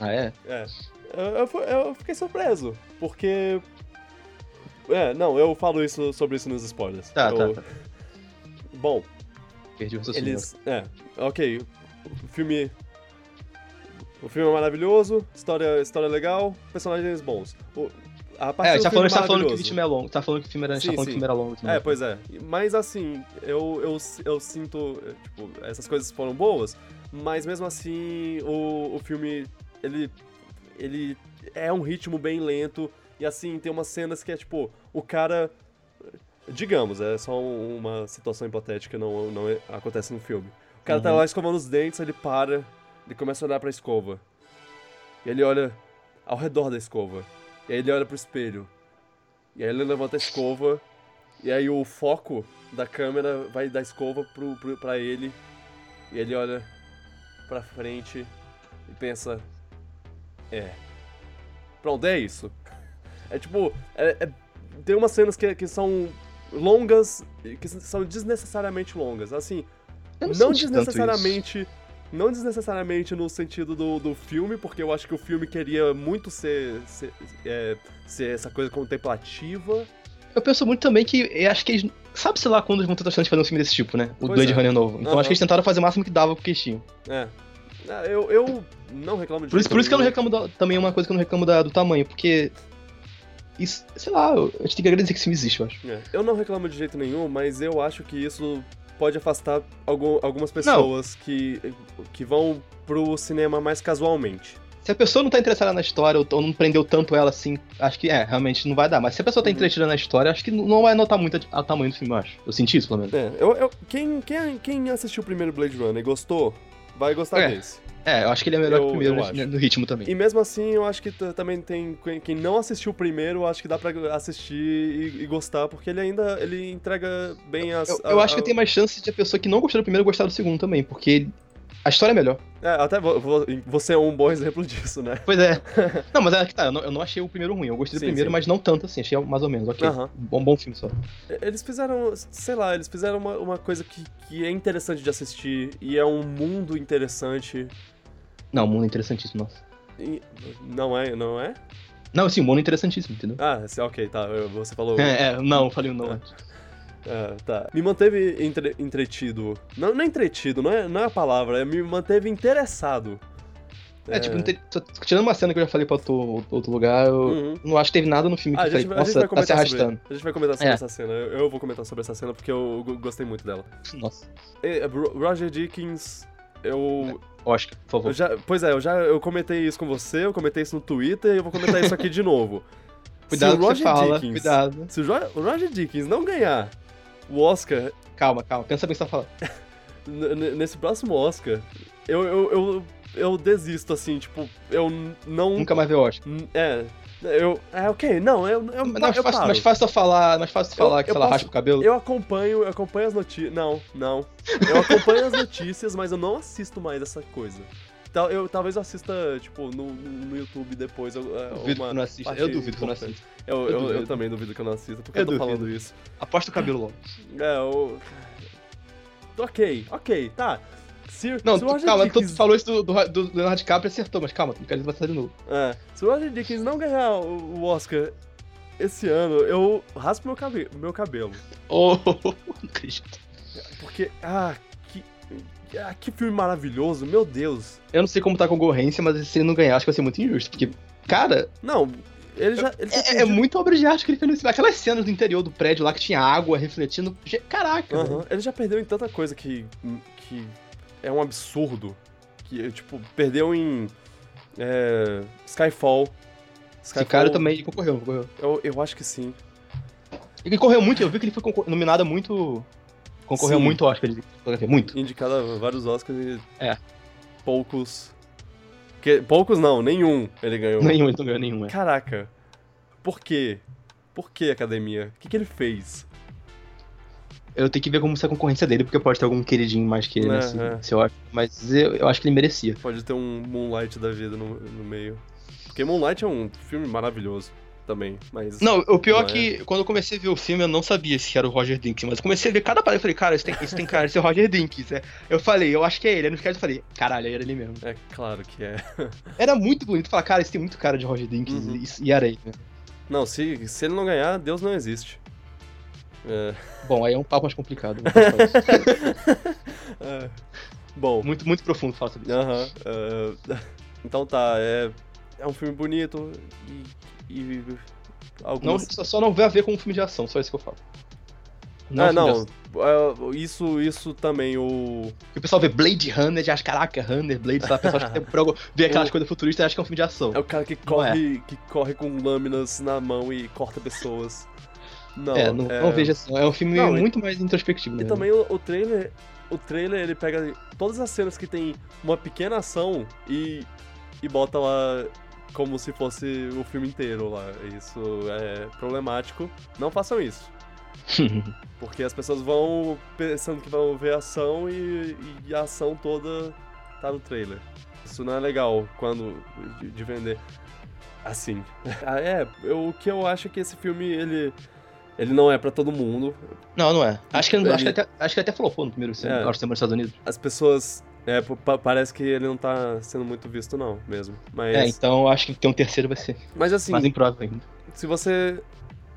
Speaker 2: Ah, é?
Speaker 1: É. Eu, eu fu- eu fiquei surpreso, porque. É, não, eu falo isso sobre isso nos spoilers.
Speaker 2: Tá,
Speaker 1: Eu-
Speaker 2: tá, tá.
Speaker 1: Bom,
Speaker 2: Perdi o raciocínio.
Speaker 1: eles. É, ok. O filme. O filme é maravilhoso, história, história legal, personagens bons. O, a partir
Speaker 2: É,
Speaker 1: do
Speaker 2: tá
Speaker 1: filme
Speaker 2: falando, tá falando que o
Speaker 1: maravilhoso.
Speaker 2: time é longo. Tá falando que o filme era,
Speaker 1: Sim,
Speaker 2: tá falando que
Speaker 1: sim.
Speaker 2: o filme era longo também.
Speaker 1: É, pois é. Mas assim, eu, eu, eu sinto. eh, Tipo, essas coisas foram boas, mas mesmo assim, o, o filme. Ele. Ele é um ritmo bem lento. E assim, tem umas cenas que é tipo. O cara. Digamos, é só um- uma situação hipotética, não, não é- acontece no filme. O cara tá
Speaker 2: Uhum.
Speaker 1: lá escovando os dentes, ele para, ele começa a olhar pra escova. E ele olha ao redor da escova. E aí ele olha pro espelho. E aí ele levanta a escova. E aí o foco da câmera vai da escova pro, pro, pra ele. E ele olha pra frente e pensa. É. Pronto, é isso. É tipo. é- é- tem umas cenas que, que são longas. Que são desnecessariamente longas. Assim,
Speaker 2: Eu
Speaker 1: não
Speaker 2: senti tanto isso.
Speaker 1: desnecessariamente. Não desnecessariamente no sentido do, do filme, porque eu acho que o filme queria muito ser, ser, é, ser essa coisa contemplativa.
Speaker 2: Eu penso muito também que eu acho que eles. Sabe, sei lá, quando eles vão ter chance de fazer um filme desse tipo, né? O
Speaker 1: Pois
Speaker 2: Blade
Speaker 1: é.
Speaker 2: Runner novo. Então
Speaker 1: Aham.
Speaker 2: acho que eles tentaram fazer o máximo que dava porque eles tinham.
Speaker 1: É. Ah, Eu, eu não reclamo de
Speaker 2: Por isso,
Speaker 1: jeito
Speaker 2: por isso que eu não
Speaker 1: nenhum.
Speaker 2: reclamo da- também é uma coisa que eu não reclamo da- do tamanho, porque. Isso, sei lá, eu- a gente tem que agradecer que esse filme existe, eu acho.
Speaker 1: É, Eu não reclamo de jeito nenhum, mas eu acho que isso pode afastar algu- algumas pessoas que, que vão pro cinema mais casualmente.
Speaker 2: Se a pessoa não tá interessada na história ou, ou não prendeu tanto ela assim, acho que é, realmente não vai dar. Mas se a pessoa tá
Speaker 1: Uhum.
Speaker 2: entretida na história, acho que não- não vai notar muito a- o tamanho do filme, eu acho. Eu senti isso, pelo menos.
Speaker 1: É, eu, eu- quem, quem, quem assistiu o primeiro Blade Runner e gostou, vai gostar
Speaker 2: É.
Speaker 1: desse.
Speaker 2: É, eu acho que ele é melhor
Speaker 1: Eu-
Speaker 2: que o primeiro
Speaker 1: eu
Speaker 2: né,
Speaker 1: acho.
Speaker 2: no ritmo também.
Speaker 1: E mesmo assim, eu acho que t- também tem. quem- Quem não assistiu o primeiro, eu acho que dá pra assistir e, e gostar, porque ele ainda ele entrega bem as.
Speaker 2: Eu, eu
Speaker 1: a-
Speaker 2: acho que
Speaker 1: a-
Speaker 2: tem mais chance de a pessoa que não gostou do primeiro gostar do segundo também, porque a história é melhor.
Speaker 1: É, até vo- vo- você é um bom exemplo disso, né?
Speaker 2: Pois é. não, mas é que tá, eu não, eu não achei o primeiro ruim. Eu gostei do
Speaker 1: Sim,
Speaker 2: primeiro,
Speaker 1: sim.
Speaker 2: mas não tanto assim. Achei mais ou menos, ok.
Speaker 1: Aham.
Speaker 2: Bom, bom filme só.
Speaker 1: Eles fizeram, sei lá, eles fizeram uma, uma coisa que, que é interessante de assistir e é um mundo interessante.
Speaker 2: Não, o mundo é interessantíssimo, nossa.
Speaker 1: E- não é, não é?
Speaker 2: Não, sim, o mundo é interessantíssimo, entendeu?
Speaker 1: Ah, se- ok, tá. eu- Você falou.
Speaker 2: É, é, não, eu falei o não antes.
Speaker 1: Ah, tá. Me manteve entre- entretido. Não, não é entretido, não é, não é a palavra, é me manteve interessado.
Speaker 2: É, tipo, não tem- só- tirando uma cena que eu já falei pra outro, outro lugar, eu
Speaker 1: Uhum.
Speaker 2: não acho que teve nada no filme que
Speaker 1: Ah, a
Speaker 2: eu
Speaker 1: gente,
Speaker 2: falei,
Speaker 1: a gente
Speaker 2: nossa,
Speaker 1: vai
Speaker 2: tá se
Speaker 1: comentar
Speaker 2: arrastando.
Speaker 1: sobre, a gente vai comentar sobre
Speaker 2: É.
Speaker 1: essa cena. Eu, eu vou comentar sobre essa cena porque eu go- gostei muito dela.
Speaker 2: Nossa,
Speaker 1: E, eh, Ro- Roger Dickens,
Speaker 2: É.
Speaker 1: eu,
Speaker 2: Oscar, por favor.
Speaker 1: eu já, pois é, eu já eu comentei isso com você, eu comentei isso no Twitter e eu vou comentar isso aqui de novo.
Speaker 2: Cuidado
Speaker 1: se
Speaker 2: com
Speaker 1: o
Speaker 2: o que
Speaker 1: Roger
Speaker 2: você fala,
Speaker 1: Dickens,
Speaker 2: cuidado.
Speaker 1: se o Jo- o Roger Dickens não ganhar o Oscar
Speaker 2: Calma, calma, pensa bem o que você tá falando.
Speaker 1: n- n- nesse próximo Oscar, eu eu, eu eu desisto assim, tipo, eu n- não
Speaker 2: Nunca mais vê o Oscar.
Speaker 1: n- é, eu é ok, não, eu eu,
Speaker 2: Mas, não,
Speaker 1: eu
Speaker 2: mas fácil,
Speaker 1: paro.
Speaker 2: mas fácil só falar, mas fácil falar
Speaker 1: Eu-
Speaker 2: que,
Speaker 1: eu
Speaker 2: sei lá,
Speaker 1: posso-
Speaker 2: raspa o cabelo.
Speaker 1: Eu acompanho, eu acompanho as notícias. Não, não. Eu acompanho as notícias, mas eu não assisto mais essa coisa. Tal, eu, talvez eu assista, tipo, no, no YouTube depois. Eu, é,
Speaker 2: duvido que
Speaker 1: uma
Speaker 2: eu não assista.
Speaker 1: parte
Speaker 2: Eu duvido que eu não
Speaker 1: importante.
Speaker 2: assista.
Speaker 1: Eu, eu,
Speaker 2: Eu
Speaker 1: eu
Speaker 2: duvido.
Speaker 1: também duvido que eu não assista, porque eu,
Speaker 2: Eu
Speaker 1: tô
Speaker 2: duvido.
Speaker 1: falando isso.
Speaker 2: Aposta o cabelo logo.
Speaker 1: É, eu. Ok, ok, tá. Se,
Speaker 2: Não,
Speaker 1: se
Speaker 2: tu,
Speaker 1: o Roger
Speaker 2: calma, tu
Speaker 1: Dickens,
Speaker 2: falou isso do, do, do Leonardo DiCaprio e acertou, mas calma, tu quer dizer de novo.
Speaker 1: é, se o Roger Dickens não ganhar o, o Oscar esse ano, eu raspo meu, cabe, meu cabelo.
Speaker 2: Oh, não acredito.
Speaker 1: Porque, ah, que, ah, que filme maravilhoso, meu Deus.
Speaker 2: Eu não sei como tá a concorrência, mas se ele não ganhar, acho que vai ser muito injusto, porque, cara,
Speaker 1: Não, Ele já. Ele tá
Speaker 2: É, é
Speaker 1: perdido.
Speaker 2: muito obra de arte que ele fez nesse filme. Aquelas cenas do interior do prédio lá que tinha água refletindo. ge- Caraca,
Speaker 1: Aham,
Speaker 2: velho.
Speaker 1: Ele já perdeu em tanta coisa que, que é um absurdo. Que, tipo, perdeu em é, Skyfall.
Speaker 2: esse cara também concorreu, concorreu.
Speaker 1: Eu, eu acho que sim.
Speaker 2: Ele correu muito, eu vi que ele foi concor- nominado a muito. Concorreu
Speaker 1: Sim.
Speaker 2: muito, eu acho que ele fotografia. Muito.
Speaker 1: Indicado a vários Oscars e
Speaker 2: É.
Speaker 1: poucos... que- poucos não, nenhum ele ganhou.
Speaker 2: Nenhum, ele não ganhou nenhum, é.
Speaker 1: Caraca. Por quê? Por que, academia? O que, que ele fez?
Speaker 2: Eu tenho que ver como está a concorrência dele, porque pode ter algum queridinho mais que ele
Speaker 1: É,
Speaker 2: nesse,
Speaker 1: é.
Speaker 2: nesse Oscar. Mas eu, eu acho que ele merecia.
Speaker 1: Pode ter um Moonlight da vida no, no meio. Porque Moonlight é um filme maravilhoso também, mas...
Speaker 2: Não, o pior
Speaker 1: Não é.
Speaker 2: é que quando eu comecei a ver o filme, eu não sabia se era o Roger Dinks, mas eu comecei a ver cada parada e falei, cara, isso tem, isso tem cara de ser o Roger Dinks. É, eu falei, eu acho que é ele. Aí no caras eu falei, caralho, era ele mesmo.
Speaker 1: É claro que é.
Speaker 2: Era muito bonito falar, cara, isso tem muito cara de Roger Dinks
Speaker 1: Uhum.
Speaker 2: e, e era ele. né?
Speaker 1: Não, se, se ele não ganhar, Deus não existe. É.
Speaker 2: Bom, aí é um papo mais complicado. não posso falar isso.
Speaker 1: É. Bom,
Speaker 2: muito, muito profundo falar sobre isso.
Speaker 1: aham, é, então tá, é, é um filme bonito e. e
Speaker 2: Não,
Speaker 1: algumas...
Speaker 2: só, só não vai a ver com um filme de ação, só isso que eu falo.
Speaker 1: Não,
Speaker 2: é um filme de
Speaker 1: Ah, não,
Speaker 2: ação.
Speaker 1: é, isso, isso também, o.
Speaker 2: Porque o pessoal vê Blade Runner e acha, caraca, Runner, Blade, sabe? O pessoal acha que tem algo, vê aquelas
Speaker 1: O-
Speaker 2: coisas futuristas e acha que é um filme de ação.
Speaker 1: É o cara que corre, que corre com lâminas na mão e corta pessoas. Não,
Speaker 2: é, não,
Speaker 1: é-
Speaker 2: não vejo ação. É um filme
Speaker 1: Não, e-
Speaker 2: muito mais introspectivo.
Speaker 1: E
Speaker 2: né?
Speaker 1: também o, o trailer, o trailer ele pega todas as cenas que tem uma pequena ação e, e bota lá como se fosse o filme inteiro lá. Isso é problemático. Não façam isso, porque as pessoas vão pensando que vão ver ação e, e a ação toda tá no trailer. Isso não é legal quando de, de vender assim. Ah, é, eu- o que eu acho é que esse filme ele ele não é pra todo mundo.
Speaker 2: Não, não é. Acho que,
Speaker 1: Ele-
Speaker 2: acho que, até, acho que até flopou no primeiro filme,
Speaker 1: É.
Speaker 2: acho que semana nos Estados Unidos.
Speaker 1: as pessoas. É, p- pa- parece que ele não tá sendo muito visto, não, mesmo. Mas,
Speaker 2: É, então acho que ter um terceiro vai ser
Speaker 1: mas assim,
Speaker 2: mais improvável ainda.
Speaker 1: se você.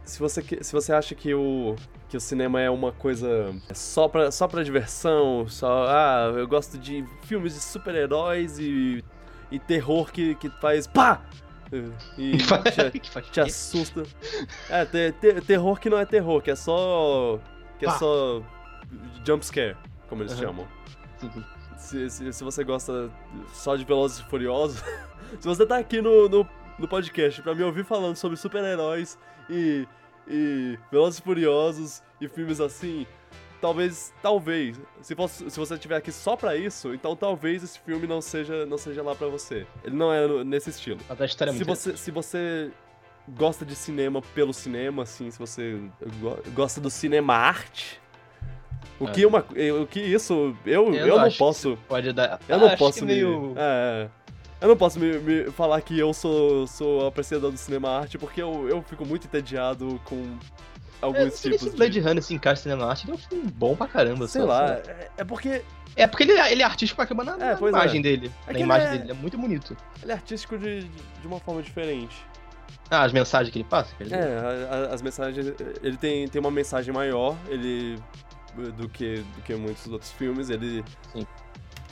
Speaker 1: Se você, que- se você acha que o, que o cinema é uma coisa só pra, só pra diversão, só. Ah, eu gosto de filmes de super-heróis e, e terror que, que faz. Pá! E te,
Speaker 2: Que faz-
Speaker 1: te assusta. É, te- te- terror que não é terror, que é só. Que é
Speaker 2: Pá.
Speaker 1: só. Jumpscare, como eles
Speaker 2: Aham.
Speaker 1: chamam.
Speaker 2: Sim, sim.
Speaker 1: Se, se, se você gosta só de Velozes e Furiosos, se você tá aqui no, no, no podcast pra me ouvir falando sobre super-heróis e, e Velozes e Furiosos e filmes assim, talvez, talvez, se, fosse, se você estiver aqui só pra isso, então talvez esse filme não seja, não seja lá pra você. Ele não é no- nesse estilo.
Speaker 2: Mas a história é
Speaker 1: Se
Speaker 2: muito
Speaker 1: você, se você gosta de cinema pelo cinema, assim, se você go- gosta do cinema arte, o,
Speaker 2: É.
Speaker 1: que, uma, o que isso, eu, eu,
Speaker 2: não
Speaker 1: não
Speaker 2: acho que
Speaker 1: posso...
Speaker 2: pode dar. Ah,
Speaker 1: Eu não
Speaker 2: acho
Speaker 1: posso
Speaker 2: que
Speaker 1: me...
Speaker 2: meio.
Speaker 1: É, eu não posso me, me falar que eu sou, sou apreciador do cinema arte, porque eu, eu fico muito entediado com
Speaker 2: É,
Speaker 1: alguns
Speaker 2: se
Speaker 1: tipos
Speaker 2: esse Blade
Speaker 1: de...
Speaker 2: Runner se encaixa no cinema, acho que ele é um filme bom pra caramba.
Speaker 1: Sei
Speaker 2: só,
Speaker 1: lá,
Speaker 2: só.
Speaker 1: é, é porque
Speaker 2: É porque ele, ele é artístico pra acabar na, na
Speaker 1: pois é.
Speaker 2: imagem dele.
Speaker 1: que
Speaker 2: na
Speaker 1: ele
Speaker 2: imagem
Speaker 1: é-
Speaker 2: dele, ele é muito bonito.
Speaker 1: ele é artístico de, de uma forma diferente.
Speaker 2: Ah, as mensagens que ele passa, quer dizer.
Speaker 1: É, a- a- as mensagens... Ele tem, tem uma mensagem maior, ele... Do que, do que muitos outros filmes, ele...
Speaker 2: Sim.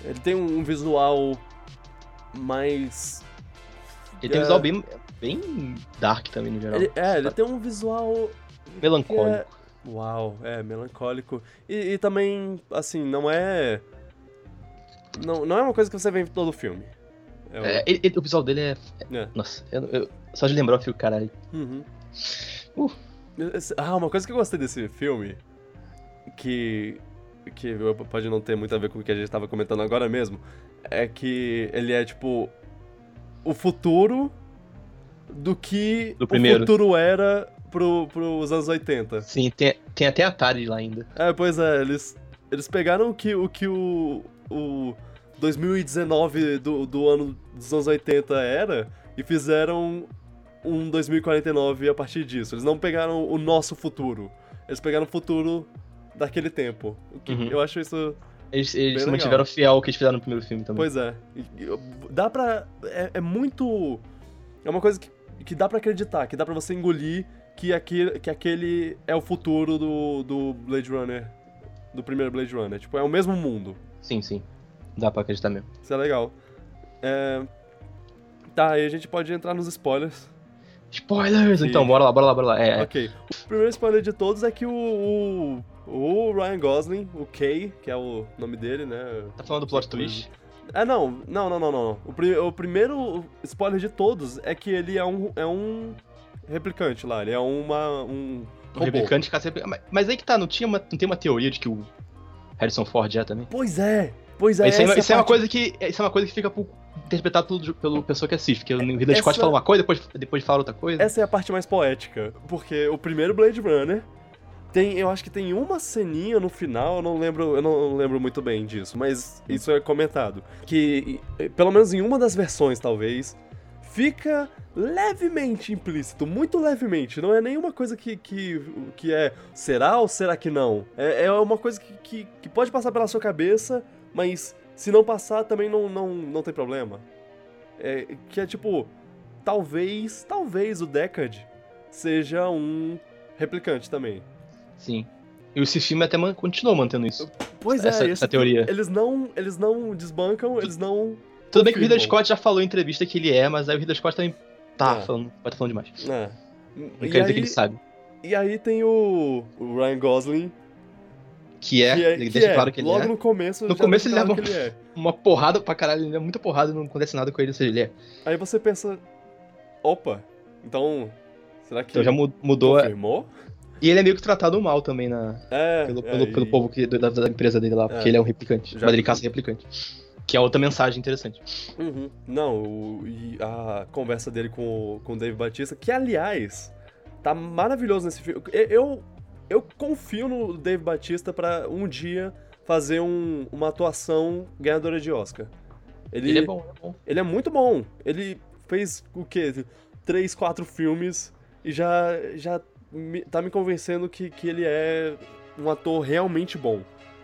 Speaker 1: Ele tem um visual mais...
Speaker 2: ele tem um visual bem, bem dark também, no geral.
Speaker 1: é. Ele- é, ele tem um visual
Speaker 2: Melancólico.
Speaker 1: É... Uau, é melancólico. E, e também, assim, não é. Não, não é uma coisa que você vê em todo filme. É, o-
Speaker 2: É, ele- ele- o visual dele é.
Speaker 1: É.
Speaker 2: Nossa, eu, eu- só de lembrar eu fico, caralho.
Speaker 1: Uhum.
Speaker 2: Uh.
Speaker 1: Esse- Ah, uma coisa que eu gostei desse filme, que. que pode não ter muito a ver com o que a gente tava comentando agora mesmo, é que ele é tipo. o futuro do que
Speaker 2: Do primeiro.
Speaker 1: o futuro era pro, pros anos 80.
Speaker 2: Sim, tem, tem até Atari lá ainda.
Speaker 1: É, pois é, eles, eles pegaram o que o, que o, o 2019 do, do ano dos anos 80 era e fizeram um 2049 a partir disso. Eles não pegaram o nosso futuro, eles pegaram o futuro daquele tempo. O que
Speaker 2: Uhum.
Speaker 1: Eu acho isso.
Speaker 2: Eles, eles
Speaker 1: Bem
Speaker 2: se
Speaker 1: legal.
Speaker 2: mantiveram fiel ao que eles fizeram no primeiro filme também.
Speaker 1: Pois é. E- e- Dá pra. É, é muito. É uma coisa que, que dá pra acreditar, que dá pra você engolir que aquele, que aquele é o futuro do, do Blade Runner. Do primeiro Blade Runner. Tipo, é o mesmo mundo.
Speaker 2: Sim, sim. Dá pra acreditar mesmo.
Speaker 1: Isso é legal. É... Tá, aí a gente pode entrar nos spoilers.
Speaker 2: Spoilers! Então,
Speaker 1: E-
Speaker 2: bora lá, bora lá, bora lá. É,
Speaker 1: Ok. O primeiro spoiler de todos é que o, o, o Ryan Gosling, o Kay, que é o nome dele, né?
Speaker 2: tá falando do plot twist?
Speaker 1: Ah, não, não, não, não, não. não. O, pri- o primeiro spoiler de todos é que ele é um, é um replicante lá, ele é uma, um
Speaker 2: O
Speaker 1: robô.
Speaker 2: replicante fica sempre... Mas- Mas aí que tá, não, tinha uma, não tem uma teoria de que o Harrison Ford é também?
Speaker 1: Pois é, pois é.
Speaker 2: isso, é,
Speaker 1: essa
Speaker 2: isso é uma
Speaker 1: parte-
Speaker 2: coisa que, isso é uma coisa que fica pro- interpretado pelo, pelo pessoa que assiste, porque o Ridley
Speaker 1: Essa-
Speaker 2: Scott fala uma coisa, depois, depois fala outra coisa.
Speaker 1: Essa é a parte mais poética, porque o primeiro Blade Runner tem, eu acho que tem uma ceninha no final, eu não lembro, eu não lembro muito bem disso, mas isso é comentado, que eh, pelo menos em uma das versões talvez fica levemente implícito, muito levemente, não é nenhuma coisa que que, que é será ou será que não. É, é uma coisa que, que, que pode passar pela sua cabeça, mas se não passar também não não, não tem problema. É, que é tipo, talvez, talvez o Deckard seja um replicante também.
Speaker 2: Sim. E esse filme até man- continuou mantendo isso.
Speaker 1: Pois
Speaker 2: essa,
Speaker 1: é, esse-
Speaker 2: essa teoria.
Speaker 1: eles não, eles não desbancam, eles não.
Speaker 2: Tudo bem que o Ridley
Speaker 1: confirmam.
Speaker 2: Scott já falou em entrevista que ele é, mas aí o Ridley Scott também tá
Speaker 1: É.
Speaker 2: falando, pode tá falando demais.
Speaker 1: É.
Speaker 2: Não
Speaker 1: E
Speaker 2: quer dizer
Speaker 1: aí-
Speaker 2: que ele sabe.
Speaker 1: E aí tem o, o Ryan Gosling,
Speaker 2: Que é,
Speaker 1: que é,
Speaker 2: ele
Speaker 1: que
Speaker 2: deixa
Speaker 1: é,
Speaker 2: claro que ele
Speaker 1: logo
Speaker 2: é.
Speaker 1: no começo.
Speaker 2: No
Speaker 1: já
Speaker 2: começo ele
Speaker 1: deixa
Speaker 2: leva
Speaker 1: claro que ele é.
Speaker 2: Uma porrada pra caralho, ele é muita porrada, não acontece nada com ele, ou seja, ele é.
Speaker 1: Aí você pensa, opa, então, será que
Speaker 2: Então já mu- mudou. a-
Speaker 1: confirmou?
Speaker 2: E ele é meio que tratado mal também na,
Speaker 1: É,
Speaker 2: pelo,
Speaker 1: é,
Speaker 2: pelo, pelo
Speaker 1: e-
Speaker 2: povo que, da, da empresa dele lá, porque
Speaker 1: É.
Speaker 2: ele é um replicante.
Speaker 1: Já-
Speaker 2: Mas ele caça replicante. Que é outra mensagem interessante.
Speaker 1: Uhum. Não, o- e a conversa dele com, o- com o Dave Batista, que aliás, tá maravilhoso nesse filme. Eu, eu, eu confio no Dave Batista pra um dia fazer um- uma atuação ganhadora de Oscar. Ele,
Speaker 2: Ele é bom, é bom.
Speaker 1: ele é muito bom. Ele fez o quê? Três, quatro filmes e já, já me- tá me convencendo que, que ele é um ator realmente bom.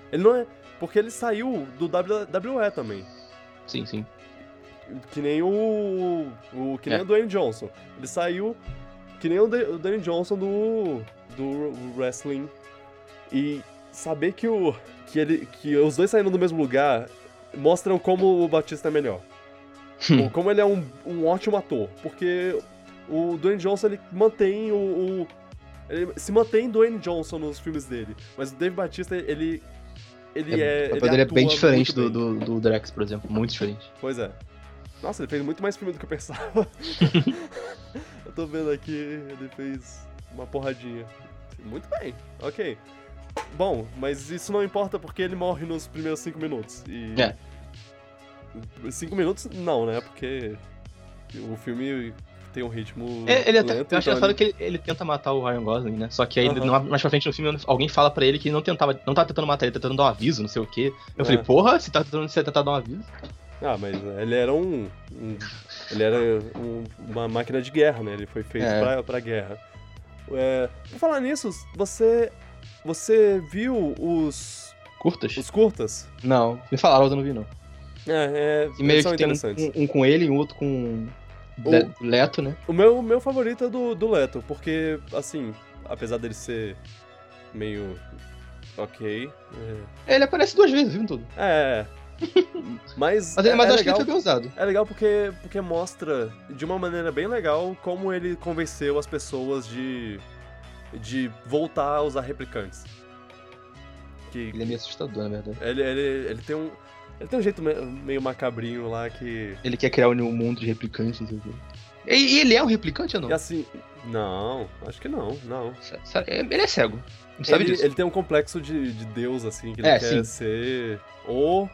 Speaker 1: Ele não é. Porque ele saiu do WWE também.
Speaker 2: Sim, sim.
Speaker 1: Que nem o. o que nem
Speaker 2: É.
Speaker 1: o Dwayne Johnson. Ele saiu. Que nem o, Da- o Dwayne Johnson do. do wrestling. E saber que o. que ele. que os dois saíram do mesmo lugar mostram como o Batista é melhor.
Speaker 2: Hum.
Speaker 1: Ou como ele é um, um ótimo ator. Porque o Dwayne Johnson ele mantém o. o- ele se mantém Dwayne Johnson nos filmes dele. Mas o Dave Batista, ele. Ele é.
Speaker 2: o papel dele é bem
Speaker 1: atua
Speaker 2: diferente
Speaker 1: muito bem.
Speaker 2: do, do, do Drax, por exemplo. Muito diferente.
Speaker 1: Pois é. Nossa, ele fez muito mais filme do que eu pensava. eu tô vendo aqui, ele fez uma porradinha. Muito bem, ok. Bom, mas isso não importa porque ele morre nos primeiros cinco minutos. E.
Speaker 2: É.
Speaker 1: Cinco minutos, não, né? Porque o filme tem um ritmo.
Speaker 2: É, ele até,
Speaker 1: lento,
Speaker 2: eu acho
Speaker 1: então
Speaker 2: engraçado
Speaker 1: ele-
Speaker 2: que ele, ele tenta matar o Ryan Gosling, né? Só que aí,
Speaker 1: Aham.
Speaker 2: numa- mais pra frente no filme, alguém fala pra ele que ele não tentava, não tá tentando matar ele, tá tentando dar um aviso, não sei o quê. Eu
Speaker 1: É.
Speaker 2: falei, porra, se tá tentando, você tentar dar um aviso?
Speaker 1: Ah, mas ele era um. um- ele era um- uma máquina de guerra, né? Ele foi feito
Speaker 2: É.
Speaker 1: pra, pra guerra. É, por falar nisso, você. Você viu os.
Speaker 2: Curtas?
Speaker 1: os curtas?
Speaker 2: Não. Me falaram, mas eu não vi, não.
Speaker 1: É, é,
Speaker 2: E meio
Speaker 1: são
Speaker 2: que tem
Speaker 1: interessantes.
Speaker 2: um, um com ele e um outro com
Speaker 1: O-
Speaker 2: Le- Leto, né?
Speaker 1: O meu, meu favorito é do, do Leto, porque, assim, apesar dele ser meio. ok. né?
Speaker 2: Ele aparece duas vezes, viu, em tudo.
Speaker 1: É. é, mas.
Speaker 2: Mas, ele-
Speaker 1: é-
Speaker 2: mas
Speaker 1: é
Speaker 2: acho que ele
Speaker 1: legal
Speaker 2: foi bem usado.
Speaker 1: É legal porque, porque mostra de uma maneira bem legal como ele convenceu as pessoas de, de voltar a usar replicantes. Que
Speaker 2: Ele é meio assustador, na verdade.
Speaker 1: ele, ele, ele tem um. Ele tem um jeito me- meio macabrinho lá que.
Speaker 2: Ele quer criar um mundo de replicantes, não sei o quê. E, e ele é um replicante ou não?
Speaker 1: E assim. Não, acho que não, não.
Speaker 2: Sa- sa- Ele é cego. Não sabe
Speaker 1: ele,
Speaker 2: disso.
Speaker 1: ele tem um complexo de, de Deus, assim, que ele
Speaker 2: É,
Speaker 1: quer
Speaker 2: sim.
Speaker 1: ser o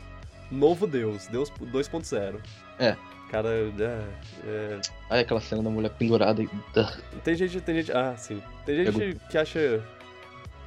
Speaker 1: novo Deus, Deus 2.0.
Speaker 2: É.
Speaker 1: Cara, é, é,
Speaker 2: Ai, aquela cena da mulher pendurada. e- tá.
Speaker 1: Tem gente, tem gente, ah, sim. Tem
Speaker 2: É
Speaker 1: gente que acha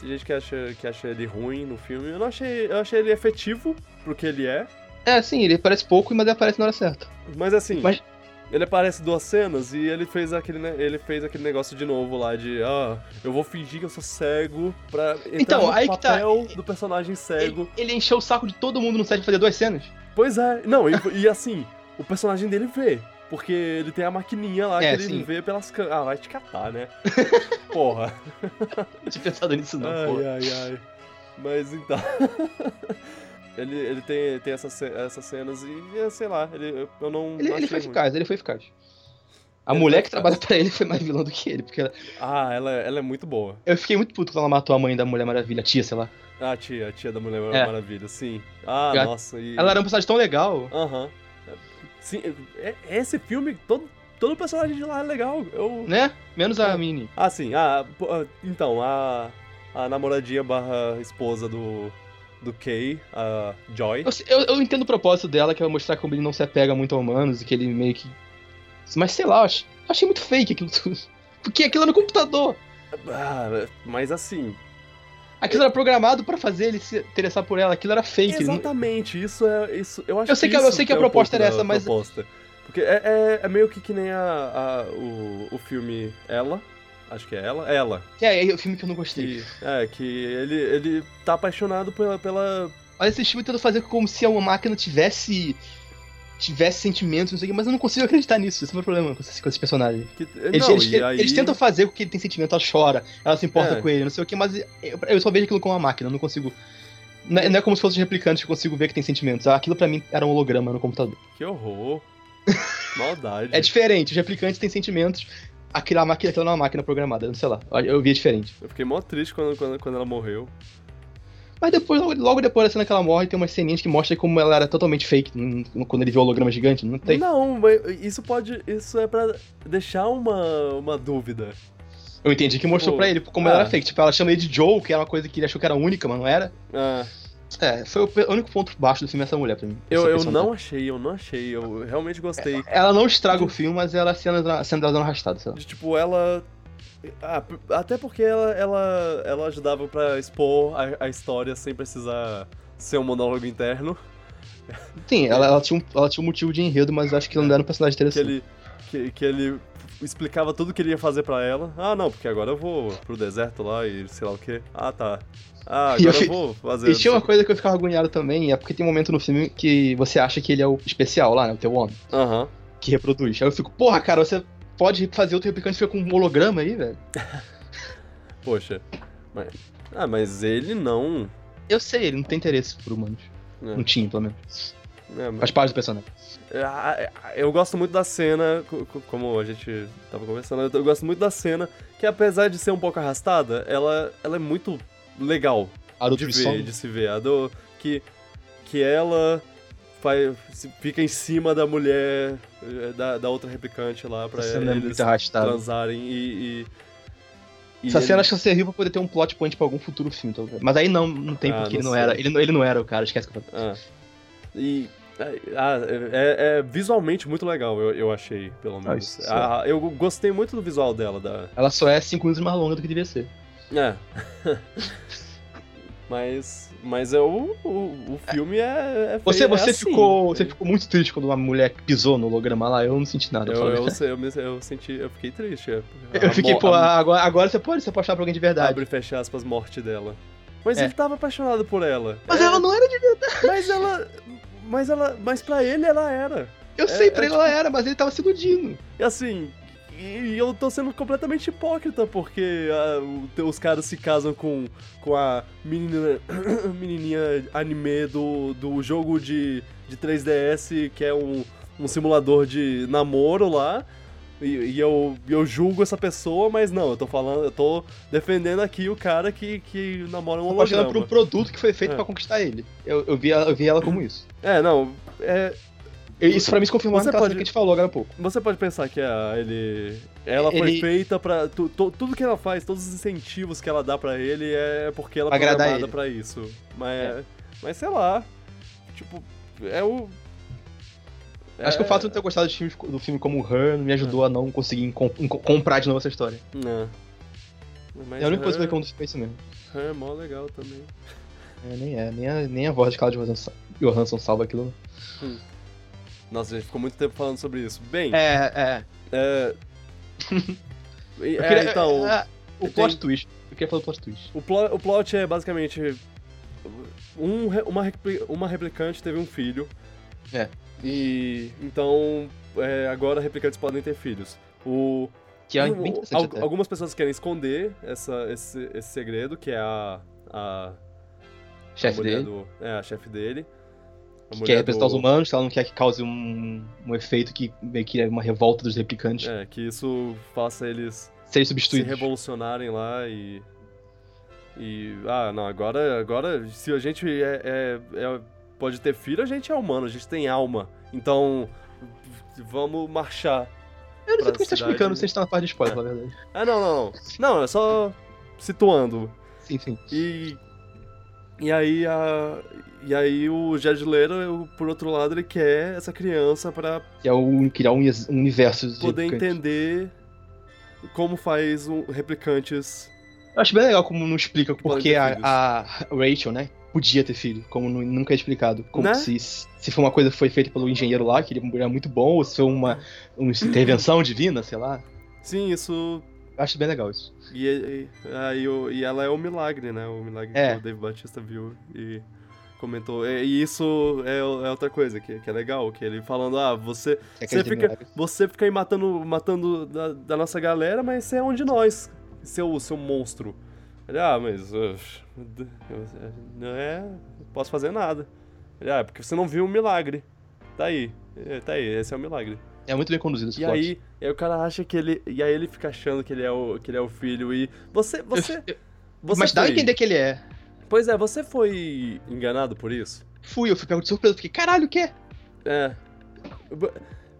Speaker 1: tem gente que acha que acha ele ruim no filme. Eu não achei, eu achei ele efetivo pro que ele é,
Speaker 2: É, sim, ele aparece pouco, mas ele aparece na hora certa.
Speaker 1: mas assim,
Speaker 2: Mas-
Speaker 1: ele aparece duas cenas e ele fez aquele ne- ele fez aquele negócio de novo lá de, ah, eu vou fingir que eu sou cego pra entrar
Speaker 2: Então,
Speaker 1: no
Speaker 2: aí que tá.
Speaker 1: papel do personagem cego.
Speaker 2: Ele, ele encheu o saco de todo mundo no set pra fazer duas cenas.
Speaker 1: Pois é. Não, e, e assim, o personagem dele vê. Porque ele tem a maquininha lá
Speaker 2: É,
Speaker 1: que ele
Speaker 2: sim.
Speaker 1: vê pelas câmeras. Ah, vai te catar, né? Porra.
Speaker 2: Não tinha pensado nisso, não,
Speaker 1: ai,
Speaker 2: pô.
Speaker 1: ai, ai. Mas então. ele ele tem, tem essas, ce- essas cenas e, é, sei lá, ele, eu não.
Speaker 2: Ele,
Speaker 1: não
Speaker 2: ele
Speaker 1: achei
Speaker 2: foi
Speaker 1: ruim.
Speaker 2: eficaz, ele foi eficaz. A
Speaker 1: Ele
Speaker 2: mulher
Speaker 1: vai
Speaker 2: que
Speaker 1: ficar.
Speaker 2: trabalha pra ele foi mais vilã do que ele, porque ela-
Speaker 1: Ah, ela, ela é muito boa.
Speaker 2: eu fiquei muito puto quando ela matou a mãe da Mulher Maravilha, a tia, sei lá.
Speaker 1: Ah, a tia, a tia da Mulher
Speaker 2: É.
Speaker 1: Maravilha, sim. Ah,
Speaker 2: Ela-
Speaker 1: nossa. E...
Speaker 2: Ela era um personagem tão legal.
Speaker 1: Aham. Sim, é- é- esse filme, todo, todo personagem de lá é legal. Eu...
Speaker 2: Né? Menos a Minnie.
Speaker 1: Ah, sim. Ah, pô, ah, então, a, a namoradinha barra esposa do, do Kay, a Joy.
Speaker 2: Eu, eu, eu entendo o propósito dela, que é mostrar como ele não se apega muito a humanos e que ele meio que. Mas sei lá, eu ach- eu achei muito fake aquilo tudo. Porque aquilo era no computador.
Speaker 1: Ah, mas assim,
Speaker 2: Aquilo era programado pra fazer ele se interessar por ela. Aquilo era fake. ele não-
Speaker 1: exatamente, isso é. Isso, eu, acho
Speaker 2: Eu sei que a- eu
Speaker 1: isso
Speaker 2: sei que a
Speaker 1: é o
Speaker 2: proposta
Speaker 1: ponto
Speaker 2: era
Speaker 1: da
Speaker 2: essa, mas-
Speaker 1: proposta. Porque é, é- é meio que que nem a, a- o, o filme Ela. Acho que é ela. Ela.
Speaker 2: Que é, é o filme que eu não gostei.
Speaker 1: Que, é, que ele, ele tá apaixonado pela, pela,
Speaker 2: Olha esse filme tentando fazer como se uma máquina tivesse. tivesse sentimentos, não sei o que, mas eu não consigo acreditar nisso. Esse é o meu problema com esses, com esses personagens.
Speaker 1: Que,
Speaker 2: Eles,
Speaker 1: não,
Speaker 2: eles-
Speaker 1: e aí...
Speaker 2: eles tentam fazer com que ele tem sentimento, ela chora, ela se importa
Speaker 1: É.
Speaker 2: com ele, não sei o que, mas eu, eu só vejo aquilo como uma máquina, eu não consigo. Não é, não é como se fosse os replicantes que eu consigo ver que tem sentimentos. Aquilo pra mim era um holograma no computador.
Speaker 1: Que horror. Maldade.
Speaker 2: É diferente, os replicantes têm sentimentos. Aquela máquina, aquela não é uma máquina programada, sei lá. Eu via diferente.
Speaker 1: Eu fiquei mó triste quando, quando, quando ela morreu.
Speaker 2: Mas depois, logo, logo depois da cena que ela morre, tem umas ceninhas que mostra como ela era totalmente fake hum, quando ele viu o holograma gigante. Não tem.
Speaker 1: Não, mas isso pode. Isso é pra deixar uma, uma dúvida.
Speaker 2: Eu entendi que mostrou
Speaker 1: Tipo,
Speaker 2: pra ele como
Speaker 1: ah.
Speaker 2: ela era fake. Tipo, ela chama ele de Joe, que era uma coisa que ele achou que era única, mas não era.
Speaker 1: Ah,
Speaker 2: É, foi o pe- único ponto baixo do filme é essa mulher pra mim.
Speaker 1: eu,
Speaker 2: Essa tá-
Speaker 1: eu
Speaker 2: personagem.
Speaker 1: não achei, eu não achei. Eu realmente gostei.
Speaker 2: Ela não estraga o filme, mas ela é sendo, sendo ela dando arrastada, sei lá.
Speaker 1: De, tipo, ela. ah, p- até porque ela, ela, ela ajudava pra expor a, a história sem precisar ser um monólogo interno.
Speaker 2: Sim, ela, ela tinha um, ela tinha um motivo de enredo, mas eu acho que ela não era um personagem
Speaker 1: Que
Speaker 2: interessante.
Speaker 1: ele, que, que ele explicava tudo que ele ia fazer pra ela. Ah, não, porque agora eu vou pro deserto lá e sei lá o quê. Ah, tá. Ah,
Speaker 2: E eu
Speaker 1: agora eu
Speaker 2: fi-
Speaker 1: vou fazer.
Speaker 2: E tinha
Speaker 1: não
Speaker 2: uma coisa que eu ficava agoniado também, é porque tem um momento no filme que você acha que ele é o especial lá, né? O teu homem,
Speaker 1: sei- Aham.
Speaker 2: que reproduz. Aí eu fico, porra, cara, você pode fazer outro replicante ficar com um holograma aí, velho?
Speaker 1: Poxa. Mas... Ah, mas ele não.
Speaker 2: Eu sei, ele não tem interesse por humanos.
Speaker 1: É.
Speaker 2: Não tinha, pelo menos.
Speaker 1: É, mas-
Speaker 2: Faz parte do personagem.
Speaker 1: Ah, Eu gosto muito da cena, co- co- como a gente tava conversando, eu gosto muito da cena, que apesar de ser um pouco arrastada, ela, ela é muito legal
Speaker 2: Harold
Speaker 1: de
Speaker 2: Wilson.
Speaker 1: ver, de se ver. A do, que, que ela faz, se- fica em cima da mulher, eh, da, da outra replicante lá, pra
Speaker 2: Essa cena é
Speaker 1: eles
Speaker 2: muito arrastada.
Speaker 1: transarem e... e, e
Speaker 2: Essa
Speaker 1: ele-
Speaker 2: cena acho que serviu pra poder ter um plot point pra algum futuro filme, talvez. Mas aí não, não tem,
Speaker 1: Ah,
Speaker 2: porque ele
Speaker 1: não
Speaker 2: não
Speaker 1: sei.
Speaker 2: era. Ele, não- ele não era o cara, esquece que eu falei.
Speaker 1: Ah. E. Ah, é, é- é visualmente muito legal, eu, eu achei, pelo menos.
Speaker 2: isso é.
Speaker 1: Ah, eu gostei muito do visual dela, da.
Speaker 2: Ela só é 5 minutos mais longa do que devia ser.
Speaker 1: É. mas. Mas é o, o, o filme é. é
Speaker 2: Você,
Speaker 1: feio- é
Speaker 2: você,
Speaker 1: assim.
Speaker 2: ficou, você ficou muito triste quando uma mulher pisou no holograma lá, eu não senti nada.
Speaker 1: Eu,
Speaker 2: pra falar a
Speaker 1: eu,
Speaker 2: verdade.
Speaker 1: eu, me- eu senti. Eu fiquei triste. é.
Speaker 2: eu
Speaker 1: A
Speaker 2: fiquei,
Speaker 1: mo-
Speaker 2: pô, ah,
Speaker 1: a-
Speaker 2: agora, agora você pode se apaixonar por alguém de verdade.
Speaker 1: Abre e fecha aspas, morte dela. Mas
Speaker 2: É.
Speaker 1: ele tava apaixonado por ela.
Speaker 2: Mas
Speaker 1: É,
Speaker 2: ela não era de.
Speaker 1: Mas ela. Mas ela. Mas pra ele ela era.
Speaker 2: Eu sei,
Speaker 1: é
Speaker 2: pra
Speaker 1: tipo
Speaker 2: ele ela era, mas ele tava se iludindo.
Speaker 1: E assim, e e eu tô sendo completamente hipócrita, porque ah, o- te- os caras se casam com, com a menina, menininha anime do, do jogo de, de 3DS, que é um, um simulador de namoro lá. E, e eu, e eu julgo essa pessoa, mas não, eu tô falando, eu tô defendendo aqui o cara que, que namora um
Speaker 2: Apaixonando por
Speaker 1: holograma.
Speaker 2: um produto que foi feito
Speaker 1: É.
Speaker 2: pra conquistar ele. Eu, eu, vi, ela- eu vi ela como isso.
Speaker 1: É, não, é,
Speaker 2: E Isso pra mim se confirmou
Speaker 1: Você
Speaker 2: naquela
Speaker 1: pode-
Speaker 2: cena que a gente falou agora há pouco.
Speaker 1: Você pode pensar que a, ele, ela foi
Speaker 2: Ele-
Speaker 1: feita pra. tu- tu- tudo que ela faz, todos os incentivos que ela dá pra ele é porque ela
Speaker 2: Pra
Speaker 1: é
Speaker 2: agradar
Speaker 1: programada
Speaker 2: ele. É.
Speaker 1: pra isso. Mas, mas sei lá. Tipo, é o.
Speaker 2: Acho que o
Speaker 1: é-
Speaker 2: fato de eu ter gostado de filmes- do filme como Her me ajudou a não conseguir com- com- comprar de novo essa história.
Speaker 1: Não. né. Mas
Speaker 2: é a única coisa que eu
Speaker 1: Her-
Speaker 2: reclamo do filme é isso mesmo.
Speaker 1: Her é mó legal também.
Speaker 2: É, nem é, nem a, nem a voz de Claudio Johansson- Johansson salva aquilo.
Speaker 1: Nossa, a gente ficou muito tempo falando sobre isso. Bem, é.
Speaker 2: É, é.
Speaker 1: e-
Speaker 2: Eu
Speaker 1: é,
Speaker 2: queria-
Speaker 1: então.
Speaker 2: é, o
Speaker 1: tem-
Speaker 2: plot twist. Eu queria falar do plot twist.
Speaker 1: O, plo- o plot é basicamente. Um, re- uma, repli- uma replicante teve um filho.
Speaker 2: É.
Speaker 1: E. Então. é, agora replicantes podem ter filhos. O,
Speaker 2: Que é
Speaker 1: o-
Speaker 2: bem interessante
Speaker 1: al-
Speaker 2: até.
Speaker 1: algumas pessoas querem esconder essa, esse, esse segredo, que é a. a a
Speaker 2: Chefe
Speaker 1: mulher
Speaker 2: dele.
Speaker 1: do- é, a chefe dele.
Speaker 2: que quer representar os humanos, que ela não quer que cause um, um efeito que meio que é uma revolta dos replicantes.
Speaker 1: É, que isso faça eles
Speaker 2: Serem
Speaker 1: se
Speaker 2: substituídos.
Speaker 1: revolucionarem lá e. E. Ah, não, agora. Agora, se a gente é, é- é- pode ter filho, a gente é humano, a gente tem alma. Então. Vamos marchar.
Speaker 2: Eu não
Speaker 1: pra
Speaker 2: sei o que você tá
Speaker 1: cidade- né?
Speaker 2: explicando, você está na parte de spoiler, na verdade.
Speaker 1: Ah, não, não, não. Não, é só situando.
Speaker 2: Sim, sim.
Speaker 1: E. E aí a. E aí o Jared Leto, por outro lado, ele quer essa criança pra
Speaker 2: Que é o, criar um uni- um universo de
Speaker 1: poder
Speaker 2: replicantes.
Speaker 1: entender como faz um replicantes.
Speaker 2: Eu acho bem legal como não explica
Speaker 1: Que podem
Speaker 2: porque
Speaker 1: ter
Speaker 2: a,
Speaker 1: filhos.
Speaker 2: a Rachel, né? Podia ter filho, como nu- nunca é explicado. Como
Speaker 1: Né?
Speaker 2: se, se foi uma coisa que foi feita pelo engenheiro lá, que ele era muito bom, ou se foi uma, uma intervenção divina, sei lá.
Speaker 1: Sim, isso.
Speaker 2: Eu acho bem legal isso.
Speaker 1: E, e, aí o- e ela é o milagre, né? O milagre
Speaker 2: É.
Speaker 1: que o Dave Batista viu e comentou. E, e isso é, é outra coisa que, que é legal, que ele falando, ah, você,
Speaker 2: Você
Speaker 1: Você
Speaker 2: acredita em
Speaker 1: fica-
Speaker 2: milagres?
Speaker 1: você fica aí matando, matando da, da nossa galera, mas você é um de nós, seu, seu monstro. Ele, ah, mas. uf, eu- Não é. Não posso fazer nada. Ele, ah, é porque você não viu o milagre. Tá aí. é, Tá aí, esse é o milagre.
Speaker 2: É muito bem conduzido esse
Speaker 1: E
Speaker 2: plot.
Speaker 1: aí, e aí o cara acha que ele. E aí ele fica achando que ele é o, que ele é o filho e. Você. Você.
Speaker 2: Eu-
Speaker 1: você
Speaker 2: Mas dá a
Speaker 1: foi-
Speaker 2: entender que ele é.
Speaker 1: Pois é, você foi enganado por isso?
Speaker 2: Fui, eu fui pego de surpresa, fiquei, caralho, o quê?
Speaker 1: É. B-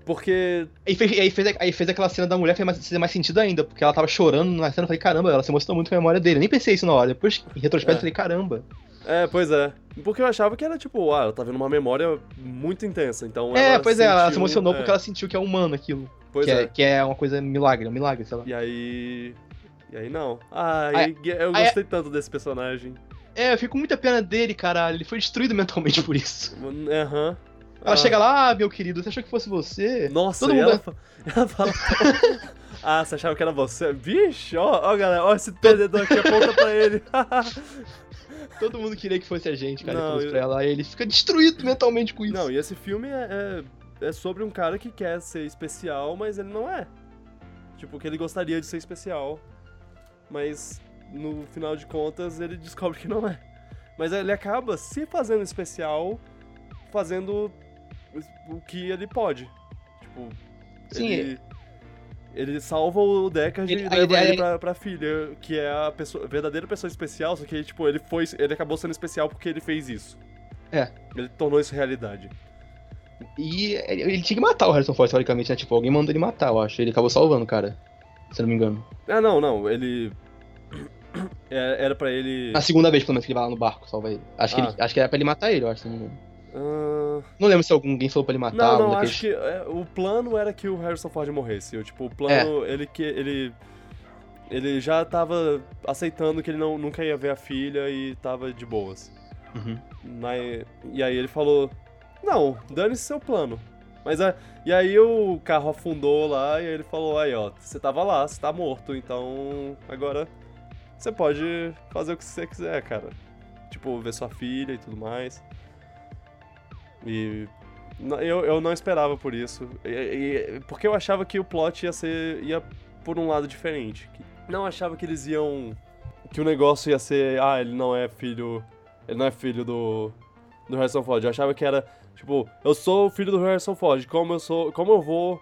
Speaker 1: Porque.
Speaker 2: Aí fez, aí, fez, aí fez aquela cena da mulher, fez mais, fez mais sentido ainda, porque ela tava chorando na cena, eu falei, caramba, ela se emocionou muito com a memória dele. Eu nem pensei isso na hora, depois, em retrospecto,
Speaker 1: É.
Speaker 2: eu falei, caramba.
Speaker 1: É, pois é. Porque eu achava que era tipo, ah, ela tá vendo uma memória muito intensa, então.
Speaker 2: é,
Speaker 1: ela
Speaker 2: pois é, ela se
Speaker 1: sentiu-
Speaker 2: emocionou
Speaker 1: é,
Speaker 2: porque ela sentiu que é humano aquilo.
Speaker 1: Pois
Speaker 2: que,
Speaker 1: é.
Speaker 2: é. que é uma coisa milagre, um milagre, sei lá.
Speaker 1: E aí. E aí não. Ah,
Speaker 2: Aí-
Speaker 1: e- eu
Speaker 2: aí-
Speaker 1: gostei tanto desse personagem.
Speaker 2: É, eu fico com muita pena dele, caralho. Ele foi destruído mentalmente por isso.
Speaker 1: Aham.
Speaker 2: Ela chega lá, ah, meu querido, você achou que fosse você?
Speaker 1: Nossa,
Speaker 2: todo
Speaker 1: e
Speaker 2: mundo é.
Speaker 1: ela, fa- ela fala. ah, você achava que era você? Bicho, ó, ó galera, ó esse perdedor aqui, aponta pra ele.
Speaker 2: Todo mundo queria que fosse a gente, cara,
Speaker 1: Não,
Speaker 2: que fosse
Speaker 1: eu-
Speaker 2: pra ela. Aí ele fica destruído mentalmente com isso.
Speaker 1: Não, e esse filme é, é, é sobre um cara que quer ser especial, mas ele não é. Tipo, que ele gostaria de ser especial, mas no final de contas ele descobre que não é. Mas ele acaba se fazendo especial, fazendo o que ele pode. Tipo,
Speaker 2: Sim, é.
Speaker 1: ele, ele salva o Deckard e
Speaker 2: Ele- a
Speaker 1: leva
Speaker 2: ideia- é-
Speaker 1: ele pra, pra filha, que é a, pessoa- a verdadeira pessoa especial, só que tipo, ele foi. ele acabou sendo especial porque ele fez isso.
Speaker 2: É.
Speaker 1: Ele tornou isso realidade.
Speaker 2: E ele ele tinha que matar o Harrison Ford, teoricamente, né? Tipo, alguém mandou ele matar, eu acho. Ele acabou salvando o cara, se eu não me engano.
Speaker 1: Ah, não, não, ele. É, Era pra ele.
Speaker 2: Na segunda vez, pelo menos, que ele vai lá no barco, salva ele. Acho,
Speaker 1: Ah.
Speaker 2: que, ele, acho que era pra ele matar ele, eu acho, se eu não me engano.
Speaker 1: Ah,
Speaker 2: Não lembro se algum- alguém falou pra ele matar.
Speaker 1: não,
Speaker 2: um
Speaker 1: não,
Speaker 2: daqueles-
Speaker 1: acho que é, o plano era que o Harrison Ford morresse. Eu, tipo, o plano, ele que. Ele, ele já tava aceitando que ele não, nunca ia ver a filha e tava de boas.
Speaker 2: Uhum.
Speaker 1: Na- e aí ele falou: Não, dane-se seu plano. Mas é, e aí o carro afundou lá e aí ele falou: Aí ó, você tava lá, você tá morto, então agora você pode fazer o que você quiser, cara. Tipo, ver sua filha e tudo mais. E n- eu, eu não esperava por isso. E- e- porque eu achava que o plot ia ser. ia por um lado diferente. Não achava que eles iam. que o negócio ia ser. Ah, ele não é filho. Ele não é filho do. do Harrison Ford. Eu achava que era. Tipo, eu sou o filho do Harrison Ford. Como eu sou. Como eu vou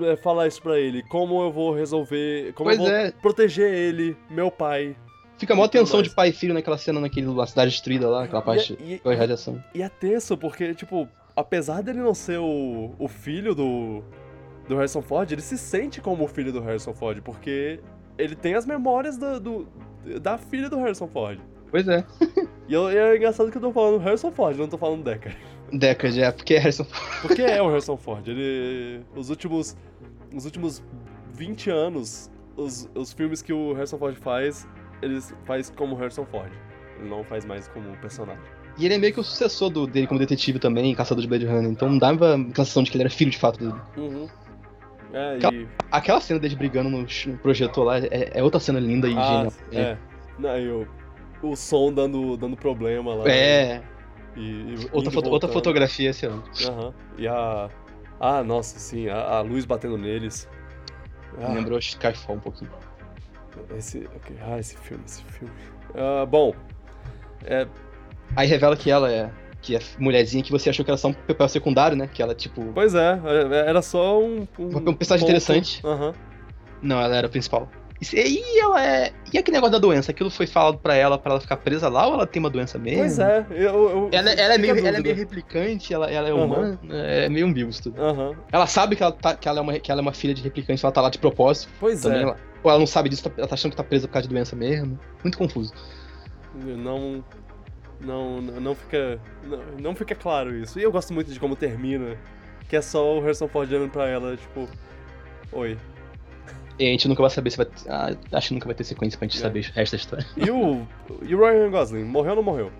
Speaker 1: é, falar isso pra ele? Como eu vou resolver. Como
Speaker 2: Pois
Speaker 1: eu vou
Speaker 2: é.
Speaker 1: proteger ele, meu pai. é-
Speaker 2: Fica a maior
Speaker 1: Tudo
Speaker 2: tensão
Speaker 1: mais.
Speaker 2: de pai e filho naquela cena, naquele, na cidade destruída lá, aquela parte
Speaker 1: E,
Speaker 2: com a radiação.
Speaker 1: e, e é tenso, porque, tipo, apesar dele não ser o, o filho do, do Harrison Ford, ele se sente como o filho do Harrison Ford, porque ele tem as memórias da, do, da filha do Harrison Ford.
Speaker 2: Pois é.
Speaker 1: E eu, é engraçado que eu tô falando Harrison Ford, não tô falando Decker.
Speaker 2: Decade, é, porque Harrison
Speaker 1: Porque é o Harrison Ford. Ele. Os últimos. Os últimos 20 anos, os, os filmes que o Harrison Ford faz, ele faz como Harrison Ford. Ele não faz mais como personagem.
Speaker 2: E ele é meio que o sucessor do- dele como detetive também, caçador de Blade Runner, então dava a sensação de que ele era filho de fato dele.
Speaker 1: Uhum. É,
Speaker 2: Cal-
Speaker 1: e.
Speaker 2: Aquela cena deles brigando no ch- no projetor lá é, é outra cena linda e
Speaker 1: Ah,
Speaker 2: genial.
Speaker 1: é. Não, e o, o som dando, dando problema lá. né?
Speaker 2: É,
Speaker 1: E, e indo
Speaker 2: outra,
Speaker 1: e
Speaker 2: foto- outra
Speaker 1: voltando.
Speaker 2: fotografia assim, esse ano.
Speaker 1: Aham. E a. Ah, nossa, sim, a, a luz batendo neles. Ah,
Speaker 2: Lembrou Skyfall um pouquinho.
Speaker 1: esse, ok, ah, esse filme, esse filme. Ah, bom,
Speaker 2: Aí revela que ela é Que é a mulherzinha que você achou que era só um papel secundário, né? Que ela, tipo.
Speaker 1: Pois é, era só um.
Speaker 2: Um, um personagem interessante.
Speaker 1: Aham.
Speaker 2: Não, ela era a principal. E se- E ela é. E aquele negócio da doença? Aquilo foi falado pra ela pra ela ficar presa lá ou ela tem uma doença mesmo?
Speaker 1: Pois é, eu. eu-
Speaker 2: Ela, ela é,
Speaker 1: fica a
Speaker 2: meio, ela é
Speaker 1: dúvida.
Speaker 2: meio replicante, ela, ela é
Speaker 1: Aham.
Speaker 2: humana, é meio um bicho tudo.
Speaker 1: Aham.
Speaker 2: Ela sabe que ela, tá- que, ela é uma, que ela é uma filha de replicante, ela tá lá de propósito.
Speaker 1: Pois
Speaker 2: Também
Speaker 1: é.
Speaker 2: ela- ou ela não sabe disso, tá- ela tá achando que tá presa por causa de doença mesmo. Muito confuso.
Speaker 1: Não. Não, não fica. Não, não fica claro isso. E eu gosto muito de como termina. Que é só o Harrison Ford olhando pra ela, tipo. Oi.
Speaker 2: E a gente nunca vai saber se vai. Ah, acho que nunca vai ter sequência pra gente
Speaker 1: É.
Speaker 2: saber o resto da história.
Speaker 1: E o. E o Ryan Gosling, morreu ou não morreu?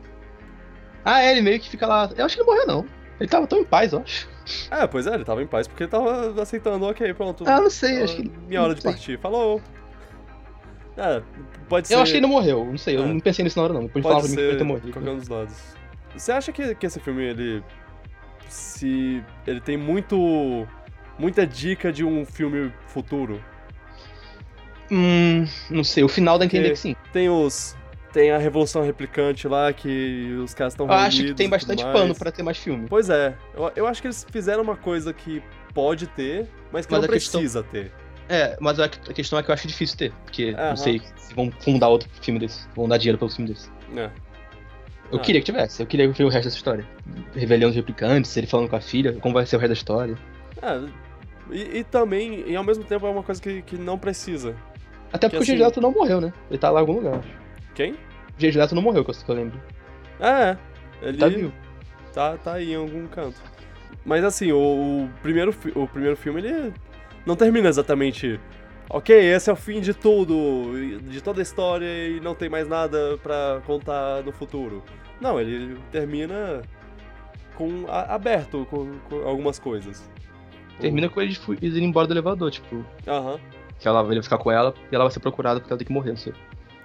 Speaker 2: Ah, é, ele meio que fica lá. Eu acho que ele morreu, não. Ele tava tão em paz, eu acho.
Speaker 1: É, pois é, ele tava em paz porque ele tava aceitando, ok, pronto. Então,
Speaker 2: Ah, não sei, acho que.
Speaker 1: Minha hora de
Speaker 2: sei.
Speaker 1: partir. Falou. É, pode ser.
Speaker 2: Eu achei que ele morreu, não sei, eu
Speaker 1: É.
Speaker 2: não pensei nisso na hora, não. Depois falaram
Speaker 1: pode
Speaker 2: pra mim que
Speaker 1: ser
Speaker 2: ele ter
Speaker 1: qualquer
Speaker 2: morrido.
Speaker 1: um dos lados. Você acha que, que esse filme, ele. Se. Ele tem muito. Muita dica de um filme futuro?
Speaker 2: Hum, não sei, o final dá a entender
Speaker 1: Porque-
Speaker 2: que sim.
Speaker 1: Tem os. Tem a Revolução Replicante lá, que os caras estão
Speaker 2: Eu acho que tem bastante pano pra ter mais filme.
Speaker 1: Pois é, eu, eu acho que eles fizeram uma coisa que pode ter, mas que
Speaker 2: Mas
Speaker 1: não
Speaker 2: a questão-
Speaker 1: precisa ter.
Speaker 2: É, mas a a questão é que eu acho difícil ter, porque
Speaker 1: Aham.
Speaker 2: não sei se vão fundar outro filme desse, vão dar dinheiro pelo filme desse.
Speaker 1: É.
Speaker 2: Eu
Speaker 1: Ah.
Speaker 2: queria que tivesse, eu queria ver o resto dessa história. Revelando os replicantes, ele falando com a filha, como vai ser o resto da história.
Speaker 1: É, e, e também, e ao mesmo tempo, é uma coisa que, que não precisa.
Speaker 2: Até
Speaker 1: Que
Speaker 2: porque o
Speaker 1: assim-
Speaker 2: Jared Leto não morreu, né? Ele tá lá em algum lugar. eu acho.
Speaker 1: Quem?
Speaker 2: O Jared Leto não morreu, que eu que eu lembro.
Speaker 1: É, ele
Speaker 2: Ele tá vivo.
Speaker 1: tá, tá aí em algum canto. Mas assim, o, o primeiro, fi- o primeiro filme, ele não termina exatamente... Ok, esse é o fim de tudo, e- de toda a história e não tem mais nada pra contar no futuro. Não, ele termina com a- aberto com, com algumas coisas.
Speaker 2: Termina com eles fu- eles indo embora do elevador, tipo.
Speaker 1: Aham.
Speaker 2: Que ela ele vai ficar com ela e ela vai ser procurada porque ela tem que morrer, não sei.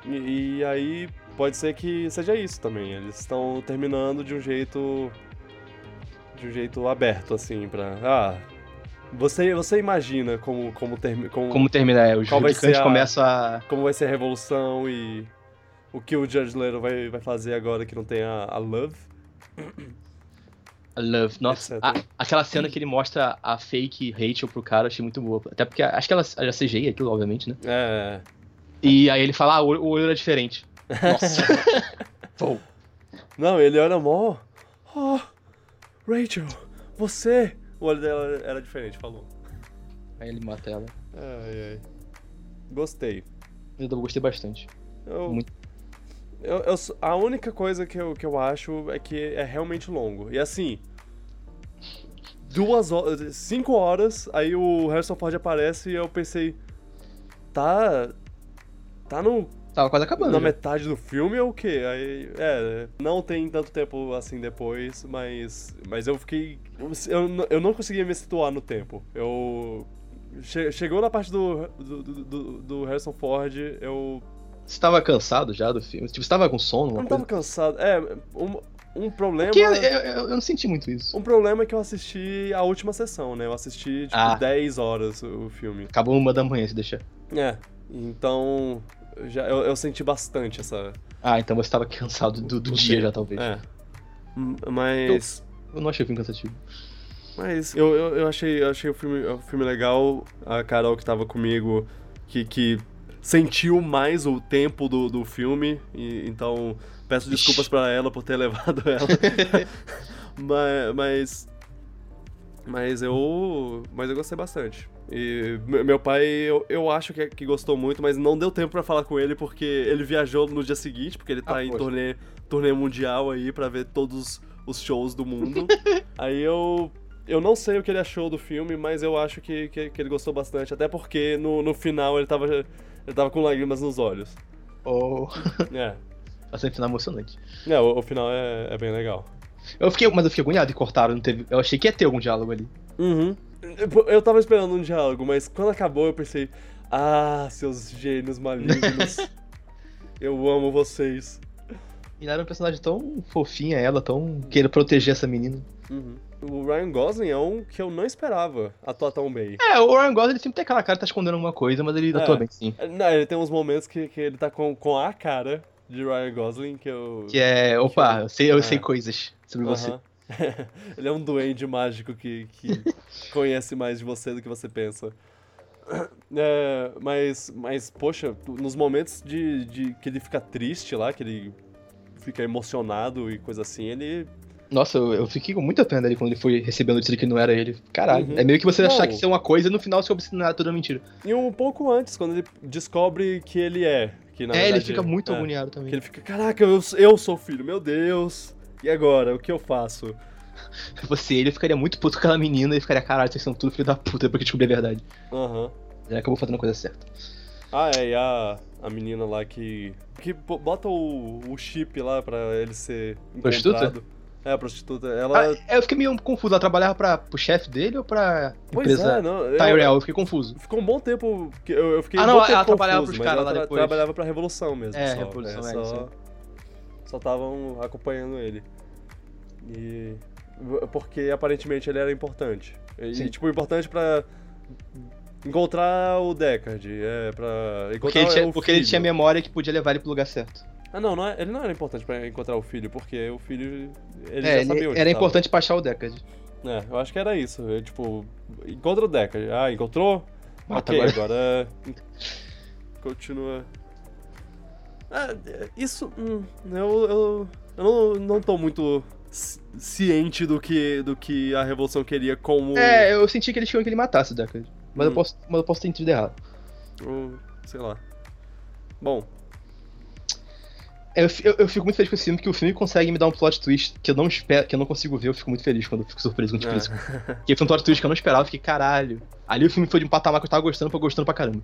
Speaker 1: Hum. E, e aí pode ser que seja isso também. Eles estão terminando de um jeito. De um jeito aberto, assim, pra. Ah. Você, você imagina como, como, termi, como, como...
Speaker 2: Como termina, é, os
Speaker 1: Qual vai
Speaker 2: replicantes
Speaker 1: ser a-
Speaker 2: começam a.
Speaker 1: vai ser a revolução e o que o Judge Leto vai, vai fazer agora que não tem a, a Love.
Speaker 2: I Love, nossa.
Speaker 1: Etc.
Speaker 2: a- aquela cena que ele mostra a fake Rachel pro cara, eu achei muito boa. Até porque acho que ela é já CGI aquilo, obviamente, né?
Speaker 1: É.
Speaker 2: E aí ele fala, ah, o olho- o olho era diferente. Nossa. Pô,
Speaker 1: Não, ele olha mó. Oh, Rachel, você! O olho dela era diferente, falou.
Speaker 2: aí ele mata ela.
Speaker 1: Ai, ai. Gostei.
Speaker 2: Eu gostei bastante.
Speaker 1: Eu,
Speaker 2: Muito.
Speaker 1: eu, eu só- a única coisa que eu, que eu acho é que é realmente longo. E assim, duas horas, cinco horas, aí o Harrison Ford aparece e eu pensei, tá, tá no,
Speaker 2: Tava quase acabando. né?
Speaker 1: na
Speaker 2: já.
Speaker 1: metade do filme ou o quê? Aí, é, não tem tanto tempo assim depois, mas, mas eu fiquei, eu, n- eu não conseguia me situar no tempo. Eu che- chegou na parte do do, do, do- do Harrison Ford, eu
Speaker 2: Você tava cansado já do filme? Tipo, você tava com sono?
Speaker 1: eu
Speaker 2: Uma
Speaker 1: é- não
Speaker 2: coisa?
Speaker 1: tava cansado. É, um, um problema.
Speaker 2: Porque eu, eu- eu não senti muito isso.
Speaker 1: Um problema é que eu assisti a última sessão, né? Eu assisti, tipo,
Speaker 2: Ah.
Speaker 1: 10 horas o filme.
Speaker 2: Acabou uma da manhã, se deixar.
Speaker 1: É. Então. eu Já, eu, eu senti bastante essa.
Speaker 2: Ah, então você tava cansado do, do
Speaker 1: O
Speaker 2: dia
Speaker 1: tempo.
Speaker 2: já, talvez.
Speaker 1: É. M- Mas.
Speaker 2: Eu não achei o filme cansativo.
Speaker 1: Mas eu, eu, eu achei, eu achei o, filme, o filme legal. A Carol que tava comigo, que, que sentiu mais o tempo do, do filme. e- então, peço desculpas pra ela por ter levado ela. mas, mas. Mas eu. Mas eu gostei bastante. E me- meu pai, eu, eu acho que, é, que gostou muito, mas não deu tempo pra falar com ele, porque ele viajou no dia seguinte, porque ele tá
Speaker 2: Ah,
Speaker 1: em
Speaker 2: poxa.
Speaker 1: turnê, turnê mundial aí pra ver todos os shows do mundo. aí eu. Eu não sei o que ele achou do filme, mas eu acho que, que, que ele gostou bastante, até porque no, no final ele tava, ele tava com lágrimas nos olhos.
Speaker 2: Ou.
Speaker 1: É.
Speaker 2: Oh. Tá sendo um final emocionante.
Speaker 1: É, o, o final é, é bem legal.
Speaker 2: Eu fiquei, mas eu fiquei agoniado e cortaram, não teve. Eu achei que ia ter algum diálogo ali.
Speaker 1: Uhum. Eu- Eu tava esperando um diálogo, mas quando acabou eu pensei: Ah, seus gênios malignos. eu amo vocês.
Speaker 2: E ela era um personagem tão fofinha, ela, tão. queira proteger essa menina.
Speaker 1: Uhum. O Ryan Gosling é um que eu não esperava atuar tão bem.
Speaker 2: É, o Ryan Gosling ele sempre tem aquela cara que tá escondendo alguma coisa, mas ele
Speaker 1: É.
Speaker 2: atua bem, sim.
Speaker 1: Não, ele tem uns momentos que, que ele tá com, com a cara de Ryan Gosling que eu.
Speaker 2: Que é, opa, eu sei, eu
Speaker 1: É.
Speaker 2: sei coisas. sobre você.
Speaker 1: Aham. Ele é um duende mágico que, que conhece mais de você do que você pensa. É, mas, mas, poxa, nos momentos de, de que ele fica triste lá, que ele fica emocionado e coisa assim, ele.
Speaker 2: Nossa, eu, eu fiquei com muita pena dele quando ele foi recebendo o notícia que não era ele. Caralho,
Speaker 1: Uhum.
Speaker 2: é meio que você achar
Speaker 1: Não.
Speaker 2: que isso é uma coisa e no final você observa que não é toda mentira.
Speaker 1: E um pouco antes, quando ele descobre que ele é. Que, na
Speaker 2: é, ele
Speaker 1: verdade,
Speaker 2: fica muito
Speaker 1: é,
Speaker 2: agoniado também.
Speaker 1: Que ele fica, caraca, eu, eu sou o filho, meu Deus! E agora? O que eu faço?
Speaker 2: Se fosse ele, eu ficaria muito puto com aquela menina e ficaria, caralho, vocês são tudo filho da puta porque descobri a verdade.
Speaker 1: Aham.
Speaker 2: Ele acabou fazendo a coisa certa.
Speaker 1: Ah, é, e a, a menina lá que. que bo- bota o, o chip lá pra ele ser.
Speaker 2: Prostituta?
Speaker 1: encontrado. É, a prostituta. Ela.
Speaker 2: Ah, eu fiquei meio confuso, ela trabalhava pra, pro chefe dele ou pra
Speaker 1: pois
Speaker 2: empresa
Speaker 1: é, não. eu-
Speaker 2: Tyrell? Eu fiquei confuso.
Speaker 1: ficou um bom tempo. que Eu, eu fiquei
Speaker 2: Ah,
Speaker 1: um
Speaker 2: não,
Speaker 1: bom
Speaker 2: ela-
Speaker 1: tempo
Speaker 2: ela trabalhava
Speaker 1: confuso,
Speaker 2: pros
Speaker 1: mas
Speaker 2: caras
Speaker 1: ela
Speaker 2: lá
Speaker 1: tra-
Speaker 2: depois.
Speaker 1: trabalhava pra Revolução mesmo.
Speaker 2: É,
Speaker 1: só,
Speaker 2: Revolução, é, isso
Speaker 1: só, só estavam acompanhando ele. E. Porque aparentemente ele era importante. E,
Speaker 2: Sim.
Speaker 1: tipo, importante pra. Encontrar o Deckard, é, pra. Encontrar
Speaker 2: Porque, ele tinha,
Speaker 1: o
Speaker 2: porque ele
Speaker 1: filho.
Speaker 2: tinha memória que podia levar ele pro lugar certo.
Speaker 1: Ah, não, não é- ele não era importante pra encontrar o filho, porque o filho. Ele
Speaker 2: é,
Speaker 1: já sabia
Speaker 2: ele-
Speaker 1: onde
Speaker 2: era
Speaker 1: tava.
Speaker 2: importante pra achar o Decade.
Speaker 1: É, eu acho que era isso. é, tipo, encontra o Deckard. Ah, encontrou?
Speaker 2: Mata
Speaker 1: ok,
Speaker 2: agora.
Speaker 1: agora. é. Continua. Ah, é, isso. hum, eu eu, eu não, não tô muito ci- ciente do que, do que a Revolução queria como.
Speaker 2: É, eu senti que eles queriam que ele matasse o Decade. Mas, eu
Speaker 1: Hum.
Speaker 2: posso, mas eu posso ter entendido errado.
Speaker 1: o- sei lá. Bom,
Speaker 2: É, Eu, fi- eu- eu fico muito feliz com esse filme, porque o filme consegue me dar um plot twist que eu não espero, que eu não consigo ver, eu fico muito feliz quando eu fico surpreso com tipo
Speaker 1: É.
Speaker 2: isso. Porque foi um plot twist que eu não esperava, eu fiquei, caralho. Ali o filme foi de um patamar que eu tava gostando, pra gostando pra caramba.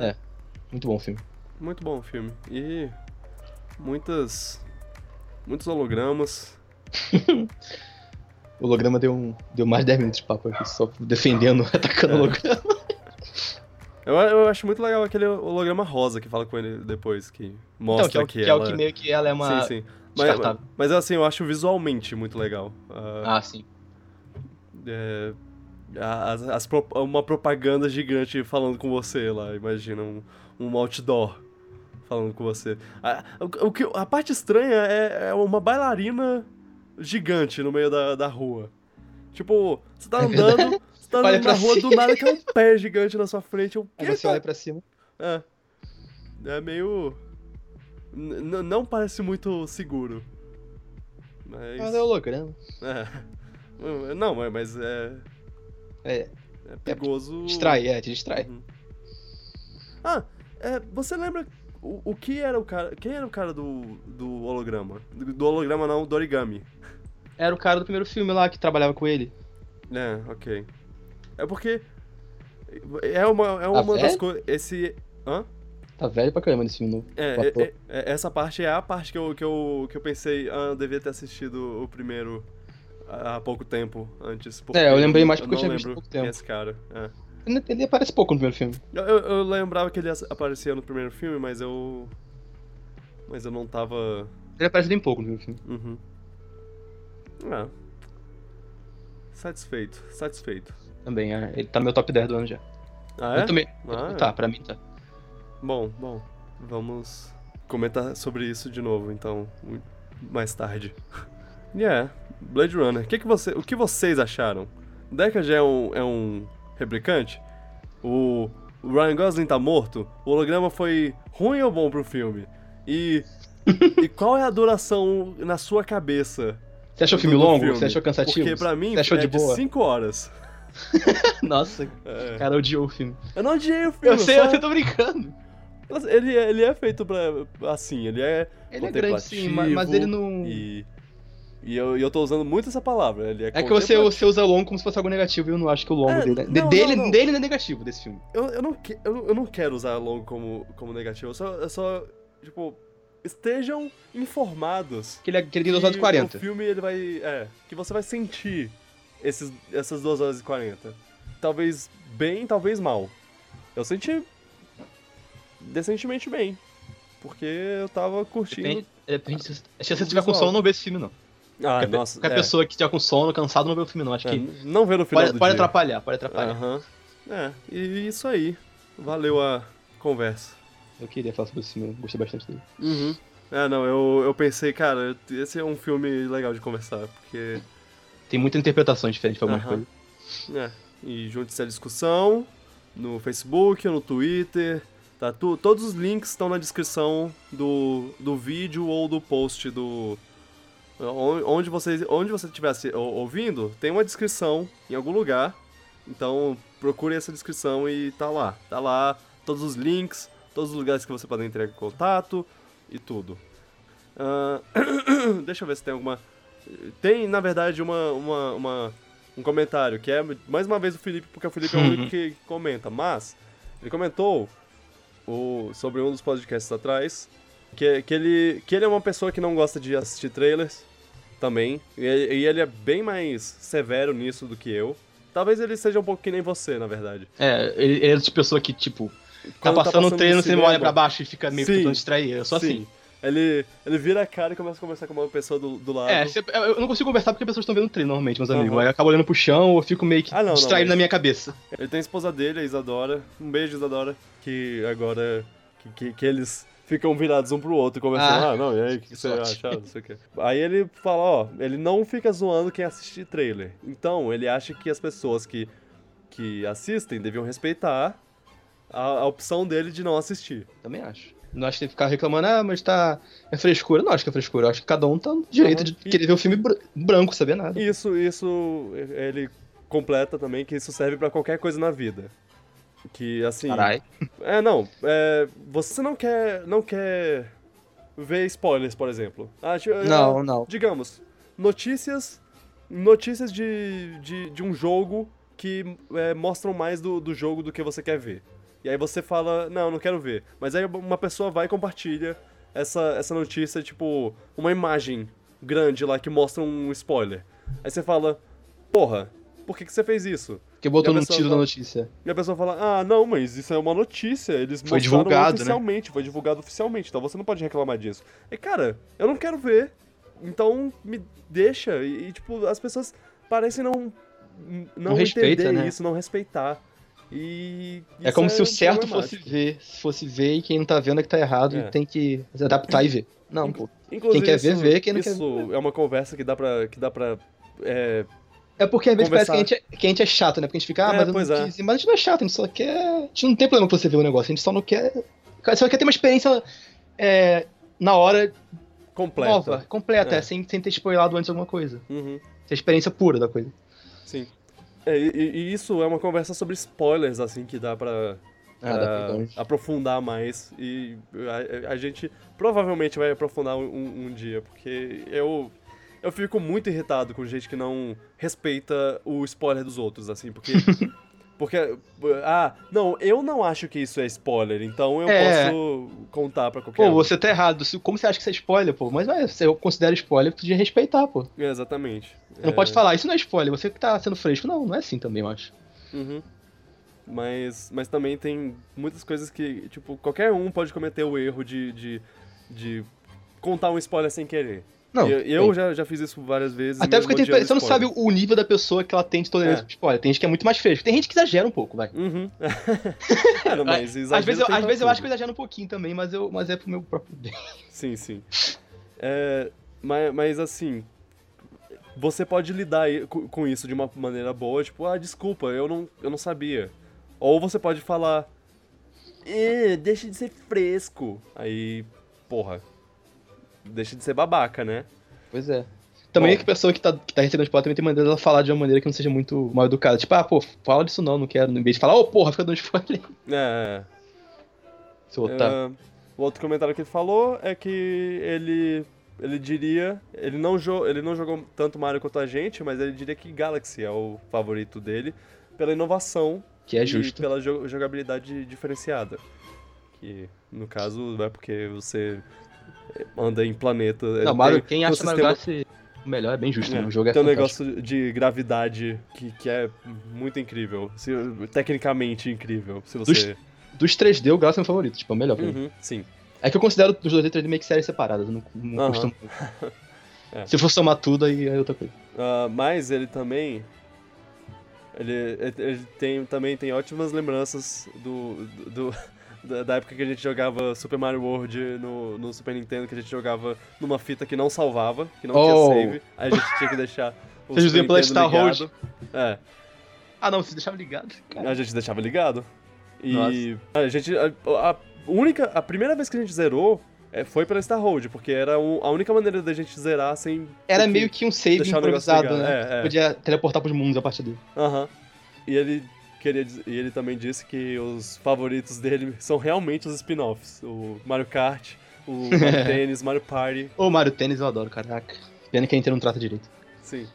Speaker 1: é,
Speaker 2: Muito bom o filme.
Speaker 1: Muito bom o filme. E muitas. Muitos hologramas.
Speaker 2: O holograma deu, um, deu mais de 10 minutos de papo aqui, só defendendo, atacando o holograma.
Speaker 1: Eu, eu acho muito legal aquele holograma rosa que fala com ele depois, que mostra
Speaker 2: então, que, é o- que, é
Speaker 1: ela...
Speaker 2: o que meio que ela é uma.
Speaker 1: Sim, sim. Mas,
Speaker 2: descartável.
Speaker 1: mas assim, eu acho visualmente muito legal. Ah,
Speaker 2: Ah, sim.
Speaker 1: é, as- as pro- uma propaganda gigante falando com você lá, imagina, um, um outdoor falando com você. A, o, o que, a parte estranha é, é uma bailarina gigante no meio da, da rua. Tipo, você tá
Speaker 2: É verdade.
Speaker 1: andando, você tá
Speaker 2: Olha
Speaker 1: andando na
Speaker 2: pra
Speaker 1: rua,
Speaker 2: cima.
Speaker 1: do nada cai um pé gigante na sua frente. Eu,
Speaker 2: Aí
Speaker 1: "Que
Speaker 2: você
Speaker 1: tá
Speaker 2: olha pra cima.
Speaker 1: é. É meio. n- n- não parece muito seguro. Mas.
Speaker 2: Mas é holograma.
Speaker 1: é. Não, é, mas é.
Speaker 2: É,
Speaker 1: É perigoso.
Speaker 2: distrai, é, te distrai.
Speaker 1: Uhum. Ah, é, você lembra o, o que era o cara. Quem era o cara do, do holograma? Do, do holograma não, do origami.
Speaker 2: Era o cara do primeiro filme lá que trabalhava com ele.
Speaker 1: É, ok. É porque. É uma, é uma das
Speaker 2: velho?
Speaker 1: coisas. Esse. Hã?
Speaker 2: Tá velho pra caramba nesse filme novo.
Speaker 1: É,
Speaker 2: O
Speaker 1: é,
Speaker 2: ator.
Speaker 1: é, é, essa parte é a parte que eu, que eu, que eu pensei, ah, eu devia ter assistido o primeiro há há pouco tempo antes. porque
Speaker 2: É, eu lembrei mais porque eu
Speaker 1: não
Speaker 2: tinha visto há
Speaker 1: lembro
Speaker 2: pouco
Speaker 1: quem é
Speaker 2: tempo.
Speaker 1: esse cara. é.
Speaker 2: Ele- Ele aparece pouco no primeiro filme.
Speaker 1: Eu, eu- eu lembrava que ele as- aparecia no primeiro filme, mas eu. Mas eu não tava.
Speaker 2: Ele aparece bem pouco no primeiro filme.
Speaker 1: Uhum. Ah. Satisfeito, satisfeito.
Speaker 2: Também, é. Ele tá no meu top 10 do ano já.
Speaker 1: Ah, é?
Speaker 2: Eu também.
Speaker 1: Ah,
Speaker 2: Tá, pra mim tá.
Speaker 1: Bom, bom. Vamos comentar sobre isso de novo, então, mu- mais tarde. Yeah, Blade Runner. Que que você, o que vocês acharam? Deckard é um, é um replicante? O o Ryan Gosling tá morto? O holograma foi ruim ou bom pro filme? E, e qual é a duração na sua cabeça?
Speaker 2: Você achou o
Speaker 1: do-
Speaker 2: filme
Speaker 1: do
Speaker 2: longo? Você achou cansativo?
Speaker 1: Porque pra mim
Speaker 2: Você achou
Speaker 1: é
Speaker 2: de boa?
Speaker 1: 5 horas.
Speaker 2: Nossa,
Speaker 1: É.
Speaker 2: cara odiou o filme.
Speaker 1: Eu não odiei o
Speaker 2: Eu,
Speaker 1: filme.
Speaker 2: sei,
Speaker 1: só-
Speaker 2: eu tô brincando.
Speaker 1: Nossa, ele, é- ele é feito pra. assim, ele é
Speaker 2: Ele é grande sim, ma- mas ele não.
Speaker 1: E, e eu, e eu tô usando muito essa palavra. Ele é,
Speaker 2: É que você,
Speaker 1: contemplativo.
Speaker 2: você usa longo como se fosse algo negativo e eu não acho que o longo
Speaker 1: É,
Speaker 2: dele. de-
Speaker 1: não,
Speaker 2: dele,
Speaker 1: não, não.
Speaker 2: dele não é negativo desse filme.
Speaker 1: Eu, eu, não que, eu, eu não quero usar longo como, como negativo. Eu só, eu só. Tipo, estejam informados.
Speaker 2: Que ele, é, que ele tem 2 horas e
Speaker 1: que
Speaker 2: 40.
Speaker 1: O filme ele vai. É. Que você vai sentir esses, essas 2 horas e 40. Talvez bem, talvez mal. Eu senti. decentemente bem. Porque eu tava curtindo.
Speaker 2: Depende, é, depende se, se você
Speaker 1: O
Speaker 2: tiver com
Speaker 1: visual.
Speaker 2: sono, não vê esse filme, não.
Speaker 1: Ah,
Speaker 2: Qualquer,
Speaker 1: nossa.
Speaker 2: qualquer
Speaker 1: é,
Speaker 2: pessoa que tiver com sono, cansado, não vê o filme, não. Acho
Speaker 1: é,
Speaker 2: que.
Speaker 1: não vê no final
Speaker 2: Pode,
Speaker 1: do dia.
Speaker 2: pode atrapalhar, pode atrapalhar. né?
Speaker 1: Aham. É, e isso aí. Valeu a conversa.
Speaker 2: Eu queria falar sobre esse filme, eu gostei bastante dele.
Speaker 1: Uhum. É, não, eu, eu pensei, cara, esse é um filme legal de conversar, porque.
Speaker 2: Tem muita interpretação diferente pra algumas
Speaker 1: Aham.
Speaker 2: coisas.
Speaker 1: É, e junte-se à discussão no Facebook, no Twitter. Tá, tu, todos os links estão na descrição do, do vídeo ou do post do. on- Onde você onde você estiver assi- ou- ouvindo, tem uma descrição em algum lugar. Então procure essa descrição e tá lá. Tá lá todos os links, todos os lugares que você pode entrar em contato e tudo. Ah, deixa eu ver se tem alguma. Tem, na verdade, uma- uma, uma um comentário, que é mais uma vez o Felipe, porque o Felipe é o único que comenta, mas ele comentou o, sobre um dos podcasts atrás que, que, ele, que ele é uma pessoa que não gosta de assistir trailers também, e, ele- e ele é bem mais severo nisso do que eu. Talvez ele seja um pouco que nem você, na verdade.
Speaker 2: É, ele, ele é de pessoa que, tipo, tá
Speaker 1: Quando tá
Speaker 2: passando
Speaker 1: passando
Speaker 2: um treino,
Speaker 1: no
Speaker 2: você olha
Speaker 1: cinema.
Speaker 2: pra baixo e fica meio
Speaker 1: Sim.
Speaker 2: tentando distrair. Eu sou assim.
Speaker 1: Sim. Ele, ele vira a cara e começa a conversar com uma pessoa do, do lado.
Speaker 2: É, cê- eu- eu não consigo conversar porque as pessoas estão vendo o treino normalmente, meus amigos.
Speaker 1: Aham.
Speaker 2: Aí eu acabo olhando pro chão ou eu fico meio que
Speaker 1: Ah, não, não,
Speaker 2: distraído
Speaker 1: mas-
Speaker 2: na minha cabeça.
Speaker 1: Ele tem a esposa dele, a Isadora. Um beijo, Isadora. Que agora. Que, que, que eles ficam virados um pro outro, conversando. Ah,
Speaker 2: Ah,
Speaker 1: não, e aí, o que,
Speaker 2: que
Speaker 1: você
Speaker 2: sorte."
Speaker 1: acha? Não sei o quê. Aí ele fala, ó, ele não fica zoando quem assiste trailer. Então, ele acha que as pessoas que, que assistem deviam respeitar a, a opção dele de não assistir.
Speaker 2: Também acho. Não acho que tem que ficar reclamando, ah, mas tá. É frescura. Não acho que é frescura. Eu acho que cada um tá no direito de
Speaker 1: E-
Speaker 2: querer ver um filme br- branco, saber nada.
Speaker 1: Isso, isso ele completa também que isso serve pra qualquer coisa na vida. Que assim.
Speaker 2: Carai.
Speaker 1: É, não. é, você não quer, não quer ver spoilers, por exemplo. Ah, ti-
Speaker 2: Não,
Speaker 1: ah,
Speaker 2: não.
Speaker 1: Digamos, notícias, notícias de, de, de um jogo que é, mostram mais do, do jogo do que você quer ver. E aí você fala, não, não quero ver. Mas aí uma pessoa vai e compartilha essa, essa notícia, tipo, uma imagem grande lá que mostra um spoiler. Aí você fala, porra, por que, que você fez isso?
Speaker 2: Porque botou
Speaker 1: E a
Speaker 2: num
Speaker 1: pessoa
Speaker 2: tiro da
Speaker 1: fala-
Speaker 2: notícia.
Speaker 1: E a pessoa fala, ah, não, mas isso é uma notícia, eles
Speaker 2: Foi
Speaker 1: mostraram
Speaker 2: divulgado, né?
Speaker 1: oficialmente, foi divulgado oficialmente, então você não pode reclamar disso. E, cara, eu não quero ver, então me deixa, e, e, tipo, as pessoas parecem não, não,
Speaker 2: respeita,
Speaker 1: entender
Speaker 2: né?
Speaker 1: isso, não respeitar. E
Speaker 2: é como
Speaker 1: isso
Speaker 2: se o certo fosse
Speaker 1: problemático.
Speaker 2: ver. Se fosse ver e quem não tá vendo é que tá errado
Speaker 1: É.
Speaker 2: e tem que se adaptar e ver. Não, pô.
Speaker 1: Inclusive,
Speaker 2: quer ver,
Speaker 1: isso-
Speaker 2: vê, quem não quer
Speaker 1: Isso é uma conversa que dá pra... Que dá pra é,
Speaker 2: É porque às vezes
Speaker 1: Conversar.
Speaker 2: parece que a, gente é, que a gente é chato, né? Porque a gente fica, ah,
Speaker 1: É,
Speaker 2: mas eu
Speaker 1: pois
Speaker 2: não
Speaker 1: é.
Speaker 2: quis. Mas a gente não é chato, a gente só quer. A gente não tem problema pra você ver o negócio, a gente só não quer. Só quer ter uma experiência é, na hora
Speaker 1: completa.
Speaker 2: nova, completa,
Speaker 1: É.
Speaker 2: é, sem, sem ter spoilado antes alguma coisa.
Speaker 1: Uhum.
Speaker 2: Ter a experiência pura da coisa.
Speaker 1: Sim. É, e, e- e isso é uma conversa sobre spoilers, assim, que dá pra,
Speaker 2: Ah,
Speaker 1: pra
Speaker 2: dá pra ir longe.
Speaker 1: aprofundar mais. E a, a gente provavelmente vai aprofundar um, um dia, porque eu, eu fico muito irritado com gente que não respeita o spoiler dos outros, assim, porque. Porque, ah, não, eu não acho que isso é spoiler, então eu
Speaker 2: É.
Speaker 1: posso contar pra qualquer
Speaker 2: Pô,
Speaker 1: um.
Speaker 2: você tá errado. se- Como você acha que isso é spoiler, pô? Mas ué, se eu considero spoiler, tu devia respeitar, pô.
Speaker 1: É, Exatamente.
Speaker 2: Você não
Speaker 1: É.
Speaker 2: pode falar, isso não é spoiler, você que tá sendo fresco. Não, não é assim também, eu acho.
Speaker 1: Uhum. Mas, mas também tem muitas coisas que, tipo, qualquer um pode cometer o erro de, de, de contar um spoiler sem querer.
Speaker 2: Não.
Speaker 1: E eu- eu
Speaker 2: tem.
Speaker 1: já, já fiz isso várias vezes.
Speaker 2: Até
Speaker 1: mesmo
Speaker 2: porque tem,
Speaker 1: odiando
Speaker 2: você não sabe
Speaker 1: um spoiler.
Speaker 2: o nível da pessoa que ela tem de tolerância
Speaker 1: É.
Speaker 2: pro spoiler. Tem gente que é muito mais fresco. Tem gente que exagera um pouco, vai.
Speaker 1: Uhum. Ah, não, mas
Speaker 2: Às
Speaker 1: exagero
Speaker 2: vezes, eu,
Speaker 1: tem
Speaker 2: às
Speaker 1: pra
Speaker 2: vezes eu
Speaker 1: tudo.
Speaker 2: acho que eu exagero um pouquinho também, mas, eu, mas é pro meu próprio bem.
Speaker 1: Sim, sim. É, mas, mas assim, você pode lidar aí co- com isso de uma maneira boa, tipo, ah, desculpa, eu não, eu não sabia. Ou você pode falar, "Ê, deixa de ser fresco. Aí, porra, deixa de ser babaca, né?
Speaker 2: Pois é. Também
Speaker 1: Bom.
Speaker 2: é que a pessoa que tá, que tá recebendo spoiler também tem maneira dela falar de uma maneira que não seja muito mal educada. Tipo, ah, pô, fala disso não, não quero. Em vez de falar, ô porra, fica dando spoiler.
Speaker 1: É,
Speaker 2: Seu otário.
Speaker 1: Ah, o outro comentário que ele falou é que ele ele diria, ele não, jo ele não jogou tanto Mario quanto a gente, mas ele diria que Galaxy é o favorito dele pela inovação
Speaker 2: Que é
Speaker 1: e
Speaker 2: justo.
Speaker 1: pela jo- jogabilidade diferenciada. Que no caso é porque você anda em planeta. ele
Speaker 2: Não, Mario,
Speaker 1: tem
Speaker 2: quem
Speaker 1: um
Speaker 2: acha Mario
Speaker 1: sistema-
Speaker 2: Galaxy o melhor é bem justo, né?
Speaker 1: é,
Speaker 2: O jogo é
Speaker 1: tem um
Speaker 2: fantástico.
Speaker 1: negócio de gravidade que, que é muito incrível. se- tecnicamente incrível. Se você.
Speaker 2: Dos 3D, o Galaxy é meu favorito, tipo, é o melhor. pra mim.
Speaker 1: Uhum, sim.
Speaker 2: É que eu considero os 2D e 3D meio que séries separadas, eu não, não
Speaker 1: Aham.
Speaker 2: costumo.
Speaker 1: É.
Speaker 2: Se eu for somar tudo, aí é outra coisa.
Speaker 1: Ah, mas ele também. Ele, ele- ele tem, também tem ótimas lembranças do, do, da, da época que a gente jogava Super Mario World no, no Super Nintendo, que a gente jogava numa fita que não salvava, que não
Speaker 2: Oh.
Speaker 1: tinha save. Aí a gente tinha que deixar o
Speaker 2: Vocês
Speaker 1: Super
Speaker 2: usavam pela
Speaker 1: Nintendo
Speaker 2: Star Road?
Speaker 1: ligado. É,
Speaker 2: Ah, não, você deixava ligado, cara.
Speaker 1: a gente deixava ligado. E a gente. A, a única. A primeira vez que a gente zerou é, foi pela Star Road, porque era um- a única maneira da gente zerar sem.
Speaker 2: Era
Speaker 1: ter
Speaker 2: meio que um save
Speaker 1: deixar o negócio
Speaker 2: improvisado,
Speaker 1: ligado.
Speaker 2: né?
Speaker 1: É, é.
Speaker 2: Podia teleportar pros mundos a partir dele.
Speaker 1: Aham. E ele queria diz- e ele também disse que os favoritos dele são realmente os spin-offs, o Mario Kart, o Mario Tennis, Mario Party,
Speaker 2: Ô, Mario Tênis eu adoro, caraca. Pena que a Nintendo não trata direito.
Speaker 1: sim.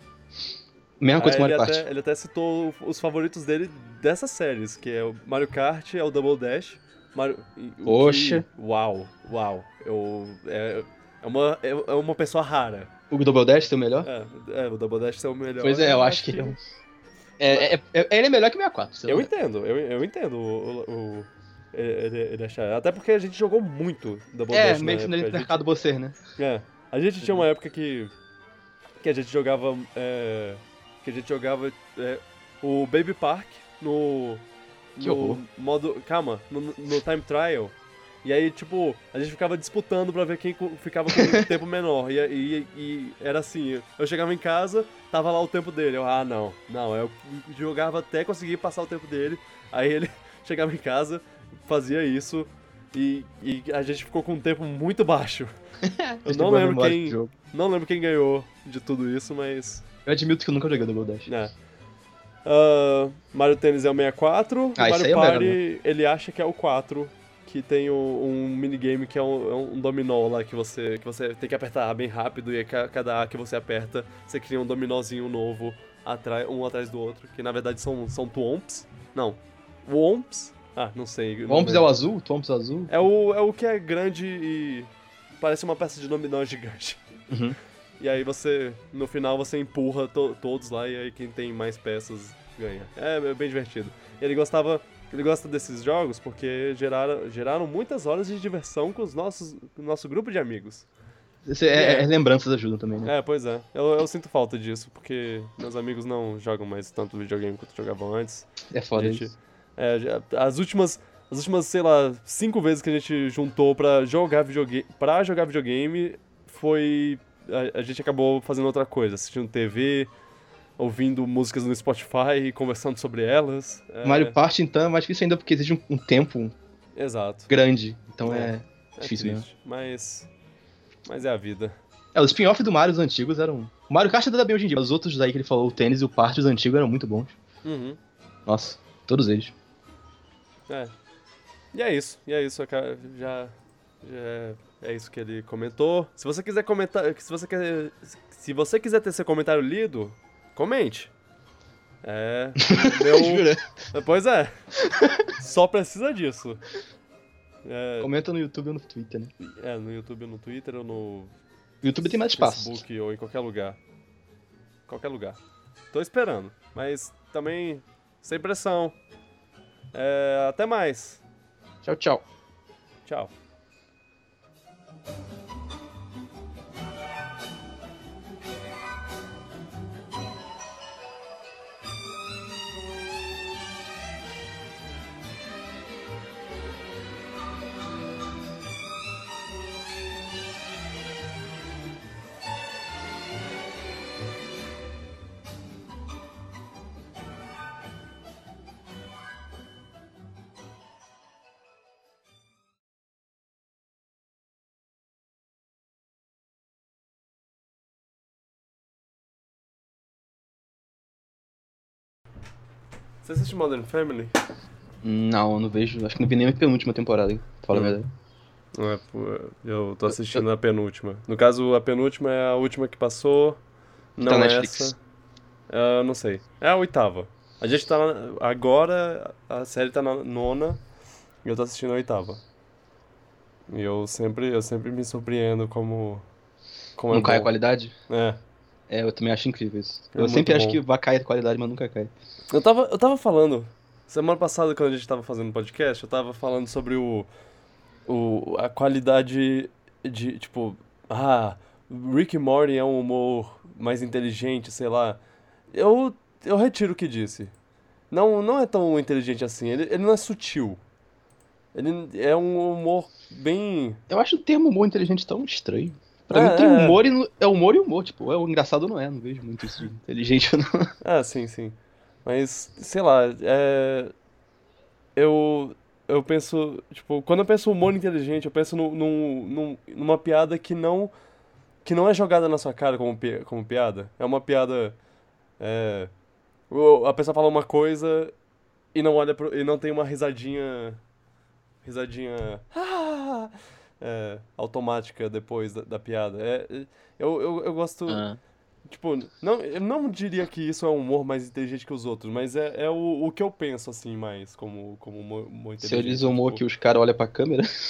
Speaker 2: Mesma É coisa
Speaker 1: Aí
Speaker 2: com
Speaker 1: Ah, ele,
Speaker 2: Mario Kart.
Speaker 1: até, ele até citou os favoritos dele dessas séries, que é o Mario Kart, é o Double Dash, Mario... e o que-
Speaker 2: Poxa.
Speaker 1: uau, uau. Eu, é, é, uma, é é uma pessoa rara.
Speaker 2: O Double Dash tem o melhor?
Speaker 1: É, é, o Double Dash é o melhor.
Speaker 2: pois é, eu acho que... É, é, é- ele é melhor que o 64. se
Speaker 1: um Eu
Speaker 2: não-
Speaker 1: entendo, eu, eu entendo o, o- o- ele, ele achar. Até porque a gente jogou muito Double
Speaker 2: É,
Speaker 1: Dash na
Speaker 2: meio que
Speaker 1: época.
Speaker 2: no
Speaker 1: a, gente,
Speaker 2: mercado Uhum. você, né?
Speaker 1: é, a gente tinha uma época que que a gente jogava é, que a gente jogava é, o Baby Park no
Speaker 2: Que horror.
Speaker 1: no modo calma no, no time trial e aí tipo a gente ficava disputando pra ver quem co- ficava com o tempo menor e, e- e era assim eu chegava em casa tava lá o tempo dele eu ah não não eu jogava até conseguir passar o tempo dele aí ele chegava em casa fazia isso e, e a gente ficou com um tempo muito baixo eu
Speaker 2: Vocês
Speaker 1: não
Speaker 2: têm boa
Speaker 1: lembro
Speaker 2: memória
Speaker 1: quem
Speaker 2: de jogo.
Speaker 1: não lembro quem ganhou de tudo isso, mas.
Speaker 2: Eu admito que eu nunca joguei Double Dash.
Speaker 1: É. Ah, Mario Tennis é o 64.
Speaker 2: Ah, isso
Speaker 1: Mario
Speaker 2: aí é o Mega
Speaker 1: Party, ele acha que é o 4, que tem um, um minigame que é um, é um dominó lá que você, que você tem que apertar A bem rápido e a ca- cada A que você aperta, você cria um dominózinho novo atrai- um atrás do outro, que na verdade são, são Twomps. Não. Womps? Ah, não sei.
Speaker 2: Twomps é o azul? Twomps é o azul?
Speaker 1: É o, é o que é grande e parece uma peça de dominó gigante.
Speaker 2: Uhum.
Speaker 1: E aí você, no final, você empurra to- todos lá e aí quem tem mais peças ganha. É, é bem divertido. Ele gostava, ele gosta desses jogos porque geraram, geraram muitas horas de diversão com os nossos, com o nosso grupo de amigos.
Speaker 2: Esse- é-
Speaker 1: É.
Speaker 2: é- lembranças ajudam também, né?
Speaker 1: É, pois é. Eu, eu sinto falta disso porque meus amigos não jogam mais tanto videogame quanto jogavam antes.
Speaker 2: É, foda
Speaker 1: Gente,
Speaker 2: isso.
Speaker 1: É, já- as últimas, as últimas, sei lá, cinco vezes que a gente juntou pra jogar videogame, para jogar videogame, foi a, a gente acabou fazendo outra coisa, assistindo TV, ouvindo músicas no Spotify e conversando sobre elas. É,
Speaker 2: Mario Kart, então, é mais difícil ainda porque exige um, um tempo
Speaker 1: exato.
Speaker 2: grande. Então é.
Speaker 1: É
Speaker 2: Difícil né?
Speaker 1: triste, mas mas é a vida.
Speaker 2: É, os spin-off do Mario, os antigos, eram. O Mario Kart ainda bem hoje em dia, mas os outros daí que ele falou, o tênis e o parte, os antigos eram muito bons.
Speaker 1: Uhum.
Speaker 2: Nossa, todos eles.
Speaker 1: É. E é isso, e é isso, aca- já, já é- é isso que ele comentou. Se você quiser comentar, se você quer, se você quiser ter seu comentário lido, comente. É, meu,
Speaker 2: Jura?
Speaker 1: pois é. Só precisa disso. É,
Speaker 2: Comenta no YouTube ou no Twitter, né?
Speaker 1: é, no YouTube, no Twitter ou no
Speaker 2: No YouTube tem mais espaço.
Speaker 1: Facebook ou em qualquer lugar. Qualquer lugar. Tô esperando, mas também sem pressão. É, até mais.
Speaker 2: Tchau, tchau.
Speaker 1: Tchau. Você assiste Modern Family?
Speaker 2: Não, eu não vejo. Acho que não vi nem a penúltima temporada, pra falar
Speaker 1: Hum.
Speaker 2: a verdade.
Speaker 1: É, pô, eu tô assistindo a penúltima. No caso, a penúltima é a última que passou. Não
Speaker 2: tá na
Speaker 1: é
Speaker 2: Netflix.
Speaker 1: essa. É, eu não sei. É a oitava. A gente tá na- agora, a série tá na nona e eu tô assistindo a oitava. E eu sempre, eu sempre me surpreendo como como é
Speaker 2: Não cai a
Speaker 1: bom.
Speaker 2: qualidade?
Speaker 1: É.
Speaker 2: É, eu também acho incrível isso.
Speaker 1: É
Speaker 2: eu
Speaker 1: muito
Speaker 2: sempre acho
Speaker 1: bom.
Speaker 2: que vai cair a qualidade, mas nunca cai.
Speaker 1: Eu tava, eu tava falando, semana passada, quando a gente tava fazendo podcast, eu tava falando sobre o, o a qualidade de, tipo, ah, Rick and Morty é um humor mais inteligente, sei lá. Eu, eu retiro o que disse. Não, não é tão inteligente assim, ele, ele não é sutil. Ele é um humor bem.
Speaker 2: Eu acho o termo humor inteligente tão estranho. Pra
Speaker 1: É,
Speaker 2: mim tem
Speaker 1: é.
Speaker 2: humor e não- é humor e humor, tipo, é o engraçado não é, não vejo muito isso de inteligente não.
Speaker 1: Ah, sim, sim. Mas, sei lá, é. Eu. Eu penso. Tipo, quando eu penso humor inteligente, eu penso num, num- num- numa piada que não. Que não é jogada na sua cara como, pi- como piada. É uma piada. É. o- A pessoa fala uma coisa e não olha pro, e não tem uma risadinha. Risadinha. "Ah", é, automática depois da, da piada. É, é- eu, eu, eu gosto.
Speaker 2: Ah,
Speaker 1: Tipo, não, eu não diria que isso é um humor mais inteligente que os outros, mas é, é o, o que eu penso, assim, mais, como, como humor, humor
Speaker 2: Se eu
Speaker 1: inteligente.
Speaker 2: diz humor que
Speaker 1: tipo.
Speaker 2: os caras olham pra câmera.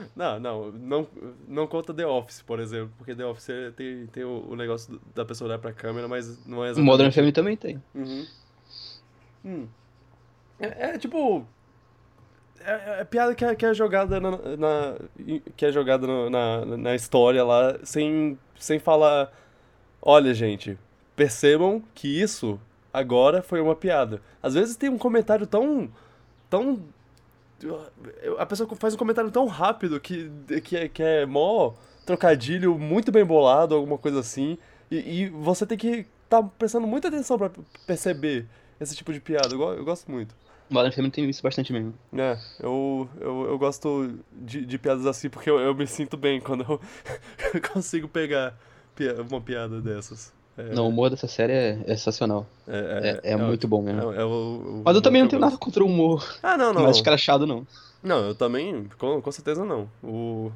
Speaker 1: É. Não, não, não, não conta The Office, por exemplo, porque The Office é- tem, tem o, o negócio do- da pessoa olhar pra câmera, mas não é
Speaker 2: O Modern Family também tem.
Speaker 1: Uhum. Hum. É, é, tipo. É, é piada que é, que é jogada na, na- que é jogada no- na, na história lá, sem, sem falar. Olha, gente, percebam que isso agora foi uma piada. Às vezes tem um comentário tão. tão. A pessoa faz um comentário tão rápido que, que, é, que é mó trocadilho muito bem bolado, alguma coisa assim. E, e você tem que tá prestando muita atenção pra perceber esse tipo de piada. Eu, go- eu gosto muito.
Speaker 2: Modern Family tem isso bastante mesmo.
Speaker 1: É, eu, eu, eu gosto de, de piadas assim porque eu, eu me sinto bem quando eu, eu consigo pegar pi- uma piada dessas. É,
Speaker 2: Não, o humor dessa série é, é sensacional.
Speaker 1: é,
Speaker 2: É, é muito bom
Speaker 1: É,
Speaker 2: mesmo.
Speaker 1: é o- o-
Speaker 2: Mas eu
Speaker 1: o
Speaker 2: também não
Speaker 1: que
Speaker 2: tenho nada
Speaker 1: gosto.
Speaker 2: contra o humor
Speaker 1: Ah, não, não.
Speaker 2: mais escrachado, não.
Speaker 1: Não, eu também, com, com certeza não. O,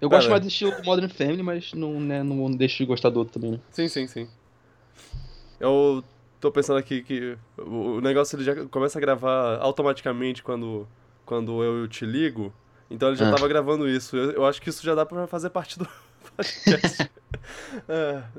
Speaker 2: Eu
Speaker 1: Cara.
Speaker 2: gosto mais do estilo do Modern Family, mas não, né, não deixo de gostar do outro também, né?
Speaker 1: Sim, sim, sim. Eu tô pensando aqui que o o negócio ele já começa a gravar automaticamente quando, quando eu te ligo. Então ele já
Speaker 2: Ah.
Speaker 1: tava gravando isso. Eu, eu acho que isso já dá pra fazer parte do podcast. É,